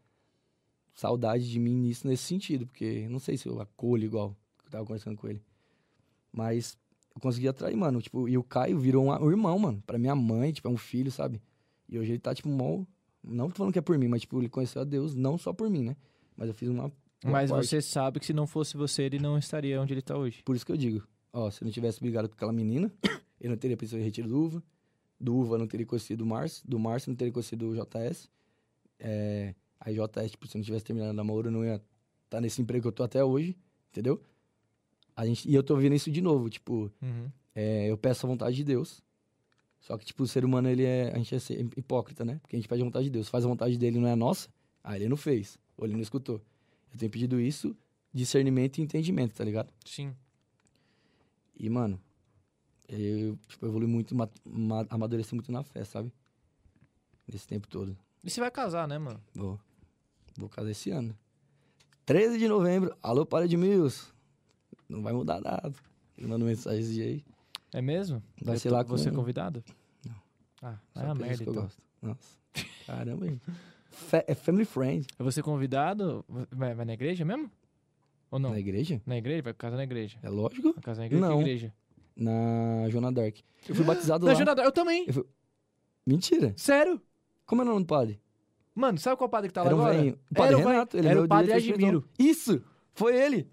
Speaker 3: saudade de mim nisso, nesse sentido, porque não sei se eu acolho igual que eu tava conversando com ele. Mas eu consegui atrair, mano. Tipo, e o Caio virou um, um irmão, mano. Pra minha mãe, tipo, é um filho, sabe? E hoje ele tá, tipo, mal. Não tô falando que é por mim, mas, tipo, ele conheceu a Deus não só por mim, né? Mas eu fiz uma. boa
Speaker 1: Mas
Speaker 3: parte.
Speaker 1: você sabe que se não fosse você, ele não estaria onde ele tá hoje.
Speaker 3: Por isso que eu digo, ó, se eu não tivesse brigado com aquela menina, eu não teria pensado em retiro do Uva, do Uva eu não teria conhecido o Márcio, do Márcio eu não teria conhecido o JS. É, aí JS, tipo, se eu não tivesse terminado o namoro, eu não ia estar nesse emprego que eu tô até hoje, entendeu? A gente, e eu tô vendo isso de novo, tipo,
Speaker 5: Uhum.
Speaker 3: é, eu peço a vontade de Deus. Só que, tipo, o ser humano, ele é. A gente é ser hipócrita, né? Porque a gente pede a vontade de Deus. Faz a vontade dele não é a nossa, aí ele não fez, ou ele não escutou. Eu tenho pedido isso, discernimento e entendimento, tá ligado?
Speaker 1: Sim.
Speaker 3: E, mano, eu tipo, evolui muito, ma- ma- amadureci muito na fé, sabe? Nesse tempo todo.
Speaker 1: E você vai casar, né, mano?
Speaker 3: Vou. Vou casar esse ano. 13 de novembro. Alô, para de Mills. Não vai mudar nada. Eu mando mensagem esse dia aí.
Speaker 1: É mesmo?
Speaker 3: Vai
Speaker 1: Eu
Speaker 3: ser
Speaker 1: tô-
Speaker 3: lá com-
Speaker 1: Você é convidado?
Speaker 3: Não.
Speaker 1: Ah,
Speaker 3: Só
Speaker 1: vai a
Speaker 3: pessoas
Speaker 1: merda
Speaker 3: que eu
Speaker 1: então.
Speaker 3: gosto. Nossa. Caramba, gente. Fe- é family friend.
Speaker 1: É você convidado? Vai, vai na igreja mesmo? Ou não?
Speaker 3: Na igreja?
Speaker 1: Na igreja? Vai casar na igreja.
Speaker 3: É lógico.
Speaker 1: Vai casar na igreja?
Speaker 3: Não.
Speaker 1: Que igreja?
Speaker 3: Na Joana Dark. Eu fui batizado
Speaker 1: Na
Speaker 3: lá.
Speaker 1: Jonador, eu também!
Speaker 3: Mentira.
Speaker 1: Sério?
Speaker 3: Como é o nome do padre?
Speaker 1: Mano, sabe qual padre que tá lá
Speaker 3: era um
Speaker 1: agora?
Speaker 3: velhinho. O padre
Speaker 1: Era o vai-
Speaker 3: Renato. Ele
Speaker 1: era
Speaker 3: veio
Speaker 1: o padre
Speaker 3: direito espiritual.
Speaker 1: Admiro.
Speaker 3: Isso! Foi ele!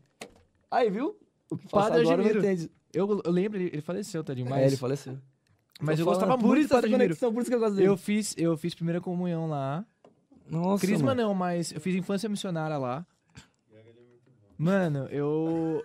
Speaker 3: Aí, viu? O que passa
Speaker 1: Padre
Speaker 3: agora não
Speaker 1: Admiro.
Speaker 3: entende.
Speaker 1: Eu, eu lembro, ele ele faleceu, tadinho, mas,
Speaker 3: É, ele faleceu.
Speaker 1: mas
Speaker 3: Tô
Speaker 1: eu
Speaker 3: falando,
Speaker 1: gostava
Speaker 3: por
Speaker 1: muito do
Speaker 3: isso essa
Speaker 1: Padre Admiro.
Speaker 3: conexão, Por isso que eu gosto dele.
Speaker 1: Eu fiz, eu fiz primeira comunhão lá.
Speaker 3: Nossa,
Speaker 1: Crisma
Speaker 3: mano.
Speaker 1: não, mas eu fiz infância missionária lá. é Mano, eu.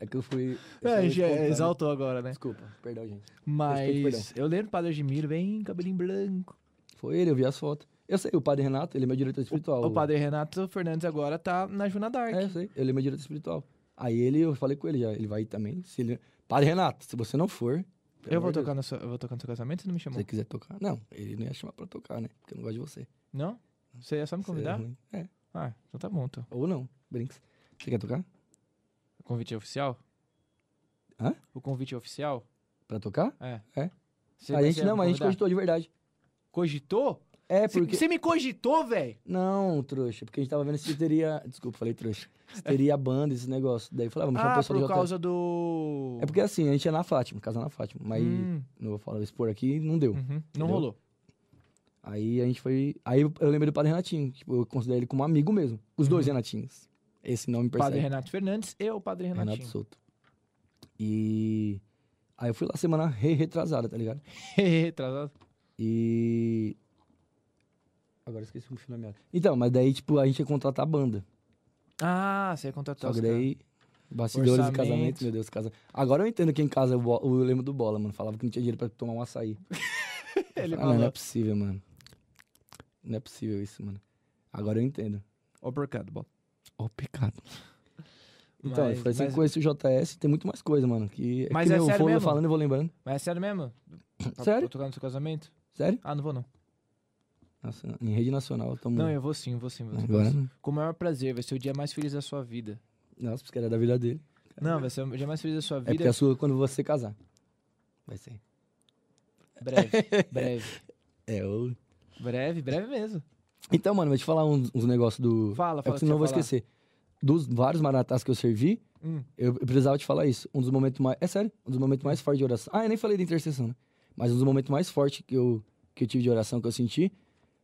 Speaker 3: É que eu fui... eu
Speaker 1: É,
Speaker 3: fui
Speaker 1: já
Speaker 3: espontâneo.
Speaker 1: exaltou agora, né?
Speaker 3: Desculpa, perdão, gente. Respeito, perdão.
Speaker 1: Mas eu lembro do Padre Admiro, bem cabelinho branco.
Speaker 3: Foi ele, eu vi as fotos. Eu sei, o padre Renato, ele é meu diretor espiritual.
Speaker 1: O Padre Renato Fernandes agora tá na Juna Dark.
Speaker 3: É, eu sei, ele é meu diretor espiritual. Aí ele, eu falei com ele já, ele vai ir também. Se ele... Padre Renato, se você não for... pelo
Speaker 1: eu, vou
Speaker 3: amor de
Speaker 1: tocar no seu, eu vou tocar no seu casamento, você não me
Speaker 3: Deus,
Speaker 1: chamou?
Speaker 3: Se é você quiser tocar... Não, ele não ia chamar pra tocar, né? Porque eu não gosto de você.
Speaker 1: Não? Você ia só me
Speaker 3: Você é
Speaker 1: convidar?
Speaker 3: ruim. É,
Speaker 1: Ah, então tá bom, então.
Speaker 3: ou não. Brinks. Você quer tocar?
Speaker 1: O convite é oficial?
Speaker 3: Hã?
Speaker 1: O convite é oficial?
Speaker 3: Pra tocar?
Speaker 1: É.
Speaker 3: É.
Speaker 1: Você
Speaker 3: a
Speaker 1: vai-
Speaker 3: gente
Speaker 1: você vai
Speaker 3: não,
Speaker 1: me
Speaker 3: mas a gente
Speaker 1: convidar?
Speaker 3: cogitou de verdade.
Speaker 1: cogitou.
Speaker 3: É,
Speaker 1: Você
Speaker 3: porque.
Speaker 1: você me cogitou, velho?
Speaker 3: Não, trouxa, porque a gente tava vendo se teria. Desculpa, falei trouxa. Se teria banda, esse negócio. Daí eu falava, vamos chamar o
Speaker 1: Ah,
Speaker 3: pessoal
Speaker 1: por
Speaker 3: do JS.
Speaker 1: causa do.
Speaker 3: É porque assim, a gente é na Fátima, casa na Fátima. Mas
Speaker 1: Hum,
Speaker 3: não vou falar expor aqui, não deu.
Speaker 1: uhum,
Speaker 3: entendeu?
Speaker 1: não rolou.
Speaker 3: Aí a gente foi. Aí eu eu lembrei do padre Renatinho. Tipo, eu considero ele como amigo mesmo. Os dois Renatinhos. Esse nome
Speaker 1: O Uhum. Padre
Speaker 3: persegue.
Speaker 1: Renato Fernandes e o Padre
Speaker 3: Renato
Speaker 1: Renatinho.
Speaker 3: Souto. E. Aí eu fui lá semana re retrasada, tá ligado?
Speaker 1: Retrasado.
Speaker 3: E. Agora eu esqueci como foi o nome dela. Então, mas daí, tipo, a gente ia contratar a banda.
Speaker 1: ah, você ia contratar
Speaker 3: Só
Speaker 1: os
Speaker 3: que
Speaker 1: caras.
Speaker 3: daí, bastidores de
Speaker 1: Orçamento.
Speaker 3: casamento, meu Deus, casa. Agora eu entendo quem casa o, bo- o lema do bola, mano. Falava que não tinha dinheiro pra tomar um açaí. Eu
Speaker 1: Ele
Speaker 3: falava, "Ah, não é
Speaker 1: falou.
Speaker 3: possível, mano. Não é possível isso, mano. Agora eu entendo.
Speaker 1: Ó, o porcado, bom.
Speaker 3: Ó, o pecado. Então,
Speaker 1: Mas-
Speaker 3: foi assim que
Speaker 1: mas-
Speaker 3: conheci o JS tem muito mais coisa, mano. Que,
Speaker 1: Mas
Speaker 3: que
Speaker 1: é
Speaker 3: nem eu
Speaker 1: sério
Speaker 3: vou
Speaker 1: mesmo?
Speaker 3: falando e vou lembrando.
Speaker 1: Mas é sério mesmo? Pra-
Speaker 3: Sério?
Speaker 1: Pra tocar no seu casamento?
Speaker 3: Sério?
Speaker 1: Ah, não vou não.
Speaker 3: Nossa, em rede nacional eu tomo.
Speaker 1: Não, eu vou sim, eu vou sim. eu Vou sim.
Speaker 3: Agora não.
Speaker 1: Com o maior prazer, vai ser o dia mais feliz da sua vida.
Speaker 3: Nossa, porque era da vida dele.
Speaker 1: Não, vai ser o dia mais feliz da sua
Speaker 3: É porque
Speaker 1: vida.
Speaker 3: a sua quando você casar. Vai ser.
Speaker 1: Breve, breve.
Speaker 3: É, eu
Speaker 1: Breve, breve mesmo.
Speaker 3: Então, mano, vou te falar uns, uns negócios do.
Speaker 1: Fala, fala.
Speaker 3: é
Speaker 1: o
Speaker 3: que
Speaker 1: que
Speaker 3: senão eu vou
Speaker 1: você ia falar.
Speaker 3: esquecer. Dos vários maratás que eu servi,
Speaker 1: Hum.
Speaker 3: eu, eu precisava te falar isso. Um dos momentos mais. É sério, um dos momentos mais fortes de oração. Ah, eu nem falei da intercessão, né? Mas um dos momentos mais fortes que eu, que eu tive de oração que eu senti,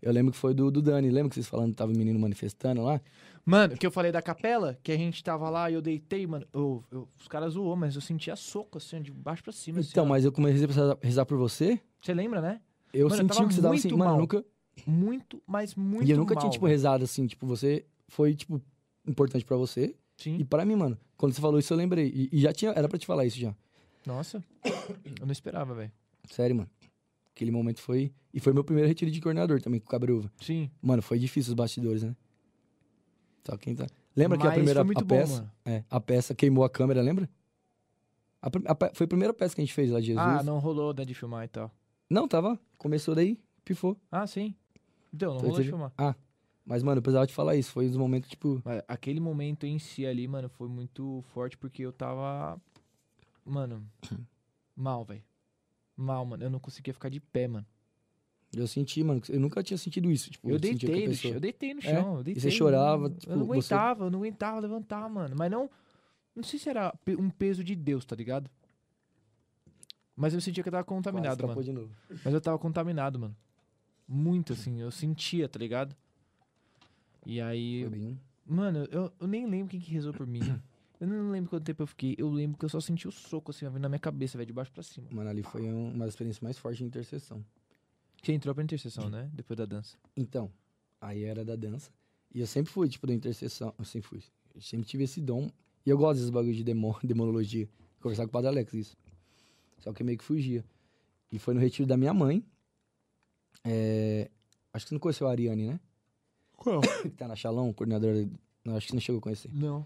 Speaker 3: eu lembro que foi do, do Dani. Lembra que vocês falando que tava o menino manifestando lá?
Speaker 1: Mano, que eu falei da capela, que a gente tava lá e eu deitei, mano. eu- eu- os caras zoou, mas eu sentia soco, assim, de baixo pra cima. assim,
Speaker 3: então,
Speaker 1: ó.
Speaker 3: mas eu comecei a rezar- rezar por você.
Speaker 1: Você lembra, né?
Speaker 3: Eu
Speaker 1: Mano, eu
Speaker 3: senti
Speaker 1: tava
Speaker 3: que você dava assim,
Speaker 1: muito
Speaker 3: mano, eu
Speaker 1: mal,
Speaker 3: nunca.
Speaker 1: Muito, mas muito
Speaker 3: e eu nunca tinha,
Speaker 1: mal,
Speaker 3: tipo,
Speaker 1: velho.
Speaker 3: rezado assim, tipo, você foi, tipo, importante pra você.
Speaker 1: Sim.
Speaker 3: E pra mim, mano, quando você falou isso, eu lembrei. E, e já tinha. Era pra te falar isso já.
Speaker 1: Nossa, eu não esperava, velho.
Speaker 3: Sério, mano. Aquele momento foi. E foi meu primeiro retiro de coordenador também com o Cabreúva.
Speaker 1: Sim.
Speaker 3: Mano, foi difícil os bastidores, né? Só quem tá. Lembra que a
Speaker 1: Mas
Speaker 3: primeira
Speaker 1: foi muito
Speaker 3: a
Speaker 1: bom,
Speaker 3: peça.
Speaker 1: mano.
Speaker 3: é, a peça queimou a câmera, lembra? A prim- a pe- foi a primeira peça que a gente fez lá de Jesus.
Speaker 1: Ah, não rolou, né, de filmar e tal.
Speaker 3: Não, tava. Começou daí, pifou.
Speaker 1: Ah, sim. Então, não
Speaker 3: Então,
Speaker 1: rolou de
Speaker 3: teve-
Speaker 1: filmar.
Speaker 3: Mas, mano, eu precisava te falar isso. Foi um dos momentos, tipo.
Speaker 1: Mas aquele momento em si ali, mano, foi muito forte porque eu tava Mano, mal, velho. Mal, mano. Eu não conseguia ficar de pé, mano.
Speaker 3: Eu senti, mano, que eu nunca tinha sentido isso. Tipo,
Speaker 1: Eu
Speaker 3: senti
Speaker 1: deitei,
Speaker 3: outra
Speaker 1: no
Speaker 3: pessoa.
Speaker 1: chão, eu deitei no
Speaker 3: É?
Speaker 1: chão. Eu deitei,
Speaker 3: chorava,
Speaker 1: eu,
Speaker 3: tipo,
Speaker 1: eu não
Speaker 3: você-
Speaker 1: aguentava, eu não aguentava levantar, mano. Mas não. Não sei se era pe- um peso de Deus, tá ligado? Mas eu sentia que eu tava
Speaker 3: Quase
Speaker 1: contaminado,
Speaker 3: atrapou
Speaker 1: mano.
Speaker 3: de novo.
Speaker 1: Mas eu tava contaminado, mano. Muito, assim. Eu sentia, tá ligado? E aí.
Speaker 3: Foi bem-
Speaker 1: Mano, eu, eu nem lembro quem que rezou por mim. Eu não lembro quanto tempo eu fiquei. Eu lembro que eu só senti o soco, assim, ó, vindo na minha cabeça, velho, de baixo pra cima.
Speaker 3: Mano, ali foi um- uma das experiências mais fortes de intercessão.
Speaker 1: Você entrou pra intercessão, né? Depois da dança.
Speaker 3: Então, aí era da dança. E eu sempre fui, tipo, da intercessão. Eu sempre fui. Eu sempre tive esse dom. E eu gosto desses bagulho de demo, demonologia. Conversar com o Padre Alex, isso. Só que eu meio que fugia. E foi no retiro da minha mãe. É, Acho que você não conheceu a Ariane, né?
Speaker 1: Qual?
Speaker 3: Que tá na Shalom, coordenadora... Não, acho que você não chegou a conhecer.
Speaker 1: Não.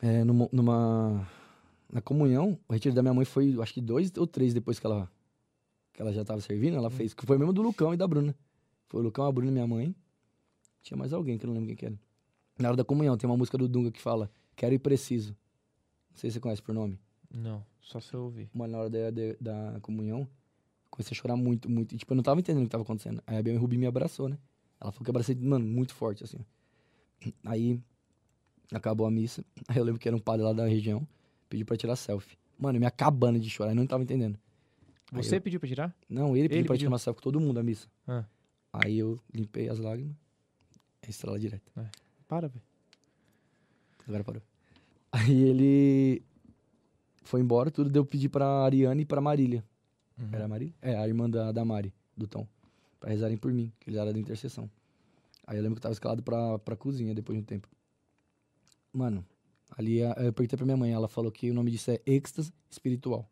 Speaker 3: É, numa, numa- Na comunhão, o retiro da minha mãe foi, eu acho que dois ou três depois que ela, que ela já tava servindo, ela fez. Que foi mesmo do Lucão e da Bruna. Foi o Lucão, a Bruna e minha mãe. Tinha mais alguém que eu não lembro quem que era. Na hora da comunhão, tem uma música do Dunga que fala Quero e Preciso. Não sei se você conhece por nome.
Speaker 1: Não, só se eu ouvir.
Speaker 3: Mano, na hora da, da, da comunhão, comecei a chorar muito, muito. E, tipo, eu não tava entendendo o que tava acontecendo. Aí a Bia Rubi me abraçou, né? Ela falou que eu abracei, mano, muito forte, assim. Aí, acabou a missa. Aí eu lembro que era um padre lá da região. Pediu pra tirar selfie. Mano, eu me acabando de chorar. Eu não tava entendendo. Aí
Speaker 1: Você
Speaker 3: eu-
Speaker 1: pediu pra tirar?
Speaker 3: não, ele pediu
Speaker 1: Ele
Speaker 3: pra
Speaker 1: pediu?
Speaker 3: tirar uma selfie com todo mundo a missa.
Speaker 1: Ah.
Speaker 3: Aí eu limpei as lágrimas. Aí estrela direto.
Speaker 1: Para, velho.
Speaker 3: Agora parou. Aí ele foi embora, tudo. Deu pedir pra Ariane e pra Marília.
Speaker 1: Uhum.
Speaker 3: Era a Marília? É, a irmã da, da Mari, do Tom. Pra rezarem por mim, que eles eram da intercessão. Aí eu lembro que eu tava escalado pra, pra cozinha depois de um tempo. Mano, ali a- eu perguntei pra minha mãe, ela falou que o nome disso é êxtase espiritual.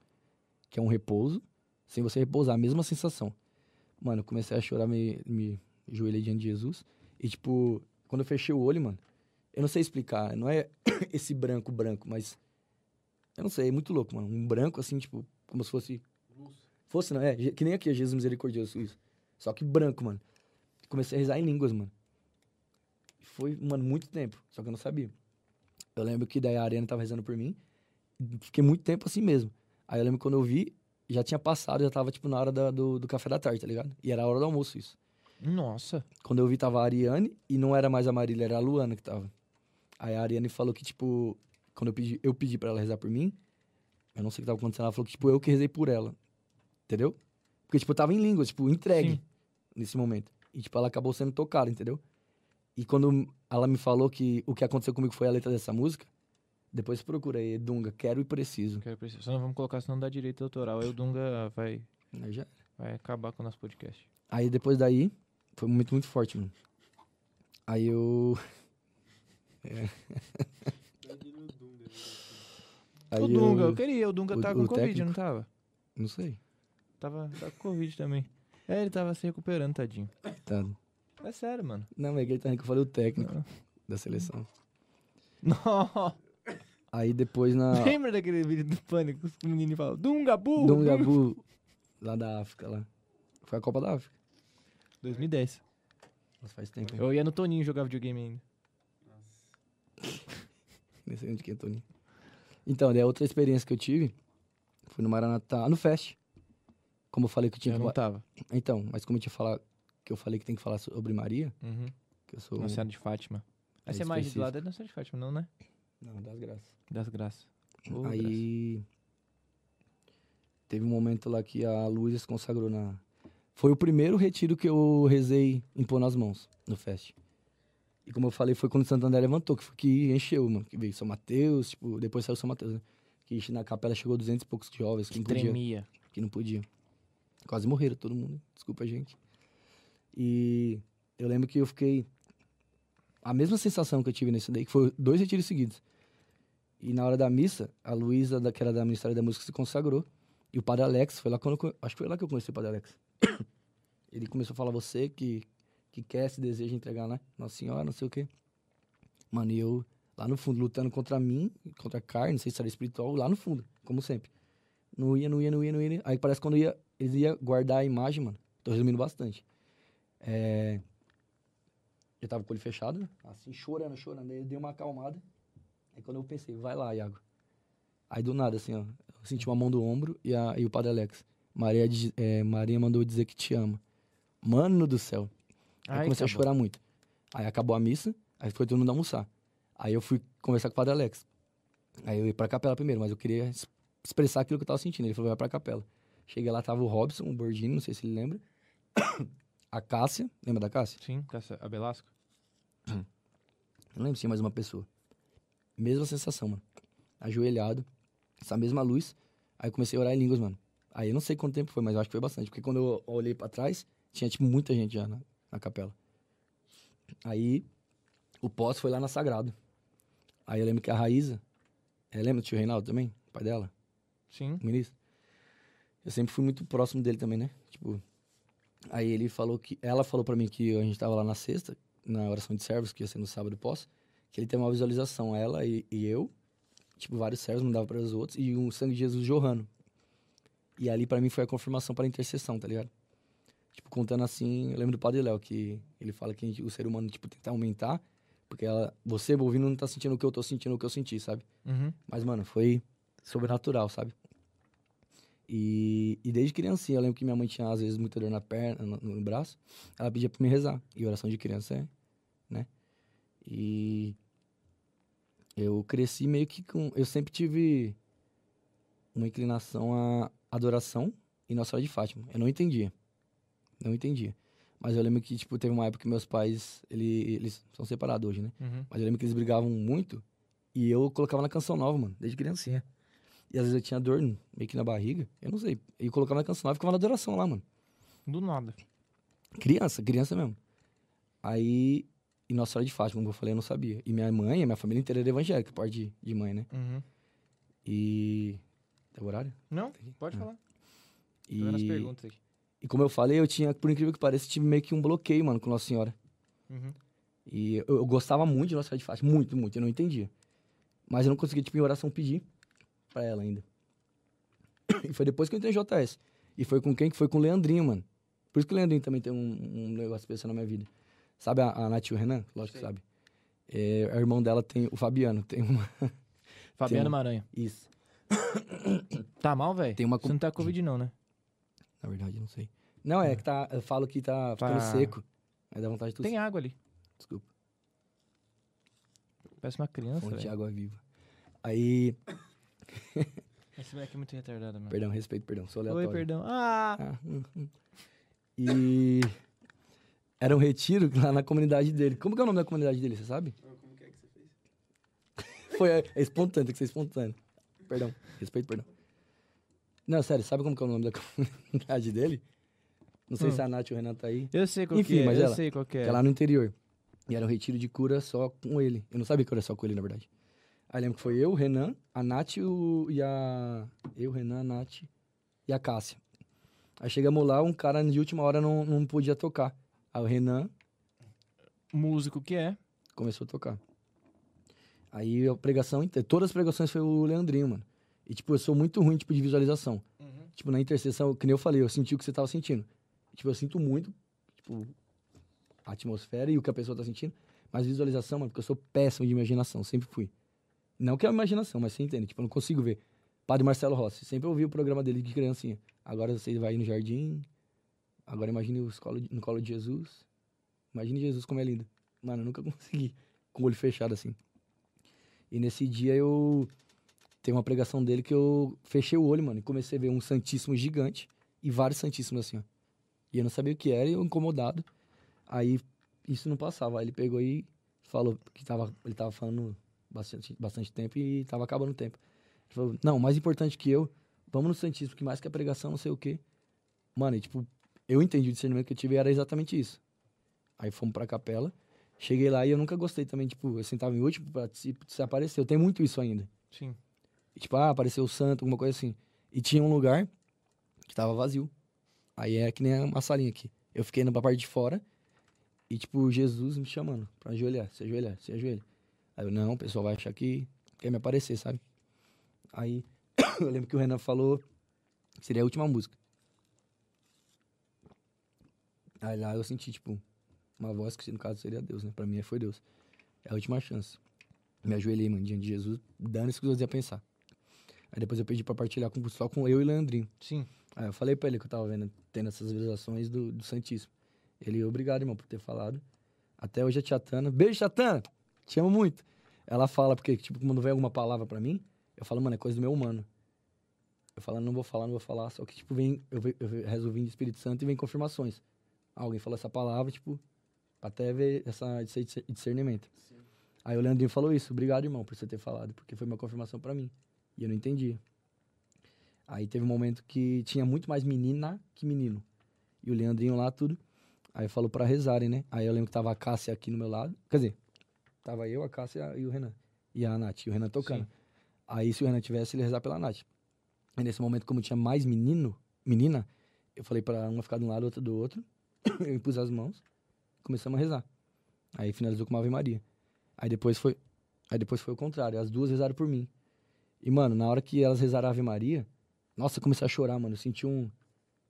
Speaker 3: Que é um repouso, sem você repousar, a mesma sensação. Mano, eu comecei a chorar, me, me joelhei diante de Jesus. E tipo, quando eu fechei o olho, mano, eu não sei explicar, não é esse branco, branco, mas. Eu não sei, é muito louco, mano. Um branco assim, tipo, como se fosse. Fosse, não, é, Je- que nem aqui, é Jesus misericordioso, isso. Só que branco, mano. Comecei a rezar em línguas, mano. Foi, mano, muito tempo, só que eu não sabia. Eu lembro que daí a Ariana tava rezando por mim. Fiquei muito tempo assim mesmo. Aí eu lembro que quando eu vi, já tinha passado, já tava, tipo, na hora da- do, do café da tarde, tá ligado? E era a hora do almoço isso.
Speaker 1: Nossa.
Speaker 3: Quando eu vi, tava a Ariane e não era mais a Marília, era a Luana que tava. Aí a Ariane falou que, tipo, quando eu pedi, eu pedi pra ela rezar por mim, eu não sei o que tava acontecendo, ela falou que, tipo, eu que rezei por ela. Entendeu? Porque, tipo, eu tava em língua, tipo, entregue
Speaker 1: Sim.
Speaker 3: nesse momento. E, tipo, ela acabou sendo tocada, entendeu? E quando ela me falou que o que aconteceu comigo foi a letra dessa música, depois procura aí, Dunga, quero e preciso.
Speaker 1: Quero precisar. Só não vamos colocar, senão dá direito autoral. Aí o Dunga vai,
Speaker 3: Aí já
Speaker 1: vai acabar com o nosso podcast.
Speaker 3: Aí depois daí, foi um momento muito forte, mano. Aí eu. É. Aí
Speaker 1: o Dunga, eu...
Speaker 3: eu...
Speaker 1: queria. O Dunga
Speaker 3: o-
Speaker 1: tava com
Speaker 3: o
Speaker 1: Covid,
Speaker 3: técnico?
Speaker 1: não tava?
Speaker 3: Não sei.
Speaker 1: Tava, tava com Covid também. É, ele tava se recuperando, tadinho.
Speaker 3: Tá.
Speaker 1: É sério, mano.
Speaker 3: Não, mas é que ele tá rindo que eu falei o técnico da seleção.
Speaker 1: Nossa.
Speaker 3: Aí depois na.
Speaker 1: Lembra daquele vídeo do Pânico que o menino fala Dunga, burro!
Speaker 3: Ah. Dunga Bu, lá da África, lá. Foi a Copa da África.
Speaker 1: 2010.
Speaker 3: Nossa, faz tempo, hein?
Speaker 1: Eu ia no Toninho jogar videogame ainda.
Speaker 3: Nem sei onde que é, Toninho. Então, daí a outra experiência que eu tive foi no Maranatá, no Fest. Como eu falei que eu tinha
Speaker 1: Eu
Speaker 3: que.
Speaker 1: não
Speaker 3: ba-
Speaker 1: tava.
Speaker 3: Então, mas como eu tinha falado que eu falei que tem que falar sobre Maria,
Speaker 1: Uhum.
Speaker 3: que eu sou.
Speaker 1: Na Senhora de Fátima.
Speaker 3: É
Speaker 1: Essa imagem do
Speaker 3: específico.
Speaker 1: lado é da Senhora de Fátima, não, né?
Speaker 3: Não, das graças.
Speaker 1: Das graças. Ô, graça.
Speaker 3: Aí. Teve um momento lá que a Luísa se consagrou na. Foi o primeiro retiro que eu rezei impondo as mãos no fest. E como eu falei, foi quando Santo André levantou, que, foi que encheu, mano. Que veio São Mateus, tipo, depois saiu São Mateus, né? Que enche- na capela chegou 200 e poucos jovens que,
Speaker 1: Que
Speaker 3: não podia,
Speaker 1: tremia.
Speaker 3: que não podia. Quase morreram todo mundo, desculpa gente. E eu lembro que eu fiquei. A mesma sensação que eu tive nesse daí, que foi dois retiros seguidos. E na hora da missa, a Luísa, da- que era da Ministério da Música, se consagrou. E o Padre Alex, foi lá quando eu, con- acho que foi lá que eu conheci o Padre Alex. Ele começou a falar, você que, que quer, se deseja entregar, né? Nossa Senhora, não sei o quê. Mano, e eu lá no fundo, lutando contra mim, contra a carne, não sei se era espiritual, lá no fundo, como sempre. Não ia, não ia, não ia, não ia. não ia. Aí parece que quando ia, eles iam guardar a imagem, mano. Tô resumindo bastante. É... Eu tava com o olho fechado, né? assim, chorando, chorando. Aí eu dei uma acalmada. Aí quando eu pensei, vai lá, Iago. Aí do nada, assim, ó, eu senti uma mão do ombro e, a- e o padre Alex. Maria, diz- é, Maria mandou dizer que te ama. Mano do céu. Aí eu
Speaker 5: Ai,
Speaker 3: comecei a
Speaker 5: acabou.
Speaker 3: chorar muito. Aí acabou a missa, aí foi todo mundo almoçar. Aí eu fui conversar com o padre Alex. Aí eu ia pra capela primeiro, mas eu queria es- expressar aquilo que eu tava sentindo. Ele falou, vai pra capela. Cheguei lá, tava o Robson, o Bordini, não sei se ele lembra. A Cássia, lembra da Cássia?
Speaker 5: Sim, com essa- a Belasco.
Speaker 3: Eu não lembro se tinha mais uma pessoa. Mesma sensação, mano. Ajoelhado, essa mesma luz. Aí eu comecei a orar em línguas, mano. Aí eu não sei quanto tempo foi, mas eu acho que foi bastante. Porque quando eu olhei pra trás, tinha, tipo, muita gente já na, na capela. Aí o pós foi lá na Sagrado. Aí eu lembro que a Raíza, é, lembra do tio Reinaldo também? O pai dela?
Speaker 5: Sim.
Speaker 1: Uhum.
Speaker 3: o ministro. Eu sempre fui muito próximo dele também, né? Tipo, aí ele falou que ela falou pra mim que a gente tava lá na sexta, na oração de servos, que ia ser no sábado pós, que ele tem uma visualização ela e, e eu, tipo, vários servos mandava para os outros e o sangue de Jesus jorrando. E ali pra mim foi a confirmação para intercessão, tá ligado? Tipo, contando assim, eu lembro do Padre Léo que ele fala que a gente- o ser humano tipo tentar aumentar, porque ela, você ouvindo não tá sentindo o que eu tô sentindo, o que eu senti, sabe?
Speaker 5: Uhum.
Speaker 3: Mas, mano, foi sobrenatural, sabe? E, e desde criancinha, eu lembro que minha mãe tinha, às vezes, muita dor na perna, no, no braço. Ela pedia pra me rezar. E oração de criança é, né? E eu cresci meio que com... Eu sempre tive uma inclinação à adoração e Nossa Senhora de Fátima. Eu não entendia. Não entendia. Mas eu lembro que, tipo, teve uma época que meus pais... Ele, eles são separados hoje, né?
Speaker 5: Uhum.
Speaker 3: Mas eu lembro que eles brigavam muito e eu colocava na canção nova, mano, desde criancinha. E às vezes eu tinha dor n- meio que na barriga, eu não sei. E eu colocava na canção nova e ficava na adoração lá, mano.
Speaker 5: Do nada.
Speaker 3: Criança, criança mesmo. Aí, e Nossa Senhora de Fátima, como eu falei, eu não sabia. E minha mãe, minha família inteira era evangélica, parte de, de mãe, né?
Speaker 5: Uhum.
Speaker 3: E. É o horário?
Speaker 5: Não, pode
Speaker 3: Ah.
Speaker 5: falar.
Speaker 3: E...
Speaker 5: Tô vendo as perguntas aqui.
Speaker 3: e como eu falei, eu tinha, por incrível que pareça, tive meio que um bloqueio, mano, com Nossa Senhora.
Speaker 5: Uhum.
Speaker 3: E eu, eu gostava muito de Nossa Senhora de Fátima, muito, muito. Eu não entendia. Mas eu não conseguia, tipo, em oração pedir pra ela ainda. E foi depois que eu entrei em JS. E foi com quem? Que foi com o Leandrinho, mano. Por isso que o Leandrinho também tem um, um negócio especial na minha vida. Sabe a, a Nath e o Renan? Lógico que sabe. É, o irmão dela tem o Fabiano. Tem uma...
Speaker 5: Fabiano
Speaker 3: um-
Speaker 5: Maranha.
Speaker 3: Isso.
Speaker 5: Tá mal, velho?
Speaker 3: Tem um uma
Speaker 5: Você não tá com Covid, não, né?
Speaker 3: Na verdade, eu não sei. Não, é que tá... Eu falo que tá ficando
Speaker 5: Tá.
Speaker 3: seco. Aí dá vontade de tossir.
Speaker 5: Tem água ali.
Speaker 3: Desculpa.
Speaker 5: Parece uma criança,
Speaker 3: Fonte de
Speaker 5: velho.
Speaker 3: água viva. Aí...
Speaker 5: Esse moleque é muito retardado, mano.
Speaker 3: Perdão, respeito, perdão. Sou aleatório.
Speaker 5: Oi, perdão. Ah!
Speaker 3: Ah, hum, hum. E era um retiro lá na comunidade dele. Como que é o nome da comunidade dele, você sabe?
Speaker 2: Como que é que você fez?
Speaker 3: Foi é, é espontâneo, tem que ser espontâneo. Perdão, respeito, perdão. Não, sério, sabe como que é o nome da comunidade dele? Não sei
Speaker 5: Hum.
Speaker 3: se a Nath e o Renan tá aí.
Speaker 5: Eu sei qual
Speaker 3: Enfim,
Speaker 5: que é,
Speaker 3: mas
Speaker 5: eu
Speaker 3: ela-
Speaker 5: sei qual que é.
Speaker 3: Que é lá no interior. E era um retiro de cura só com ele. Eu não sabia que era só com ele, na verdade. Aí lembro que foi eu, o Renan, a Nath e o- e a. Eu, o Renan, a Nath e a Cássia. Aí chegamos lá, um cara de última hora não, não podia tocar. Aí o Renan
Speaker 5: Músico que é.
Speaker 3: começou a tocar. Aí a pregação inteira, todas as pregações foi o Leandrinho, mano. E tipo, eu sou muito ruim tipo de visualização. Tipo, na intercessão, que nem eu falei, eu senti o que você tava sentindo. Tipo, eu sinto muito, tipo, a atmosfera e o que a pessoa tá sentindo, mas visualização, mano, porque eu sou péssimo de imaginação, sempre fui. Não que é imaginação, mas você entende, tipo, eu não consigo ver. Padre Marcelo Rossi, sempre ouvi o programa dele de criancinha. Agora você vai no jardim, agora imagine os colo, no colo de Jesus. Imagine Jesus como é lindo. Mano, eu nunca consegui, com o olho fechado assim. E nesse dia eu tem uma pregação dele que eu fechei o olho, mano, e comecei a ver um Santíssimo gigante e vários Santíssimos assim, ó. E eu não sabia o que era, e eu incomodado. Aí isso não passava. Aí ele pegou e falou que tava, ele tava falando bastante, bastante tempo e tava acabando o tempo. Ele falou, não, mais importante que eu, vamos no Santíssimo, que mais que a pregação, não sei o quê. Mano, e tipo, eu entendi o discernimento que eu tive era exatamente isso. Aí fomos pra capela, cheguei lá e eu nunca gostei também, tipo, eu sentava em último pra se, se aparecer. Eu tenho muito isso ainda.
Speaker 5: Sim.
Speaker 3: E, tipo, ah, apareceu o santo, alguma coisa assim. E tinha um lugar que tava vazio. Aí era que nem uma salinha aqui. Eu fiquei na parte de fora e, tipo, Jesus me chamando pra ajoelhar, se ajoelhar, se ajoelha. Aí eu, não, o pessoal vai achar que quer me aparecer, sabe? Aí eu lembro que o Renan falou que seria a última música. Aí lá eu senti, tipo, uma voz que no caso seria Deus, né? Pra mim foi Deus. É a última chance. Me ajoelhei, mano, diante de Jesus, dando isso que eu ia pensar. Aí depois eu pedi pra partilhar com, só com eu e Leandrinho.
Speaker 5: Sim.
Speaker 3: Aí eu falei pra ele que eu tava vendo, tendo essas visualizações do, do Santíssimo. Ele, obrigado, irmão, por ter falado. Até hoje a Tia Tana. Beijo, Tia Tana! Te amo muito. Ela fala, porque, tipo, quando vem alguma palavra pra mim, eu falo, mano, é coisa do meu humano. Eu falo, não vou falar, não vou falar. Só que, tipo, vem, eu, ve- eu ve- resolvi de Espírito Santo e vem confirmações. Alguém falou essa palavra, tipo, até ver essa, esse dis- discernimento. Aí o Leandrinho falou isso, obrigado, irmão, por você ter falado, porque foi uma confirmação pra mim. E eu não entendia. Aí teve um momento que tinha muito mais menina que menino. E o Leandrinho lá, tudo. Aí falou pra rezarem, né? Aí eu lembro que tava a Cássia aqui no meu lado. Quer dizer, tava eu, a Cássia e o Renan. E a Nath, e o Renan tocando. Aí se o Renan tivesse, ele ia rezar pela Nath. Aí nesse momento, como tinha mais menino, menina, eu falei pra uma ficar de um lado, outra do outro. eu impus as mãos, começamos a rezar. Aí finalizou com uma Ave Maria. Aí depois foi, aí depois foi o contrário, as duas rezaram por mim. E mano, na hora que elas rezaram a Ave Maria, nossa, eu comecei a chorar, mano, eu senti um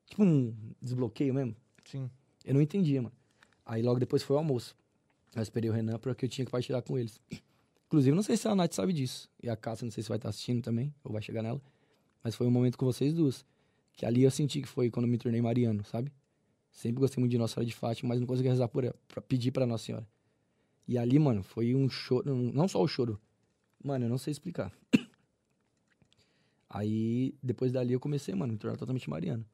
Speaker 3: tipo um desbloqueio mesmo.
Speaker 5: Sim.
Speaker 3: Eu não entendia, mano. Aí logo depois foi o almoço. Eu esperei o Renan porque eu tinha que partilhar com eles. Inclusive, não sei se a Nath sabe disso. E a Cássia, não sei se vai estar assistindo também, ou vai chegar nela. Mas foi um momento com vocês duas. Que ali eu senti que foi quando eu me tornei mariano, sabe? Sempre gostei muito de Nossa Senhora de Fátima, mas não conseguia rezar por ela, pra pedir pra Nossa Senhora. E ali, mano, foi um choro. Não só o choro. Mano, eu não sei explicar. Aí, depois dali, eu comecei, mano, a me tornar totalmente mariano.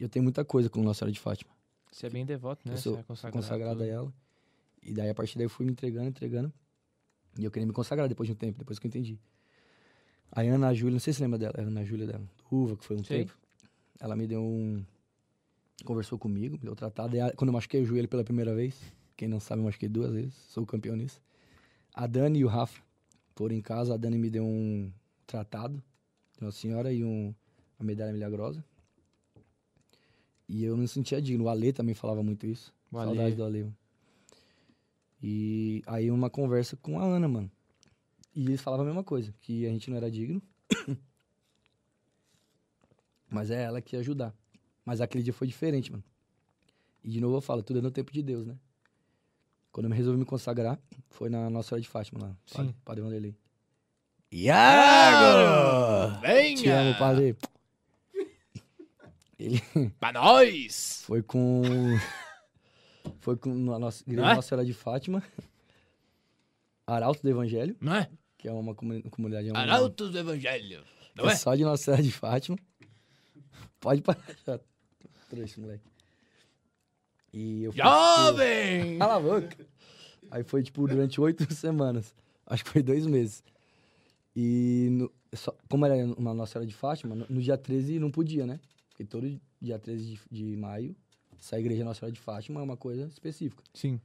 Speaker 3: E eu tenho muita coisa com Nossa Senhora de Fátima
Speaker 5: Você é bem devoto, né?
Speaker 3: Eu sou
Speaker 5: Você é consagrado.
Speaker 3: consagrado a ela. E daí, a partir daí, eu fui me entregando, entregando. E eu queria me consagrar depois de um tempo, depois que eu entendi. A Ana Júlia, não sei se você lembra dela, a Ana Júlia dela, Uva, que foi um
Speaker 5: Sei.
Speaker 3: tempo. Ela me deu um. Conversou comigo, me deu tratado. E a- quando eu machuquei o joelho pela primeira vez, quem não sabe, eu machuquei duas vezes, sou campeão nisso. A Dani e o Rafa foram em casa, a Dani me deu um tratado de uma senhora e um, uma medalha milagrosa. E eu não sentia digno. O Ale também falava muito isso.
Speaker 5: O Ale.
Speaker 3: Saudade do Ale. mano. E aí uma conversa com a Ana, mano. E eles falavam a mesma coisa, que a gente não era digno. Mas é ela que ia ajudar. Mas aquele dia foi diferente, mano. E de novo eu falo, tudo é no tempo de Deus, né? Quando eu me resolvi me consagrar, foi na Nossa Senhora de Fátima, lá. Padre, padre Vanderlei.
Speaker 5: Iago!
Speaker 3: Te amo,
Speaker 5: Venha!
Speaker 3: padre.
Speaker 5: Pra nós!
Speaker 3: Foi com. Foi com a nossa igreja
Speaker 5: Ah?
Speaker 3: Nossa Senhora de Fátima. Arauto do Evangelho,
Speaker 5: Não é?
Speaker 3: que é uma comuni- comunidade. é uma-
Speaker 5: Arautos do Evangelho. Não
Speaker 3: é
Speaker 5: é?
Speaker 3: só de Nossa Senhora de Fátima. Pode parar já. Trouxe, moleque. E eu fui-
Speaker 5: Jovem!
Speaker 3: Cala a boca. Aí foi, tipo, durante oito semanas. Acho que foi dois meses. E no- só- como era uma Nossa Senhora de Fátima, no, no dia 13 não podia, né? Porque todo dia 13 de, de maio, essa igreja Nossa Senhora de Fátima é uma coisa específica.
Speaker 5: Sim.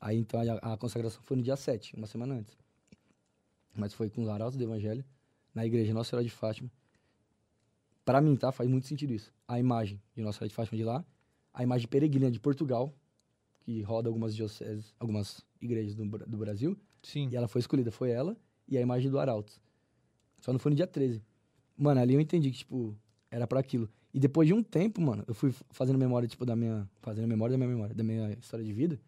Speaker 3: Aí então a, a consagração foi no dia 7, uma semana antes. Mas foi com os arautos do Evangelho, na igreja Nossa Senhora de Fátima. Pra mim, tá? Faz muito sentido isso. A imagem de Nossa Senhora de Fátima de lá, a imagem peregrina de Portugal, que roda algumas dioceses, algumas igrejas do, Bra- do Brasil,
Speaker 5: Sim.
Speaker 3: e ela foi escolhida, foi ela e a imagem do Arautos. Só não foi no dia 13. Mano, ali eu entendi que, tipo, era pra aquilo. E depois de um tempo, mano, eu fui fazendo memória, tipo, da minha. Fazendo memória da minha memória, da minha história de vida.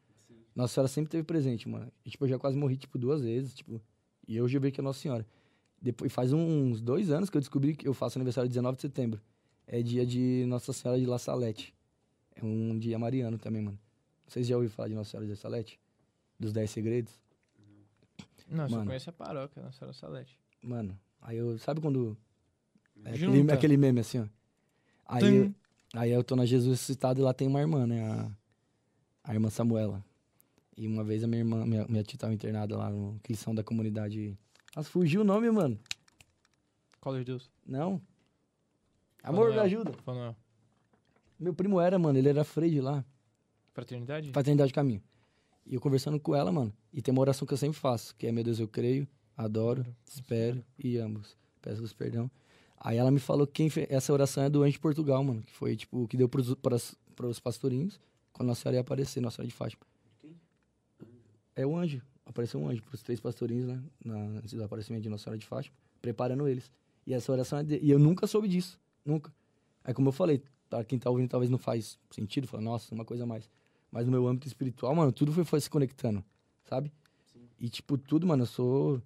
Speaker 3: Nossa Senhora sempre teve presente, mano. E, tipo, eu já quase morri, tipo, duas vezes, tipo. E hoje eu vejo que é Nossa Senhora. Depois, faz uns dois anos que eu descobri que eu faço aniversário 19 de setembro. É dia de Nossa Senhora de La Salete. É um dia mariano também, mano. Vocês já ouviram falar de Nossa Senhora de La Salete? Dos Dez Segredos?
Speaker 5: Não, eu só
Speaker 3: Mano.
Speaker 5: conheço a paróquia,
Speaker 1: né?
Speaker 5: Nossa Senhora Salete.
Speaker 3: Mano, aí eu. Sabe quando. É aquele,
Speaker 5: Junta.
Speaker 3: aquele meme assim, ó. Aí,
Speaker 5: Tum.
Speaker 3: eu- aí eu tô na Jesus ressuscitado e lá tem uma irmã, né? A, a irmã Samuela. E uma vez a minha irmã, minha, minha tia tava internada lá no que eles são da comunidade. Nossa, fugiu o nome, mano.
Speaker 5: Cola de Deus.
Speaker 3: Não. Amor, me
Speaker 5: Noel.
Speaker 3: ajuda.
Speaker 5: Fala, Noel.
Speaker 3: Meu primo era, mano, ele era freio de lá.
Speaker 5: Fraternidade?
Speaker 3: Fraternidade de Caminho. E eu conversando com ela, mano. E tem uma oração que eu sempre faço, que é meu Deus, eu creio, adoro, espero e ambos. Peço-vos perdão. Aí ela me falou que quem fe- essa oração é do anjo de Portugal, mano. Que foi, tipo, o que deu pros, pras, pros pastorinhos quando Nossa Senhora ia aparecer, Nossa Senhora de Fátima. É o anjo. Apareceu um anjo pros três pastorinhos, né? Na, antes do aparecimento de Nossa Senhora de Fátima, preparando eles. E essa oração é de, E eu nunca soube disso. Nunca. Aí, como eu falei, pra quem tá ouvindo talvez não faz sentido, fala, nossa, uma coisa a mais. Mas no meu âmbito espiritual, mano, tudo foi, foi se conectando, sabe? E, tipo, tudo, mano, eu sou.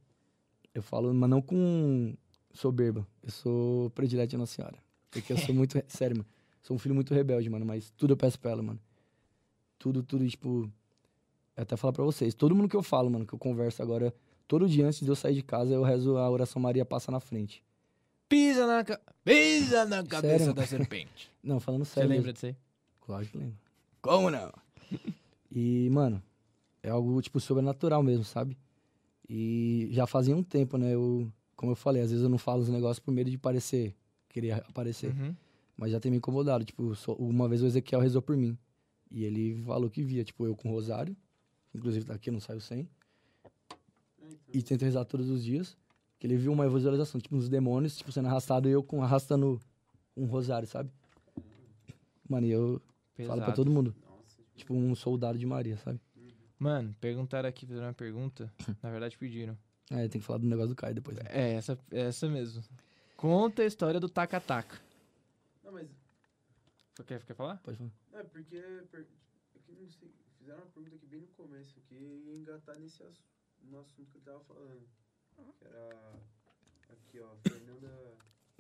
Speaker 3: Eu falo, mas não com. soberba. Eu sou predileto de Nossa Senhora. Porque eu sou muito. re- Sério, mano. Sou um filho muito rebelde, mano. Mas tudo eu peço pra ela, mano. Tudo, tudo, tipo. Eu até falar pra vocês. Todo mundo que eu falo, mano, que eu converso agora, todo dia antes de eu sair de casa, eu rezo a oração Maria passa na frente.
Speaker 1: Pisa na, ca- Pisa na cabeça
Speaker 3: Sério?
Speaker 1: da serpente.
Speaker 3: Não, falando
Speaker 1: Você
Speaker 3: sério. mesmo.
Speaker 1: lembra disso aí?
Speaker 3: Claro que lembro. Como não? E, mano, é algo, tipo, sobrenatural mesmo, sabe? E já fazia um tempo, né? Eu, como eu falei, às vezes eu não falo os negócios por medo de parecer, querer aparecer.
Speaker 1: Uhum.
Speaker 3: Mas já tem me incomodado. Tipo, só- uma vez o Ezequiel rezou por mim. E ele falou que via, tipo, eu com o Rosário. Inclusive, daqui eu não saio sem. E tento rezar todos os dias. Que ele viu uma visualização, tipo, uns demônios, tipo, sendo arrastado e eu com, arrastando um Rosário, sabe? Mano, e eu falo pra
Speaker 1: Pesado.
Speaker 3: todo mundo. Tipo, um soldado de Maria, sabe?
Speaker 1: Mano, perguntaram aqui, fizeram uma pergunta. Na verdade, pediram.
Speaker 3: É, tem que falar do negócio do Caio depois. né?
Speaker 1: É, essa, é essa mesmo. Conta a história do taca-taca.
Speaker 2: Não, mas
Speaker 1: Você quer, quer falar?
Speaker 3: Pode falar.
Speaker 2: é porque. per- é que não sei, fizeram uma pergunta aqui bem no começo, que ia engatar nesse assu- no assunto que ele tava falando. Que era. Aqui, ó, Fernanda.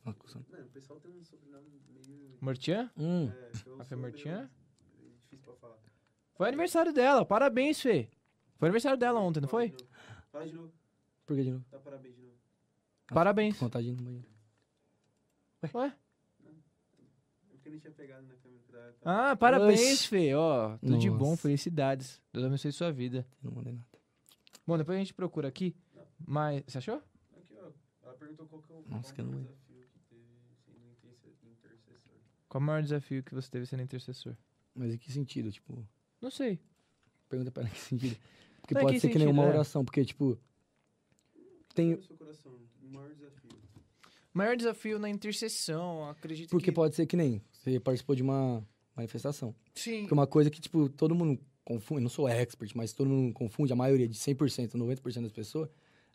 Speaker 3: Ah, com sono.
Speaker 2: Mano, o pessoal tem um sobrenome meio.
Speaker 1: Mortian?
Speaker 3: Hum,
Speaker 2: É, que eu
Speaker 1: A
Speaker 2: sou meio-
Speaker 1: Femertinha?
Speaker 2: é Difícil pra falar.
Speaker 1: Foi aniversário dela, parabéns, Fê. Foi aniversário dela ontem, não
Speaker 2: Fala
Speaker 1: foi?
Speaker 2: de novo. Fala de novo,
Speaker 3: por que de novo?
Speaker 2: dá parabéns de novo.
Speaker 1: Parabéns.
Speaker 3: Contagem no banheiro.
Speaker 1: Ué?
Speaker 2: É porque eu não tinha pegado na câmera que tava. tá?
Speaker 1: Ah, parabéns,
Speaker 3: Oxi.
Speaker 1: Fê. Ó, tudo de bom,
Speaker 3: Nossa.
Speaker 1: felicidades. Deus abençoe sua vida.
Speaker 3: Não mandei nada.
Speaker 1: Bom, depois a gente procura aqui. Mas. Você achou?
Speaker 2: Aqui, ó. Ela perguntou qual que é o
Speaker 3: Nossa,
Speaker 2: qual
Speaker 3: que eu não
Speaker 2: foi o
Speaker 3: lembro.
Speaker 2: desafio que teve sendo interce- intercessor.
Speaker 1: Qual o maior desafio que você teve sendo intercessor?
Speaker 3: Mas em que sentido? Tipo,
Speaker 1: Não sei.
Speaker 3: pergunta pra ela em que sentido. Porque
Speaker 1: Não, em
Speaker 3: pode
Speaker 1: que
Speaker 3: ser que
Speaker 1: sentido,
Speaker 3: nenhuma
Speaker 1: é?
Speaker 3: oração, porque, tipo. Tem.
Speaker 2: No seu coração, o maior desafio.
Speaker 1: Maior desafio na intercessão, acredito
Speaker 3: Porque
Speaker 1: que.
Speaker 3: pode ser que nem. Você participou de uma manifestação.
Speaker 1: Sim.
Speaker 3: Porque uma coisa que, tipo, todo mundo confunde. eu Não sou expert, mas todo mundo confunde. A maioria, de 100%, 90% das pessoas,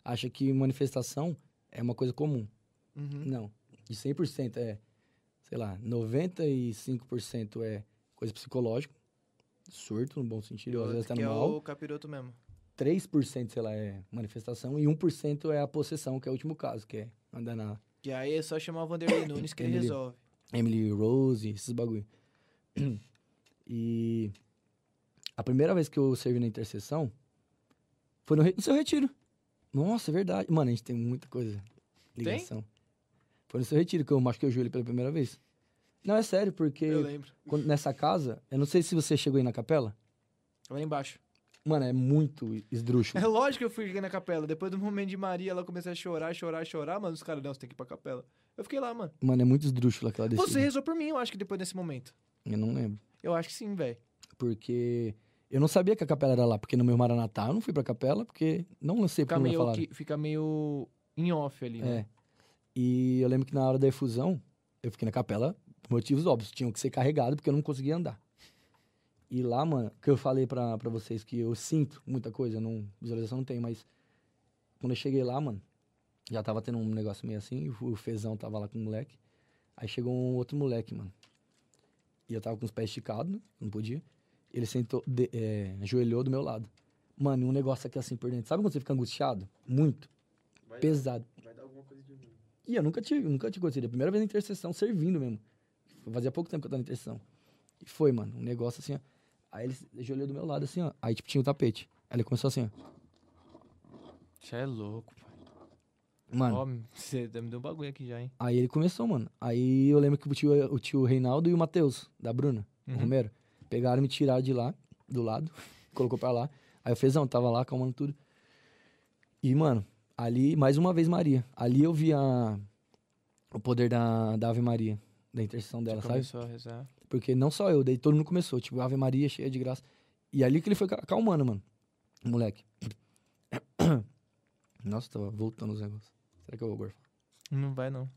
Speaker 3: acha que manifestação é uma coisa comum.
Speaker 1: Uhum.
Speaker 3: Não. De 100% é, sei lá, 95% é coisa psicológica, surto, no bom sentido,
Speaker 1: é
Speaker 3: ou às vezes tá no mal.
Speaker 1: capiroto mesmo.
Speaker 3: 3%, sei lá, é manifestação e 1% é a possessão, que é o último caso, que é andar na
Speaker 1: E aí é só chamar o Vanderlei Nunes
Speaker 3: que ele Emily.
Speaker 1: resolve.
Speaker 3: Emily Rose, esses bagulho. E a primeira vez que eu servi na intercessão foi no, re- no seu retiro. Nossa, é verdade. Mano, a gente tem muita coisa. Ligação. Foi no seu retiro que eu machuquei o joelho pela primeira vez. Não, é sério, porque
Speaker 1: Eu lembro.
Speaker 3: quando- nessa casa, eu não sei se você chegou aí na capela.
Speaker 1: Lá embaixo.
Speaker 3: Mano, é muito esdrúxulo.
Speaker 1: É lógico que eu fui na capela. Depois do momento de Maria, ela começou a chorar, chorar, chorar. Mano, os caras, não, você tem que ir pra capela. Eu fiquei lá, mano.
Speaker 3: Mano, é muito esdrúxulo aquela descida.
Speaker 1: Você rezou por mim, eu acho que depois desse momento.
Speaker 3: Eu não lembro.
Speaker 1: Eu acho que sim, velho.
Speaker 3: Porque eu não sabia que a capela era lá, porque no meu Maranatá eu não fui pra capela, porque não lancei
Speaker 1: Fica
Speaker 3: porque não me
Speaker 1: meio,
Speaker 3: falaram.
Speaker 1: aqui- fica meio em off ali, né?
Speaker 3: É. E eu lembro que na hora da efusão, eu fiquei na capela por motivos óbvios. Tinham que ser carregado porque eu não conseguia andar. E lá, mano, que eu falei pra, pra vocês que eu sinto muita coisa, eu não, visualização não tem, mas quando eu cheguei lá, mano, já tava tendo um negócio meio assim, o- o Fezão tava lá com o moleque. Aí chegou um outro moleque, mano. E eu tava com os pés esticados, né? Não podia. Ele sentou, de, é, ajoelhou do meu lado. Mano, e um negócio aqui assim por dentro. Sabe quando você fica angustiado? Muito.
Speaker 2: Vai,
Speaker 1: né?
Speaker 3: Pesado.
Speaker 2: vai dar alguma coisa de ruim.
Speaker 3: E eu nunca tive, nunca tinha acontecido. A primeira vez na intercessão, servindo mesmo. Fazia pouco tempo que eu tava na intercessão. E foi, mano, um negócio assim, ó. Aí ele se- ajoelhou do meu lado, assim, ó. Aí, tipo, tinha o tapete. Aí ele começou assim, ó.
Speaker 1: Já é louco, pai.
Speaker 3: Mano,
Speaker 1: Ó, você me deu um bagulho aqui já, hein?
Speaker 3: aí ele começou, mano. Aí eu lembro que o tio, o tio Reinaldo e o Matheus, da Bruna,
Speaker 1: Uhum.
Speaker 3: o Romero, pegaram e me tiraram de lá, do lado. colocou pra lá. Aí o Fezão tava lá, calmando tudo. E, mano, ali, mais uma vez Maria. Ali eu vi a, o poder da, da Ave Maria, da intercessão dela,
Speaker 1: Você
Speaker 3: sabe?
Speaker 1: começou a rezar.
Speaker 3: Porque não só eu, daí todo mundo começou, tipo, Ave Maria, cheia de graça. E ali que ele foi ca- acalmando, mano. O moleque. Nossa, tava voltando os negócios. Será que eu vou gorfar?
Speaker 1: Não vai, não.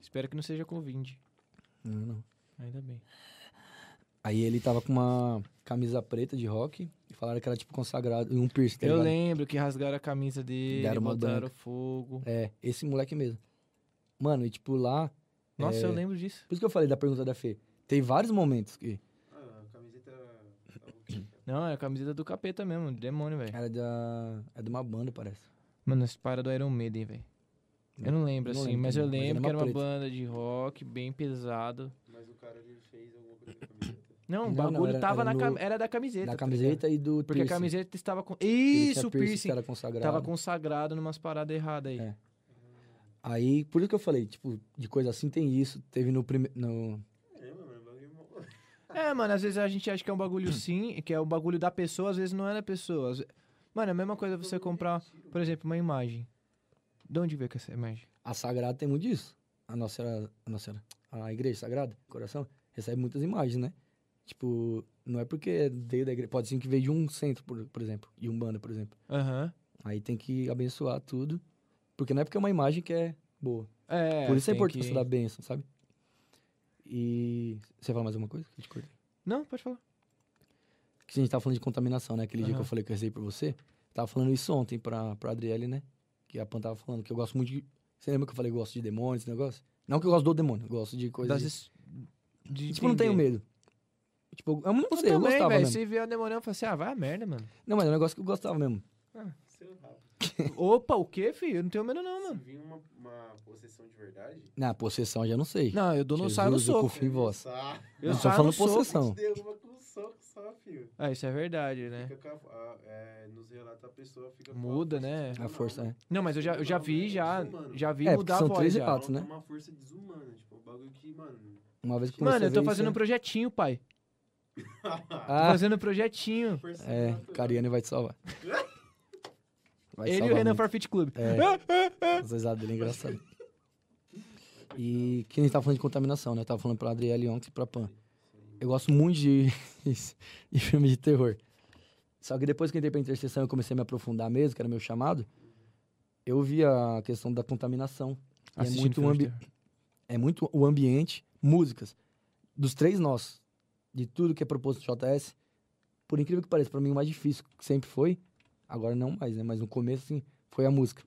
Speaker 1: Espero que não seja Covid.
Speaker 3: Não, não.
Speaker 1: Ainda bem.
Speaker 3: Tá Aí ele tava com uma camisa preta de rock e falaram que era tipo consagrado, e um piercing, tá
Speaker 1: eu
Speaker 3: ligado?
Speaker 1: lembro que rasgaram a camisa dele,
Speaker 3: Deram uma
Speaker 1: botaram
Speaker 3: banca.
Speaker 1: fogo.
Speaker 3: É, esse moleque mesmo. Mano, e tipo lá,
Speaker 1: Nossa,
Speaker 3: É.
Speaker 1: eu lembro disso.
Speaker 3: por isso que eu falei da pergunta da Fê. Tem vários momentos que
Speaker 2: Ah, a camiseta. tava ok, cara.
Speaker 1: Não, é a camiseta do capeta mesmo, do demônio, velho.
Speaker 3: era da é de uma banda, parece.
Speaker 1: Mano, essa parada do Iron Maiden, velho. Eu não lembro,
Speaker 3: Não
Speaker 1: assim,
Speaker 3: lembro
Speaker 1: mas eu
Speaker 3: também, mas
Speaker 1: lembro
Speaker 3: era uma
Speaker 1: que era uma
Speaker 3: preta.
Speaker 1: banda de rock bem pesado.
Speaker 2: Mas o cara ele fez alguma coisa com a camiseta.
Speaker 1: Não, o
Speaker 3: Não,
Speaker 1: bagulho
Speaker 3: não, era-
Speaker 1: tava
Speaker 3: era
Speaker 1: na
Speaker 3: no-
Speaker 1: cam- era da camiseta.
Speaker 3: Da
Speaker 1: tá ligado?
Speaker 3: camiseta e do
Speaker 1: Porque
Speaker 3: piercing. é
Speaker 1: a camiseta estava com.
Speaker 3: Piercing,
Speaker 1: Isso, o
Speaker 3: piercing,
Speaker 1: piercing.
Speaker 3: Era consagrado.
Speaker 1: Tava consagrado numas paradas erradas aí.
Speaker 3: É. Aí, por isso que eu falei, tipo, de coisa assim tem isso. Teve no primeiro. No...
Speaker 2: É, mano, o bagulho mó-
Speaker 1: É, mano, às vezes a gente acha que é um bagulho sim, que é um bagulho da pessoa, às vezes não é da pessoa. Às ve- Mano, é a mesma coisa você comprar, por exemplo, uma imagem. De onde veio que essa imagem?
Speaker 3: A Sagrada tem muito disso. A nossa Senhora- a nossa Senhora- a igreja sagrada, coração, recebe muitas imagens, né? Tipo, não é porque veio da igreja. Pode ser que veio de um centro, por, por exemplo, de um banda, por exemplo.
Speaker 1: Aham.
Speaker 3: Aí tem que abençoar tudo. Porque não é porque é uma imagem que é boa.
Speaker 1: É.
Speaker 3: por isso é a
Speaker 1: tem
Speaker 3: importância
Speaker 1: que-
Speaker 3: da bênção, sabe? E. Você fala mais alguma coisa? Que eu te cortei.
Speaker 1: Não, pode falar.
Speaker 3: que a gente tava falando de contaminação, né? Aquele dia que eu
Speaker 1: Aham.
Speaker 3: falei que eu rezei por você. Tava falando isso ontem pra, pra Adriele, né? Que a Pan tava falando que eu gosto muito de. Você lembra que eu falei que eu gosto de demônios, esse negócio? Não que eu gosto do demônio, eu gosto de
Speaker 1: Das
Speaker 3: coisas. De...
Speaker 1: es- de
Speaker 3: Tipo, eu não tenho
Speaker 1: entender.
Speaker 3: medo. Tipo, eu não
Speaker 1: Eu
Speaker 3: sei, eu
Speaker 1: também,
Speaker 3: gostava
Speaker 1: velho.
Speaker 3: mesmo.
Speaker 1: Se vier o demônio, eu falo assim, ah, vai a merda, mano.
Speaker 3: Não, mas é um negócio que eu gostava mesmo.
Speaker 2: Seu rabo.
Speaker 1: Opa, o quê, filho? Eu não tenho medo, não,
Speaker 2: Se
Speaker 1: mano.
Speaker 2: vir uma, uma possessão de verdade.
Speaker 3: Na possessão eu já não sei.
Speaker 1: Não, eu dou no saio no
Speaker 3: Jesus, eu
Speaker 1: soco.
Speaker 3: confio em vós.
Speaker 2: Sá.
Speaker 1: Eu
Speaker 3: Não, tô
Speaker 1: saio no
Speaker 3: falando
Speaker 1: soco.
Speaker 3: possessão.
Speaker 2: Te deu uma com soco só, filho.
Speaker 1: Ah, isso é verdade, né?
Speaker 2: Fica com a- a- é, nos relatos a pessoa fica com a
Speaker 1: Muda,
Speaker 2: força
Speaker 1: né?
Speaker 2: desumana.
Speaker 3: A força, é.
Speaker 1: Não, mas eu já, eu já vi, já, já vi
Speaker 3: É, porque
Speaker 1: mudar a
Speaker 3: são
Speaker 1: voz
Speaker 3: três e
Speaker 1: já.
Speaker 3: quatro. Fato,
Speaker 2: É
Speaker 3: né?
Speaker 2: uma força desumana, tipo, um bagulho que, mano.
Speaker 3: Uma vez que comecei
Speaker 1: Mano,
Speaker 3: a
Speaker 1: eu tô
Speaker 3: ver
Speaker 1: fazendo um
Speaker 3: isso, né?
Speaker 1: projetinho, pai.
Speaker 3: eu-
Speaker 2: ah,
Speaker 1: Tô
Speaker 3: Ah,
Speaker 1: fazendo um projetinho.
Speaker 2: força
Speaker 3: é,
Speaker 2: natural.
Speaker 3: Cariane vai te salvar.
Speaker 1: Ele
Speaker 3: Vai te
Speaker 1: e o
Speaker 3: salvar
Speaker 1: Renan Ah!
Speaker 3: muito.
Speaker 1: Forfeit Club.
Speaker 3: As risadas dele é engraçado. E que a gente tava falando de contaminação, né? Eu tava falando pra Adriele ontem e pra Pan. Eu gosto muito de, de filme de terror. Só que depois que eu entrei pra intercessão e eu comecei a me aprofundar mesmo, que era meu chamado, eu vi a questão da contaminação. E é
Speaker 1: Assistindo
Speaker 3: muito, o
Speaker 1: filme de
Speaker 3: ambi- é muito o ambiente, músicas. Dos três nós, de tudo que é proposto no JS, por incrível que pareça, pra mim o mais difícil que sempre foi, agora não mais, né? Mas no começo, assim, foi a música.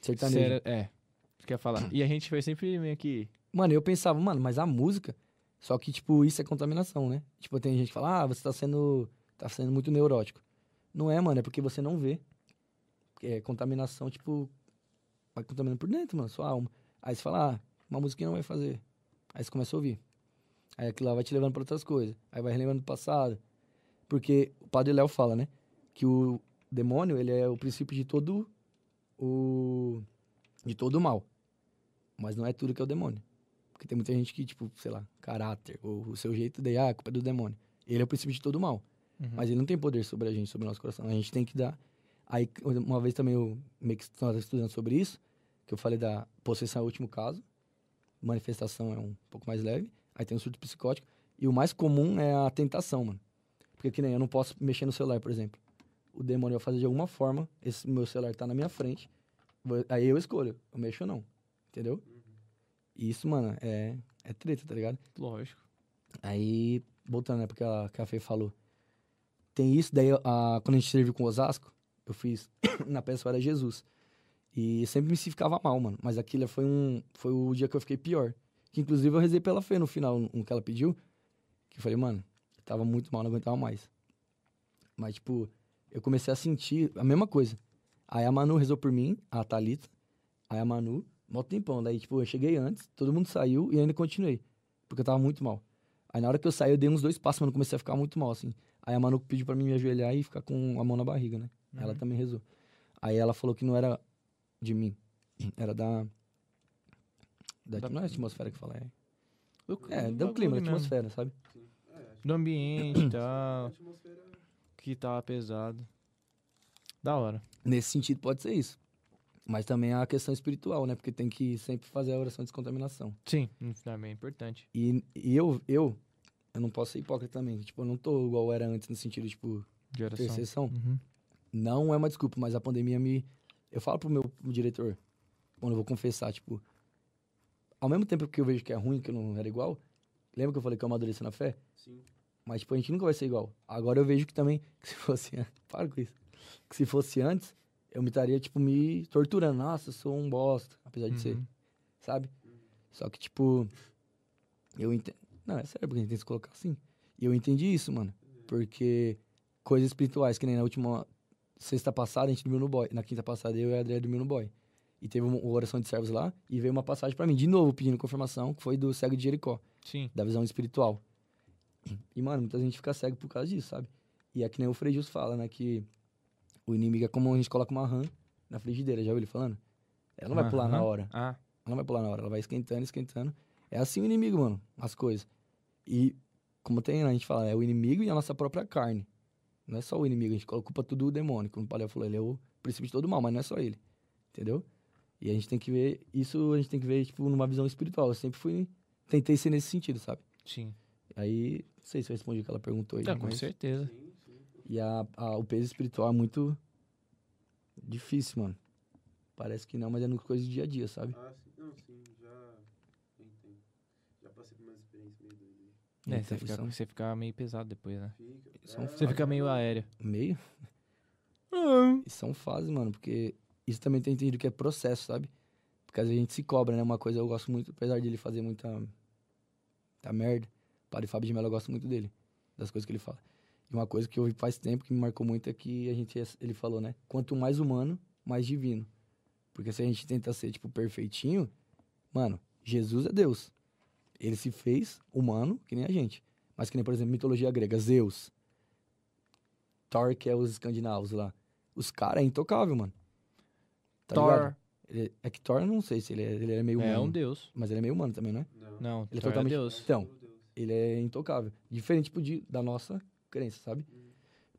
Speaker 3: Sertanejo.
Speaker 1: Sério, é. Isso que eu ia falar. E a gente foi sempre meio que.
Speaker 3: Mano, eu pensava, mano, mas a música. Só que, tipo, isso é contaminação, né? Tipo, tem gente que fala, ah, você tá sendo. tá sendo muito neurótico. Não é, mano, é porque você não vê. É contaminação, tipo. Vai contaminando por dentro, mano, sua alma. Aí você fala, ah, uma musiquinha não vai fazer. Aí você começa a ouvir. Aí aquilo lá vai te levando pra outras coisas. Aí vai relembrando do passado. Porque o padre Léo fala, né? Que o demônio, ele é o princípio de todo o. de todo o mal. Mas não é tudo que é o demônio. Porque tem muita gente que, tipo, sei lá, caráter, ou o seu jeito de, ah, a culpa é do demônio. Ele é o princípio de todo mal.
Speaker 1: Uhum.
Speaker 3: Mas ele não tem poder sobre a gente, sobre o nosso coração. A gente tem que dar. Aí, uma vez também eu meio que estava estudando sobre isso, que eu falei da possessão é o último caso, manifestação é um pouco mais leve, aí tem o surto psicótico, e o mais comum é a tentação, mano. Porque que nem eu não posso mexer no celular, por exemplo. O demônio vai fazer de alguma forma, esse meu celular tá na minha frente, vou- aí eu escolho, eu mexo ou não, entendeu? E isso, mano, é, é treta, tá ligado?
Speaker 1: Lógico.
Speaker 3: Aí, voltando, né, porque a, que a Fê falou. Tem isso, daí a- quando a gente serviu com o Osasco, eu fiz na peça eu era Jesus. E sempre me se ficava mal, mano. Mas aquilo foi um. Foi o dia que eu fiquei pior. Que inclusive eu rezei pela Fê no final, no que ela pediu. Que eu falei, mano, eu tava muito mal, não aguentava mais. Mas, tipo, eu comecei a sentir a mesma coisa. Aí a Manu rezou por mim, a Thalita. Aí a Manu, mó tempão. Daí, tipo, eu cheguei antes, todo mundo saiu e ainda continuei. Porque eu tava muito mal. Aí na hora que eu saí, eu dei uns dois passos, mano, comecei a ficar muito mal, assim. Aí a Manu pediu pra mim me ajoelhar e ficar com a mão na barriga, né? Aí
Speaker 1: Uhum.
Speaker 3: Ela também rezou. Aí ela falou que não era de mim, era da... Da,
Speaker 1: Da-
Speaker 3: Não é atmosfera que fala, é.
Speaker 1: Do,
Speaker 3: É,
Speaker 1: do
Speaker 3: dá um clima,
Speaker 1: bagulho
Speaker 3: da
Speaker 1: mesmo.
Speaker 3: atmosfera, sabe?
Speaker 2: É, acho que
Speaker 1: Do ambiente e
Speaker 2: a
Speaker 1: tal.
Speaker 2: atmosfera
Speaker 1: Que tava pesado. Da hora.
Speaker 3: Nesse sentido, pode ser isso. Mas também é a questão espiritual, né? Porque tem que sempre fazer a oração de descontaminação.
Speaker 1: Sim, isso também é importante.
Speaker 3: E, e eu, eu, eu não posso ser hipócrita também. Tipo, eu não tô igual eu era antes no sentido, tipo,
Speaker 1: De oração.
Speaker 3: intercessão.
Speaker 1: Uhum.
Speaker 3: Não é uma desculpa, mas a pandemia me... Eu falo pro meu diretor, quando eu vou confessar, tipo... Ao mesmo tempo que eu vejo que é ruim, que eu não era igual... Lembra que eu falei que eu amadureci na fé?
Speaker 2: Sim.
Speaker 3: Mas, tipo, a gente nunca vai ser igual. Agora eu vejo que também, que se fosse... an- Para com isso. Que se fosse antes, eu me estaria, tipo, me torturando. Nossa, eu sou um bosta, apesar de ser
Speaker 1: Uhum.
Speaker 3: sabe? Só que, tipo, eu entendo. Não, é sério, porque a gente tem que se colocar assim. E eu entendi isso, mano. Porque coisas espirituais, que nem na última sexta passada a gente dormiu no boy. Na quinta passada eu e a Adriana dormiu no boy. E teve uma oração de servos lá e veio uma passagem pra mim, de novo, pedindo confirmação, que foi do cego de Jericó,
Speaker 5: Sim.
Speaker 3: da visão espiritual. E, mano, muita gente fica cego por causa disso, sabe? E é que nem o Frei Gilson fala, né? Que o inimigo é como a gente coloca uma rã na frigideira, já ouviu ele falando? Ela não vai
Speaker 5: Uma
Speaker 3: pular na
Speaker 5: rã?
Speaker 3: hora.
Speaker 5: Ah,
Speaker 3: Ela não vai pular na hora, ela vai esquentando, esquentando. É assim o inimigo, mano, as coisas. E, como tem, né, a gente fala, é o inimigo e a nossa própria carne. Não é só o inimigo, a gente culpa tudo o demônio. Como o Paleo falou, ele é o princípio de todo mal, mas não é só ele. Entendeu? E a gente tem que ver, isso a gente tem que ver, tipo, numa visão espiritual. Eu sempre fui, tentei ser nesse sentido, sabe?
Speaker 5: sim.
Speaker 3: Aí, não sei se eu respondi o que ela perguntou aí.
Speaker 5: Tá, com
Speaker 3: mas-
Speaker 5: certeza.
Speaker 2: Sim, sim.
Speaker 3: E a, a- o peso espiritual é muito difícil, mano. Parece que não, mas é no coisa do dia a dia, sabe?
Speaker 2: Ah, sim. Não, sim, já. eu entendo. Já passei por uma experiência meio doida.
Speaker 5: É,
Speaker 3: Então,
Speaker 5: você fica,
Speaker 3: são-
Speaker 5: você fica meio pesado depois, né?
Speaker 2: Fica.
Speaker 3: São-
Speaker 2: é,
Speaker 5: Você fica meio
Speaker 2: cara,
Speaker 5: aéreo.
Speaker 3: Meio?
Speaker 5: Ah.
Speaker 3: E são fases, mano, porque isso também tem entendido que é processo, sabe? Porque às vezes a gente se cobra, né? Uma coisa eu gosto muito, apesar de ele fazer muita, muita merda. O Padre Fábio de Mello, eu gosto muito dele, das coisas que ele fala. E uma coisa que eu ouvi faz tempo, que me marcou muito, é que a gente, ele falou, né? Quanto mais humano, mais divino. Porque se a gente tenta ser, tipo, perfeitinho, mano, Jesus é Deus. Ele se fez humano, que nem a gente. Mas que nem, por exemplo, mitologia grega, Zeus. Thor, que é os escandinavos lá. Os caras é intocável, mano. Tá ligado?
Speaker 5: Thor
Speaker 3: Ele, é que Thor, eu não sei se ele é, ele é meio humano.
Speaker 5: é um deus.
Speaker 3: Mas ele é meio humano também, né?
Speaker 2: Não.
Speaker 5: Não,
Speaker 3: Ele é
Speaker 5: Thor
Speaker 3: totalmente-
Speaker 5: é deus.
Speaker 3: Então.
Speaker 2: Meu Deus.
Speaker 3: Ele é intocável. Diferente tipo, de, da nossa crença, sabe?
Speaker 2: Hum.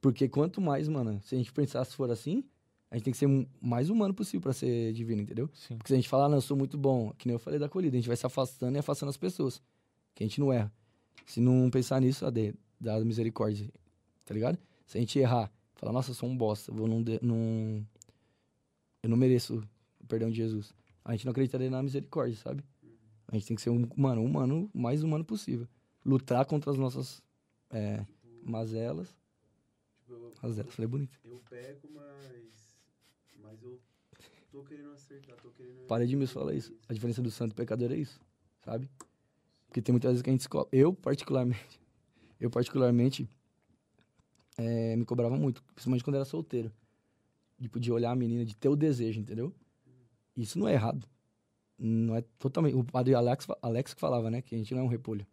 Speaker 3: Porque quanto mais, mano, se a gente pensar se for assim, a gente tem que ser o mais humano possível pra ser divino, entendeu?
Speaker 5: Sim.
Speaker 3: Porque se a gente falar, "Ah, não, eu sou muito bom, que nem eu falei da colhida, a gente vai se afastando e afastando as pessoas. Que a gente não erra. Se não pensar nisso, a de, da misericórdia, tá ligado? Se a gente errar, falar, nossa, eu sou um bosta, vou não, de, não. Eu não mereço o perdão de Jesus. A gente não acreditaria na misericórdia, sabe? A gente tem que ser um humano, um humano, o mais humano possível. Lutar contra as nossas é,
Speaker 2: Tipo,
Speaker 3: mazelas.
Speaker 2: tipo, eu-
Speaker 3: Mazelas, falei bonito.
Speaker 2: Eu pego, mas. Mas eu tô querendo acertar, tô querendo.
Speaker 3: Parei de me falar isso. A diferença do santo e pecador é isso, sabe? Porque tem muitas vezes que a gente escolhe. Eu, particularmente. Eu, particularmente. é, me cobrava muito, principalmente quando era solteiro. Tipo, de olhar a menina, de ter o desejo, entendeu? Isso não é errado. Não é totalmente. O padre Alex, fa- Alex que falava, né? Que a gente não é um repolho.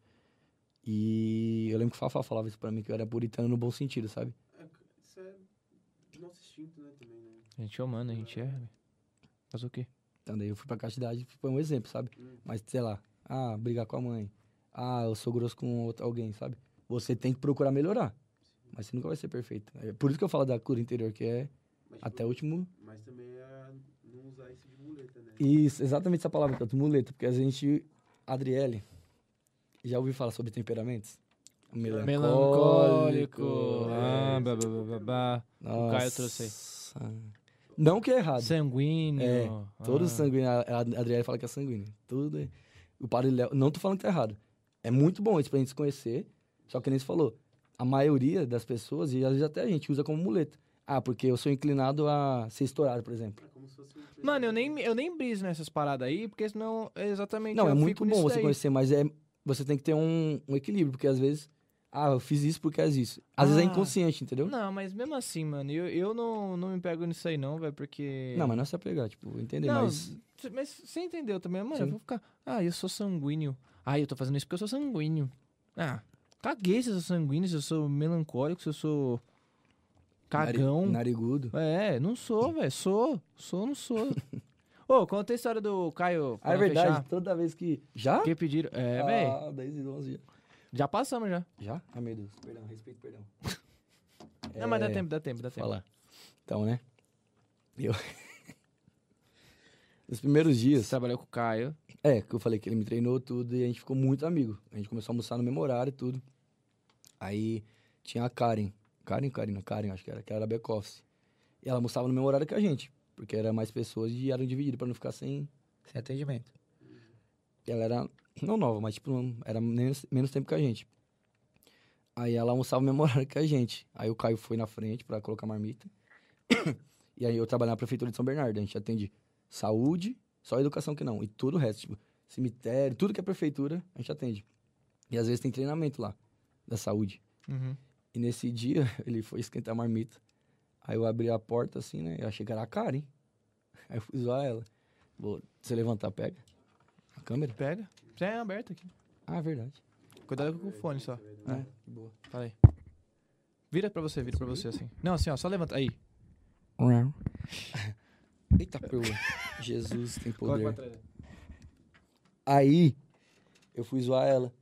Speaker 3: E eu lembro que o Fafá falava isso pra mim, que eu era puritano no bom sentido, sabe?
Speaker 2: É, isso é nosso instinto, né, também, né?
Speaker 5: A gente é humano, a gente é. Faz o quê?
Speaker 3: Então daí eu fui pra castidade, foi um exemplo, sabe?
Speaker 2: Hum.
Speaker 3: Mas, sei lá, ah, brigar com a mãe. Ah, eu sou grosso com outro, alguém, sabe? Você tem que procurar melhorar. Mas você nunca vai ser perfeito. É por isso que eu falo da cura interior, que é
Speaker 2: Mas, tipo,
Speaker 3: até o último.
Speaker 2: mas também é não usar isso de muleta, né?
Speaker 3: Isso, exatamente essa palavra, tanto muleta, porque a gente. Adriele, já ouviu falar sobre temperamentos? Melancólico.
Speaker 5: Melancólico.
Speaker 2: É,
Speaker 5: Ah,
Speaker 2: isso
Speaker 5: blá,
Speaker 2: é
Speaker 5: blá, blá, blá, blá.
Speaker 3: Nossa.
Speaker 5: Caio trouxe
Speaker 3: Não que é errado.
Speaker 5: Sanguíneo.
Speaker 3: É, Todo
Speaker 5: ah.
Speaker 3: sanguíneo, a a Adriele fala que é sanguíneo. Tudo. é- O padre Léo, não tô falando que tá errado. É muito bom isso pra gente se conhecer. Só que nem você falou, a maioria das pessoas, e às vezes até a gente usa como muleta. Ah, porque eu sou inclinado a ser estourado, por exemplo.
Speaker 2: É como se fosse um
Speaker 5: Mano, eu nem, eu nem briso nessas paradas aí, porque senão é exatamente.
Speaker 3: não,
Speaker 5: eu
Speaker 3: é
Speaker 5: fico
Speaker 3: muito
Speaker 5: nisso
Speaker 3: bom você
Speaker 5: daí.
Speaker 3: conhecer, mas é, você tem que ter um, um equilíbrio, porque às vezes, ah, eu fiz isso porque é isso. Às vezes é
Speaker 5: Ah.
Speaker 3: inconsciente, entendeu? Não,
Speaker 5: Não, mas mesmo assim, mano, eu, eu não, não me pego nisso aí não, velho, porque...
Speaker 3: mas não é se apegar, tipo, entender,
Speaker 5: Não,
Speaker 3: mas.
Speaker 5: cê- mas você entendeu também, mano, eu
Speaker 3: Sim.
Speaker 5: vou ficar... Ah, eu sou sanguíneo. Ah, eu tô fazendo isso porque eu sou sanguíneo. Ah, caguei se eu sou sanguíneo, se eu sou melancólico, se eu sou
Speaker 3: nari-
Speaker 5: cagão.
Speaker 3: Narigudo.
Speaker 5: É, não sou, velho, sou, sou, não sou. Ô, conta a história do Caio. pra
Speaker 3: Ah, é
Speaker 5: não
Speaker 3: verdade,
Speaker 5: fechar,
Speaker 3: toda vez que. Já?
Speaker 5: Que pediram... É, velho,
Speaker 3: Ah, 10 e 11 já.
Speaker 5: já passamos já.
Speaker 3: Já? Ah, meu Deus. Perdão, respeito, perdão.
Speaker 5: Não, mas dá
Speaker 3: É,
Speaker 5: tempo, dá tempo, dá tempo.
Speaker 3: Falar. Então, né? Eu. Nos primeiros dias.
Speaker 5: Você trabalhou com o Caio.
Speaker 3: É, que eu falei que ele me treinou tudo e a gente ficou muito amigo. A gente começou a almoçar no mesmo horário e tudo. Aí tinha a Karen. Karen, Karina, Karen, acho que era, que ela era back office. E ela almoçava no mesmo horário que a gente, porque era mais pessoas e eram divididas pra não ficar sem, sem atendimento. E ela era, não nova, mas tipo, não- era menos, menos tempo que a gente. Aí ela almoçava no mesmo horário que a gente. Aí o Caio foi na frente pra colocar marmita. e aí eu trabalhava na prefeitura de São Bernardo, a gente atende saúde, só educação que não, e todo o resto, tipo, cemitério, tudo que é prefeitura, a gente atende. E às vezes tem treinamento lá, da saúde.
Speaker 5: Uhum.
Speaker 3: E nesse dia, ele foi esquentar a marmita. Aí eu abri a porta, assim, né? Eu achei que era a Karen. Aí eu fui zoar ela. Vou, se eu levantar, pega. A câmera?
Speaker 1: Pega. Já é aberto aqui.
Speaker 3: Ah, é verdade.
Speaker 1: Cuidado com o fone só.
Speaker 3: É, que boa.
Speaker 1: Fala aí. Vira pra você, vira pra você assim. Não, assim, ó, só levanta. Aí.
Speaker 3: Eita perua. Jesus tem
Speaker 1: Coloca pra
Speaker 3: poder.
Speaker 1: trás.
Speaker 3: Aí, eu fui zoar ela.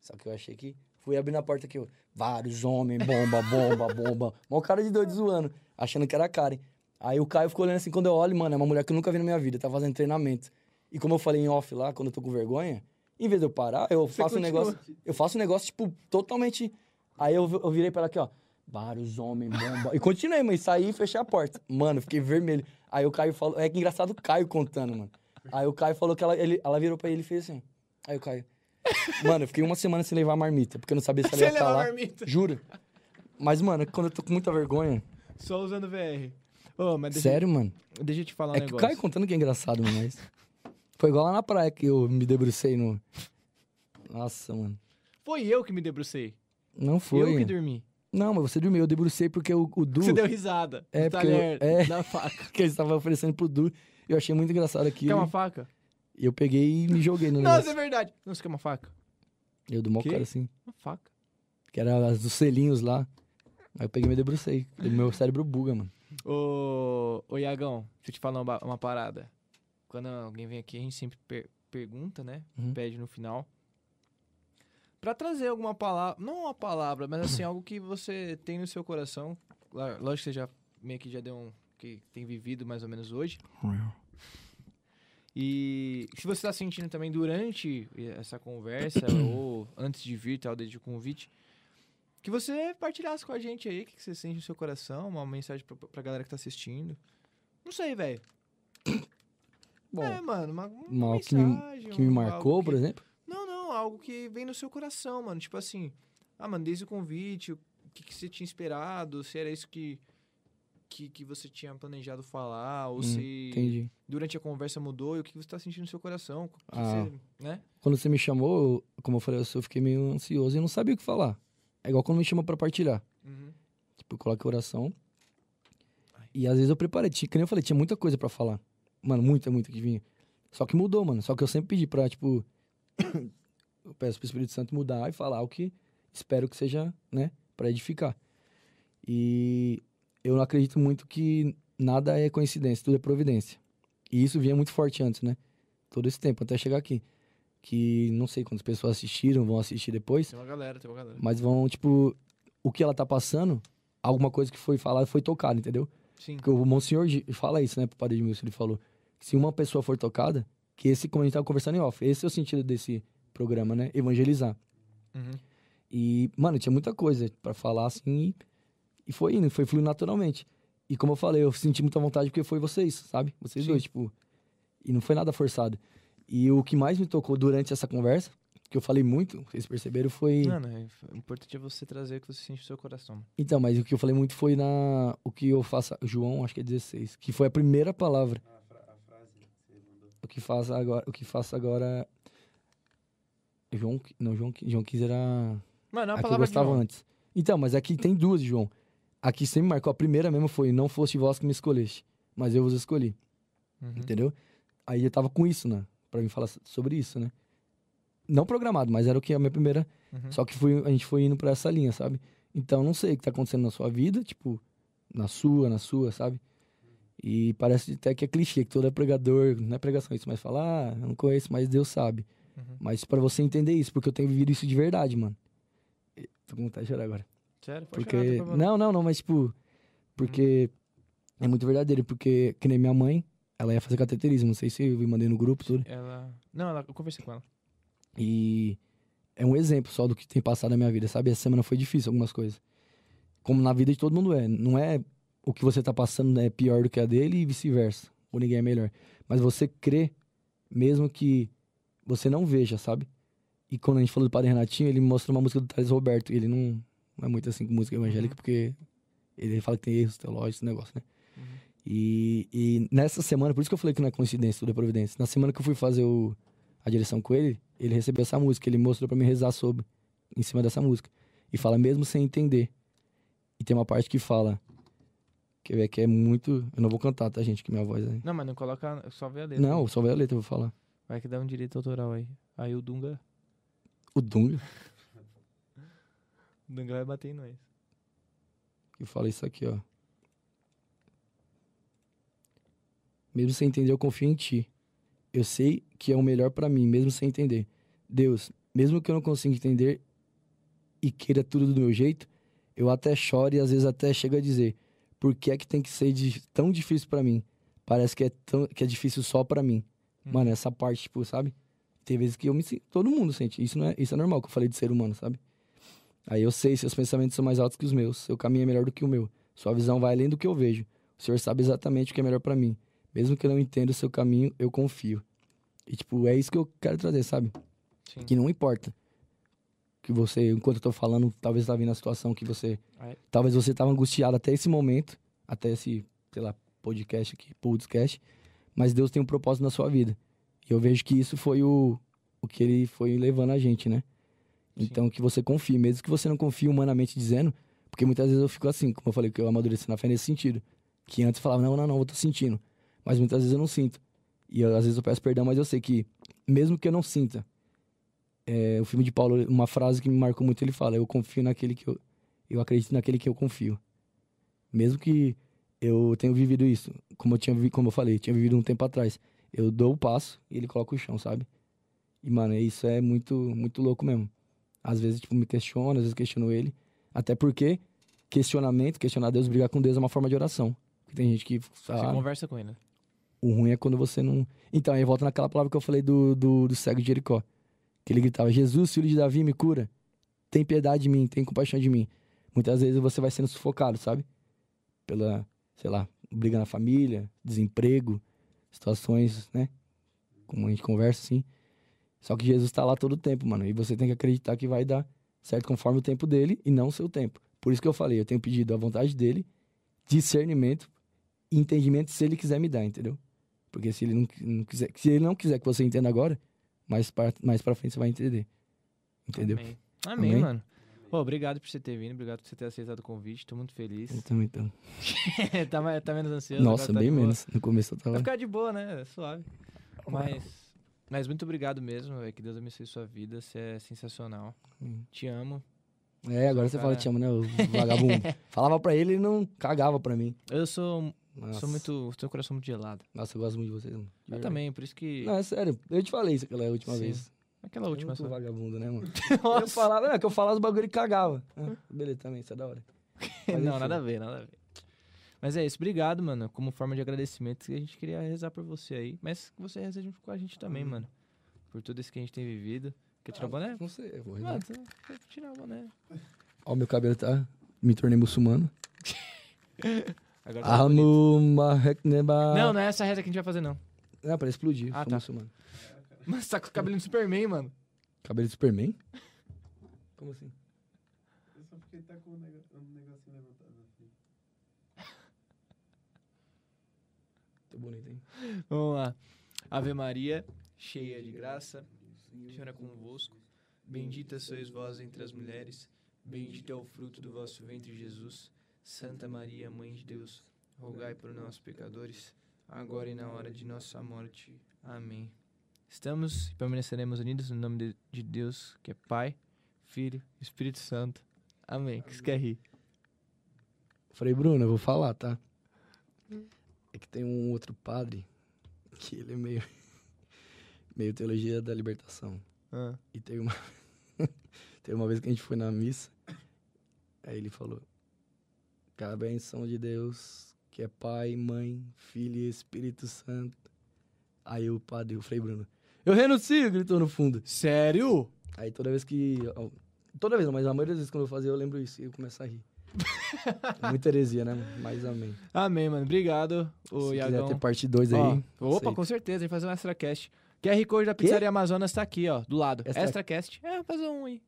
Speaker 3: Só que eu achei que. Fui abrir na porta aqui, ó. Vários homens, bomba, bomba, bomba. Mó cara de doido zoando, achando que era a Karen. Aí o Caio ficou olhando assim, quando eu olho, mano, é uma mulher que eu nunca vi na minha vida, tá fazendo treinamento. E como eu falei em off lá, quando eu tô com vergonha, em vez de eu parar, eu faço um negócio. Eu faço um negócio, tipo, totalmente. Aí eu, vi- eu virei pra ela aqui, ó. Vários homens, bomba. E continuei, mas saí e fechei a porta. Mano, fiquei vermelho. Aí o Caio falou. É que engraçado o Caio contando, mano. Aí o Caio falou que ela, ele- ela virou pra ele e fez assim. Aí o Caio. Mano, eu fiquei uma semana sem levar a marmita, porque eu não sabia se ela ia
Speaker 1: Sem
Speaker 3: estar
Speaker 1: levar
Speaker 3: lá.
Speaker 1: marmita.
Speaker 3: Juro. Mas, mano, quando eu tô com muita vergonha.
Speaker 1: Só usando VR. Ô, mas deixa,
Speaker 3: Sério, mano.
Speaker 1: deixa eu te É falar um
Speaker 3: É que o
Speaker 1: negócio.
Speaker 3: Caio contando que é engraçado, mano, mas. Foi igual lá na praia que eu me debrucei no. Nossa, mano.
Speaker 1: Foi eu que me debrucei.
Speaker 3: Não foi.
Speaker 1: Eu que dormi.
Speaker 3: Não, mas você dormiu. Eu debrucei porque o, o Du.
Speaker 1: Você deu risada. Tá
Speaker 3: É,
Speaker 1: do
Speaker 3: porque eu-
Speaker 1: talher,
Speaker 3: é.
Speaker 1: da faca.
Speaker 3: que eles estavam oferecendo pro Du. Eu achei muito engraçado aquilo.
Speaker 1: Quer uma faca?
Speaker 3: E eu peguei e me joguei no
Speaker 1: Nossa, é
Speaker 3: negócio.
Speaker 1: verdade. Não, você quer uma faca?
Speaker 3: Eu do mó
Speaker 1: Que?
Speaker 3: cara assim.
Speaker 1: Uma faca.
Speaker 3: Que era as dos selinhos lá. Aí eu peguei e me debrucei. E Meu cérebro buga, mano.
Speaker 1: Ô, ô Iagão, deixa eu te falar uma, uma parada. Quando alguém vem aqui, a gente sempre per- pergunta, né?
Speaker 3: Uhum.
Speaker 1: Pede no final. Pra trazer alguma palavra, não uma palavra, mas assim, algo que você tem no seu coração. Lá- Lógico que você já meio que já deu um. que tem vivido mais ou menos hoje. E se você tá sentindo também durante essa conversa, ou antes de vir, tal, desde o convite, que você partilhasse com a gente aí o que que você sente no seu coração, uma mensagem pra, pra galera que tá assistindo. Não sei, velho.
Speaker 3: Bom,
Speaker 1: É, mano, uma, uma
Speaker 3: mal que me,
Speaker 1: mensagem.
Speaker 3: que me
Speaker 1: um-
Speaker 3: marcou,
Speaker 1: algo
Speaker 3: por
Speaker 1: que-
Speaker 3: exemplo.
Speaker 1: Não, não, algo que vem no seu coração, mano. Tipo assim, ah, mano, desde o convite, o que, que você tinha esperado, se era isso que, que, que você tinha planejado falar, ou
Speaker 3: Hum,
Speaker 1: se
Speaker 3: Entendi.
Speaker 1: durante a conversa mudou e o que você tá sentindo no seu coração. o que
Speaker 3: Ah.
Speaker 1: você- né?
Speaker 3: Quando você me chamou, eu- como eu falei, eu fiquei meio ansioso e não sabia o que falar. É igual quando me chama pra partilhar.
Speaker 1: Uhum.
Speaker 3: Tipo, eu coloquei oração. E às vezes eu preparei, tinha, que nem eu falei, tinha muita coisa pra falar. Mano, muita, muita que vinha. Só que mudou, mano. Só que eu sempre pedi pra, tipo. eu peço pro Espírito Santo mudar e falar o que espero que seja, né? Pra edificar. E eu não acredito muito que nada é coincidência, tudo é providência. E isso vinha muito forte antes, né? Todo esse tempo, até chegar aqui. Que não sei quantas pessoas assistiram, vão assistir depois.
Speaker 1: Tem uma galera, tem uma galera.
Speaker 3: Mas vão, tipo, o que ela tá passando, alguma coisa que foi falada foi tocada, entendeu?
Speaker 1: Sim.
Speaker 3: Porque o Monsenhor Gi- fala isso, né, pro Padre Edmilson, ele falou. que Se uma pessoa for tocada, que esse, como a gente tava conversando em off, esse é o sentido desse programa, né? Evangelizar.
Speaker 1: Uhum.
Speaker 3: E, mano, tinha muita coisa pra falar, assim, e, e foi indo, foi fluindo naturalmente. E como eu falei, eu senti muita vontade porque foi vocês, sabe? Vocês
Speaker 1: Sim.
Speaker 3: dois, tipo. E não foi nada forçado. E o que mais me tocou durante essa conversa, que eu falei muito, vocês perceberam, foi.
Speaker 1: Mano, é- o importante é você trazer o que você sente no seu coração.
Speaker 3: Então, mas o que eu falei muito foi na. O que eu faço. João, acho que é 16. Que foi a primeira palavra.
Speaker 2: A, fra- a frase né, que você mandou.
Speaker 3: O que faço agora. O que faço agora. João. qui- Não, João, qui- João 15 era.
Speaker 1: Mano, é uma
Speaker 3: a que eu
Speaker 1: palavra de
Speaker 3: gostava
Speaker 1: honra.
Speaker 3: antes. Então, mas aqui tem duas, João. Aqui sempre marcou. A primeira mesmo foi: Não foste vós que me escolheste, mas eu vos escolhi.
Speaker 1: Uhum.
Speaker 3: Entendeu? Aí eu tava com isso, né? Pra mim falar so- sobre isso, né? Não programado, mas era o que a minha primeira.
Speaker 1: Uhum.
Speaker 3: Só que foi, a gente foi indo pra essa linha, sabe? Então não sei o que tá acontecendo na sua vida, tipo, na sua, na sua, sabe? E parece até que é clichê, que todo é pregador, não é pregação isso, mas falar, ah, eu não conheço, mas Deus sabe.
Speaker 1: Uhum.
Speaker 3: Mas pra você entender isso, porque eu tenho vivido isso de verdade, mano. E- Tô com vontade de chorar agora.
Speaker 1: Sério, pode chorar,
Speaker 3: Porque.
Speaker 1: tem problema
Speaker 3: não, não, não, mas tipo. Porque. É muito verdadeiro, porque que nem minha mãe, ela ia fazer cateterismo, não sei se eu mandei no grupo, tudo.
Speaker 1: não. Ela... Não, ela... eu conversei com ela.
Speaker 3: E é um exemplo só do que tem passado na minha vida, sabe? Essa semana foi difícil algumas coisas. Como na vida de todo mundo é. Não é o que você tá passando é pior do que a dele e vice-versa. Ou ninguém é melhor. Mas você crê, mesmo que você não veja, sabe? E quando a gente falou do Padre Renatinho, ele me mostrou uma música do Thales Roberto. E ele não, não é muito assim com música evangélica, porque ele fala que tem erros teológicos, esse negócio, né? E, e nessa semana, por isso que eu falei que não é coincidência, tudo é providência. Na semana que eu fui fazer o, a direção com ele, ele recebeu essa música, ele mostrou pra mim rezar sobre, em cima dessa música. E fala mesmo sem entender. E tem uma parte que fala Quer ver que é muito. Eu não vou cantar, tá, gente? Que minha voz aí.
Speaker 1: Não, mas não coloca só vê a letra.
Speaker 3: Não, só vai a letra, eu vou falar.
Speaker 1: Vai que dá um direito autoral aí. Aí o Dunga.
Speaker 3: O Dunga,
Speaker 1: O Dunga vai bater em nós.
Speaker 3: que fala isso aqui, ó. Mesmo sem entender, eu confio em ti. Eu sei que é o melhor pra mim, mesmo sem entender. Deus, mesmo que eu não consiga entender e queira tudo do meu jeito, eu até choro e às vezes até chego a dizer: por que é que tem que ser di- tão difícil pra mim? Parece que é, tão, que é difícil só pra mim.
Speaker 1: Hum.
Speaker 3: Mano, essa parte, tipo, sabe? Tem vezes que eu me sinto. Todo mundo sente. Isso, não é, isso é normal que eu falei de ser humano, sabe? Aí eu sei, seus pensamentos são mais altos que os meus. Seu caminho é melhor do que o meu. Sua visão vai além do que eu vejo. O Senhor sabe exatamente o que é melhor pra mim. Mesmo que eu não entenda o seu caminho, eu confio. E, tipo, é isso que eu quero trazer, sabe?
Speaker 1: Sim.
Speaker 3: Que não importa. Que você, enquanto eu tô falando, talvez tá vindo a situação que você.
Speaker 1: Ai.
Speaker 3: Talvez você tava angustiado até esse momento, até esse, sei lá, podcast aqui, podcast. Mas Deus tem um propósito na sua vida. E eu vejo que isso foi o, o que ele foi levando a gente, né?
Speaker 1: Sim.
Speaker 3: Então que você confie, mesmo que você não confie humanamente dizendo, porque muitas vezes eu fico assim, como eu falei, que eu amadureci na fé nesse sentido. Que antes eu falava, não, não, não, eu tô sentindo. Mas muitas vezes eu não sinto. E eu- às vezes eu peço perdão, mas eu sei que, mesmo que eu não sinta, é, o filme de Paulo, uma frase que me marcou muito, ele fala: Eu confio naquele que eu. Eu acredito naquele que eu confio. Mesmo que eu tenha vivido isso, como eu, tinha, vi- como eu falei, eu tinha vivido um tempo atrás. Eu dou o passo e ele coloca o chão, sabe? E, mano, isso é muito, muito louco mesmo. Às vezes, tipo, me questiono, às vezes questiono ele. Até porque questionamento, questionar Deus, brigar com Deus é uma forma de oração. Porque tem gente que.
Speaker 1: Você
Speaker 3: ah,
Speaker 1: conversa com ele, né?
Speaker 3: o ruim é quando você não. Então, aí volta naquela palavra que eu falei do, do, do cego de Jericó. Que ele gritava: Jesus, filho de Davi, me cura. Tem piedade de mim, tem compaixão de mim. Muitas vezes você vai sendo sufocado, sabe? Pela, sei lá, briga na família, desemprego, situações, né? Como a gente conversa, assim. Só que Jesus tá lá todo o tempo, mano. E você tem que acreditar que vai dar certo conforme o tempo dele e não o seu tempo. Por isso que eu falei: eu tenho pedido a vontade dele, discernimento e entendimento se ele quiser me dar, entendeu? Porque se ele não, não quiser, se ele não quiser que você entenda agora, mais para mais para frente você vai entender. Entendeu?
Speaker 1: Amém, Amém,
Speaker 3: Amém?
Speaker 1: mano. Pô, obrigado por você ter vindo, obrigado por você ter aceitado o convite. Tô muito feliz.
Speaker 3: Eu também tô.
Speaker 1: tá, mais- tá menos ansioso.
Speaker 3: Nossa,
Speaker 1: agora tá
Speaker 3: bem
Speaker 1: de boa.
Speaker 3: menos. No começo eu
Speaker 1: Vai
Speaker 3: tava.
Speaker 1: ficar de boa, né? É Suave. Mas, mas muito obrigado mesmo, velho. Que Deus abençoe sua vida. Você é sensacional.
Speaker 3: Hum.
Speaker 1: Te amo.
Speaker 3: É, agora
Speaker 1: Ah,
Speaker 3: você fala te amo, né? O vagabundo. Falava pra ele, ele não cagava pra mim.
Speaker 1: Eu sou,
Speaker 3: Nossa,
Speaker 1: sou muito. Tenho o coração muito gelado.
Speaker 3: Nossa, eu gosto muito de vocês, mano. De
Speaker 1: Eu
Speaker 3: verdade.
Speaker 1: também, por isso que.
Speaker 3: Não, é sério. Eu te falei isso aquela última
Speaker 1: Sim.
Speaker 3: vez.
Speaker 1: Aquela
Speaker 3: Eu
Speaker 1: última
Speaker 3: muito
Speaker 1: só.
Speaker 3: vagabundo, né, mano? Eu
Speaker 1: Nossa. Hum.
Speaker 3: falava, não, é que eu falava os bagulho e cagava. Ah, beleza, também, isso é da hora. Mas
Speaker 1: não,
Speaker 3: enfim.
Speaker 1: nada a ver, nada a ver. Mas é isso, obrigado, mano. Como forma de agradecimento, a gente queria rezar por você aí. Mas que você reza junto com a gente também,
Speaker 3: Uhum.
Speaker 1: mano. Por tudo isso que a gente tem vivido. Quer tirar o boné?
Speaker 3: Ah,
Speaker 1: Ah.
Speaker 3: Não sei, eu vou rezar.
Speaker 1: Mano, você- você tirar o boné.
Speaker 3: Ó, meu cabelo tá. Me tornei muçulmano.
Speaker 1: Agora
Speaker 3: Ah.
Speaker 1: tá bonito.
Speaker 3: Amuma Hekneba.
Speaker 1: Não, não é essa reza que a gente vai fazer, não.
Speaker 3: né, Não, pra explodir.
Speaker 1: Ah,
Speaker 3: sou
Speaker 1: tá.
Speaker 3: muçulmano.
Speaker 1: Mas tá com o cabelo do Superman, mano.
Speaker 3: Cabelo de Superman? Como assim?
Speaker 6: Eu só fiquei tá com um nego- um negocinho levantado assim. aqui.
Speaker 3: Tô bonito, hein?
Speaker 1: Vamos lá. Ave Maria, cheia de graça, o Senhor é convosco. Bendita sois vós entre as mulheres, bendito é o fruto do vosso ventre, Jesus. Santa Maria, Mãe de Deus, rogai por nós, pecadores, agora e na hora de nossa morte. Amém. Estamos e permaneceremos unidos no nome de- de Deus, que é Pai, Filho, Espírito Santo. Amém. Que isso quer rir?
Speaker 3: Falei, Bruno, eu vou falar, tá? É que tem um outro padre que ele é meio. meio teologia da libertação.
Speaker 1: Ah.
Speaker 3: E teve uma. teve uma vez que a gente foi na missa, aí ele falou: Cabe a benção de Deus, que é Pai, Mãe, Filho e Espírito Santo. Aí o padre, o Frei Bruno, eu renuncio, gritou no fundo.
Speaker 1: Sério?
Speaker 3: Aí toda vez que. ó, Toda vez, não, mas a maioria das vezes quando eu fazia, eu lembro isso e eu começo a rir. É Muita heresia, né? mano? Mas amém.
Speaker 1: Amém, mano. Obrigado, o
Speaker 3: Se
Speaker 1: Iagão.
Speaker 3: quiser ter parte 2 aí.
Speaker 1: Ó, opa,
Speaker 3: aceito.
Speaker 1: com certeza, tem que fazer um extracast. QR Code da Pizzaria Amazonas tá aqui, ó, do lado.
Speaker 3: Extra-
Speaker 1: Extracast. É, fazer um aí.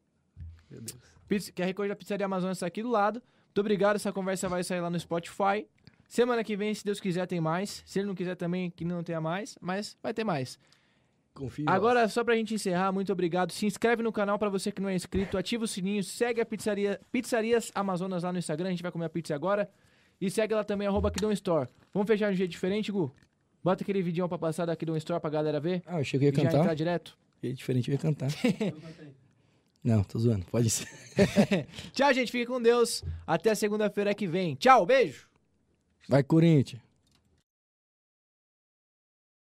Speaker 3: Meu Deus.
Speaker 1: Pizza, QR Code da Pizzaria Amazonas tá aqui do lado. Muito obrigado, essa conversa vai sair lá no Spotify. Semana que vem, se Deus quiser, tem mais. Se ele não quiser também, que não tenha mais, mas vai ter mais.
Speaker 3: Confio. em
Speaker 1: Agora, só pra gente encerrar, muito obrigado. Se inscreve no canal pra você que não é inscrito, ativa o sininho, segue a pizzaria Pizzarias Amazonas lá no Instagram, a gente vai comer a pizza agora. E segue lá também, arroba Kidon Store. Vamos fechar de um jeito diferente, Gu? Bota aquele vídeo pra passar da Kidon Store pra galera ver.
Speaker 3: Ah, eu achei que eu ia
Speaker 1: e já entrar
Speaker 3: cantar.
Speaker 1: direto.
Speaker 3: E é diferente, eu ia cantar.
Speaker 2: Eu cantei.
Speaker 3: Não, tô zoando. Pode ser.
Speaker 1: Tchau, gente. Fique com Deus. Até segunda-feira que vem. Tchau, beijo.
Speaker 3: Vai, Corinthians.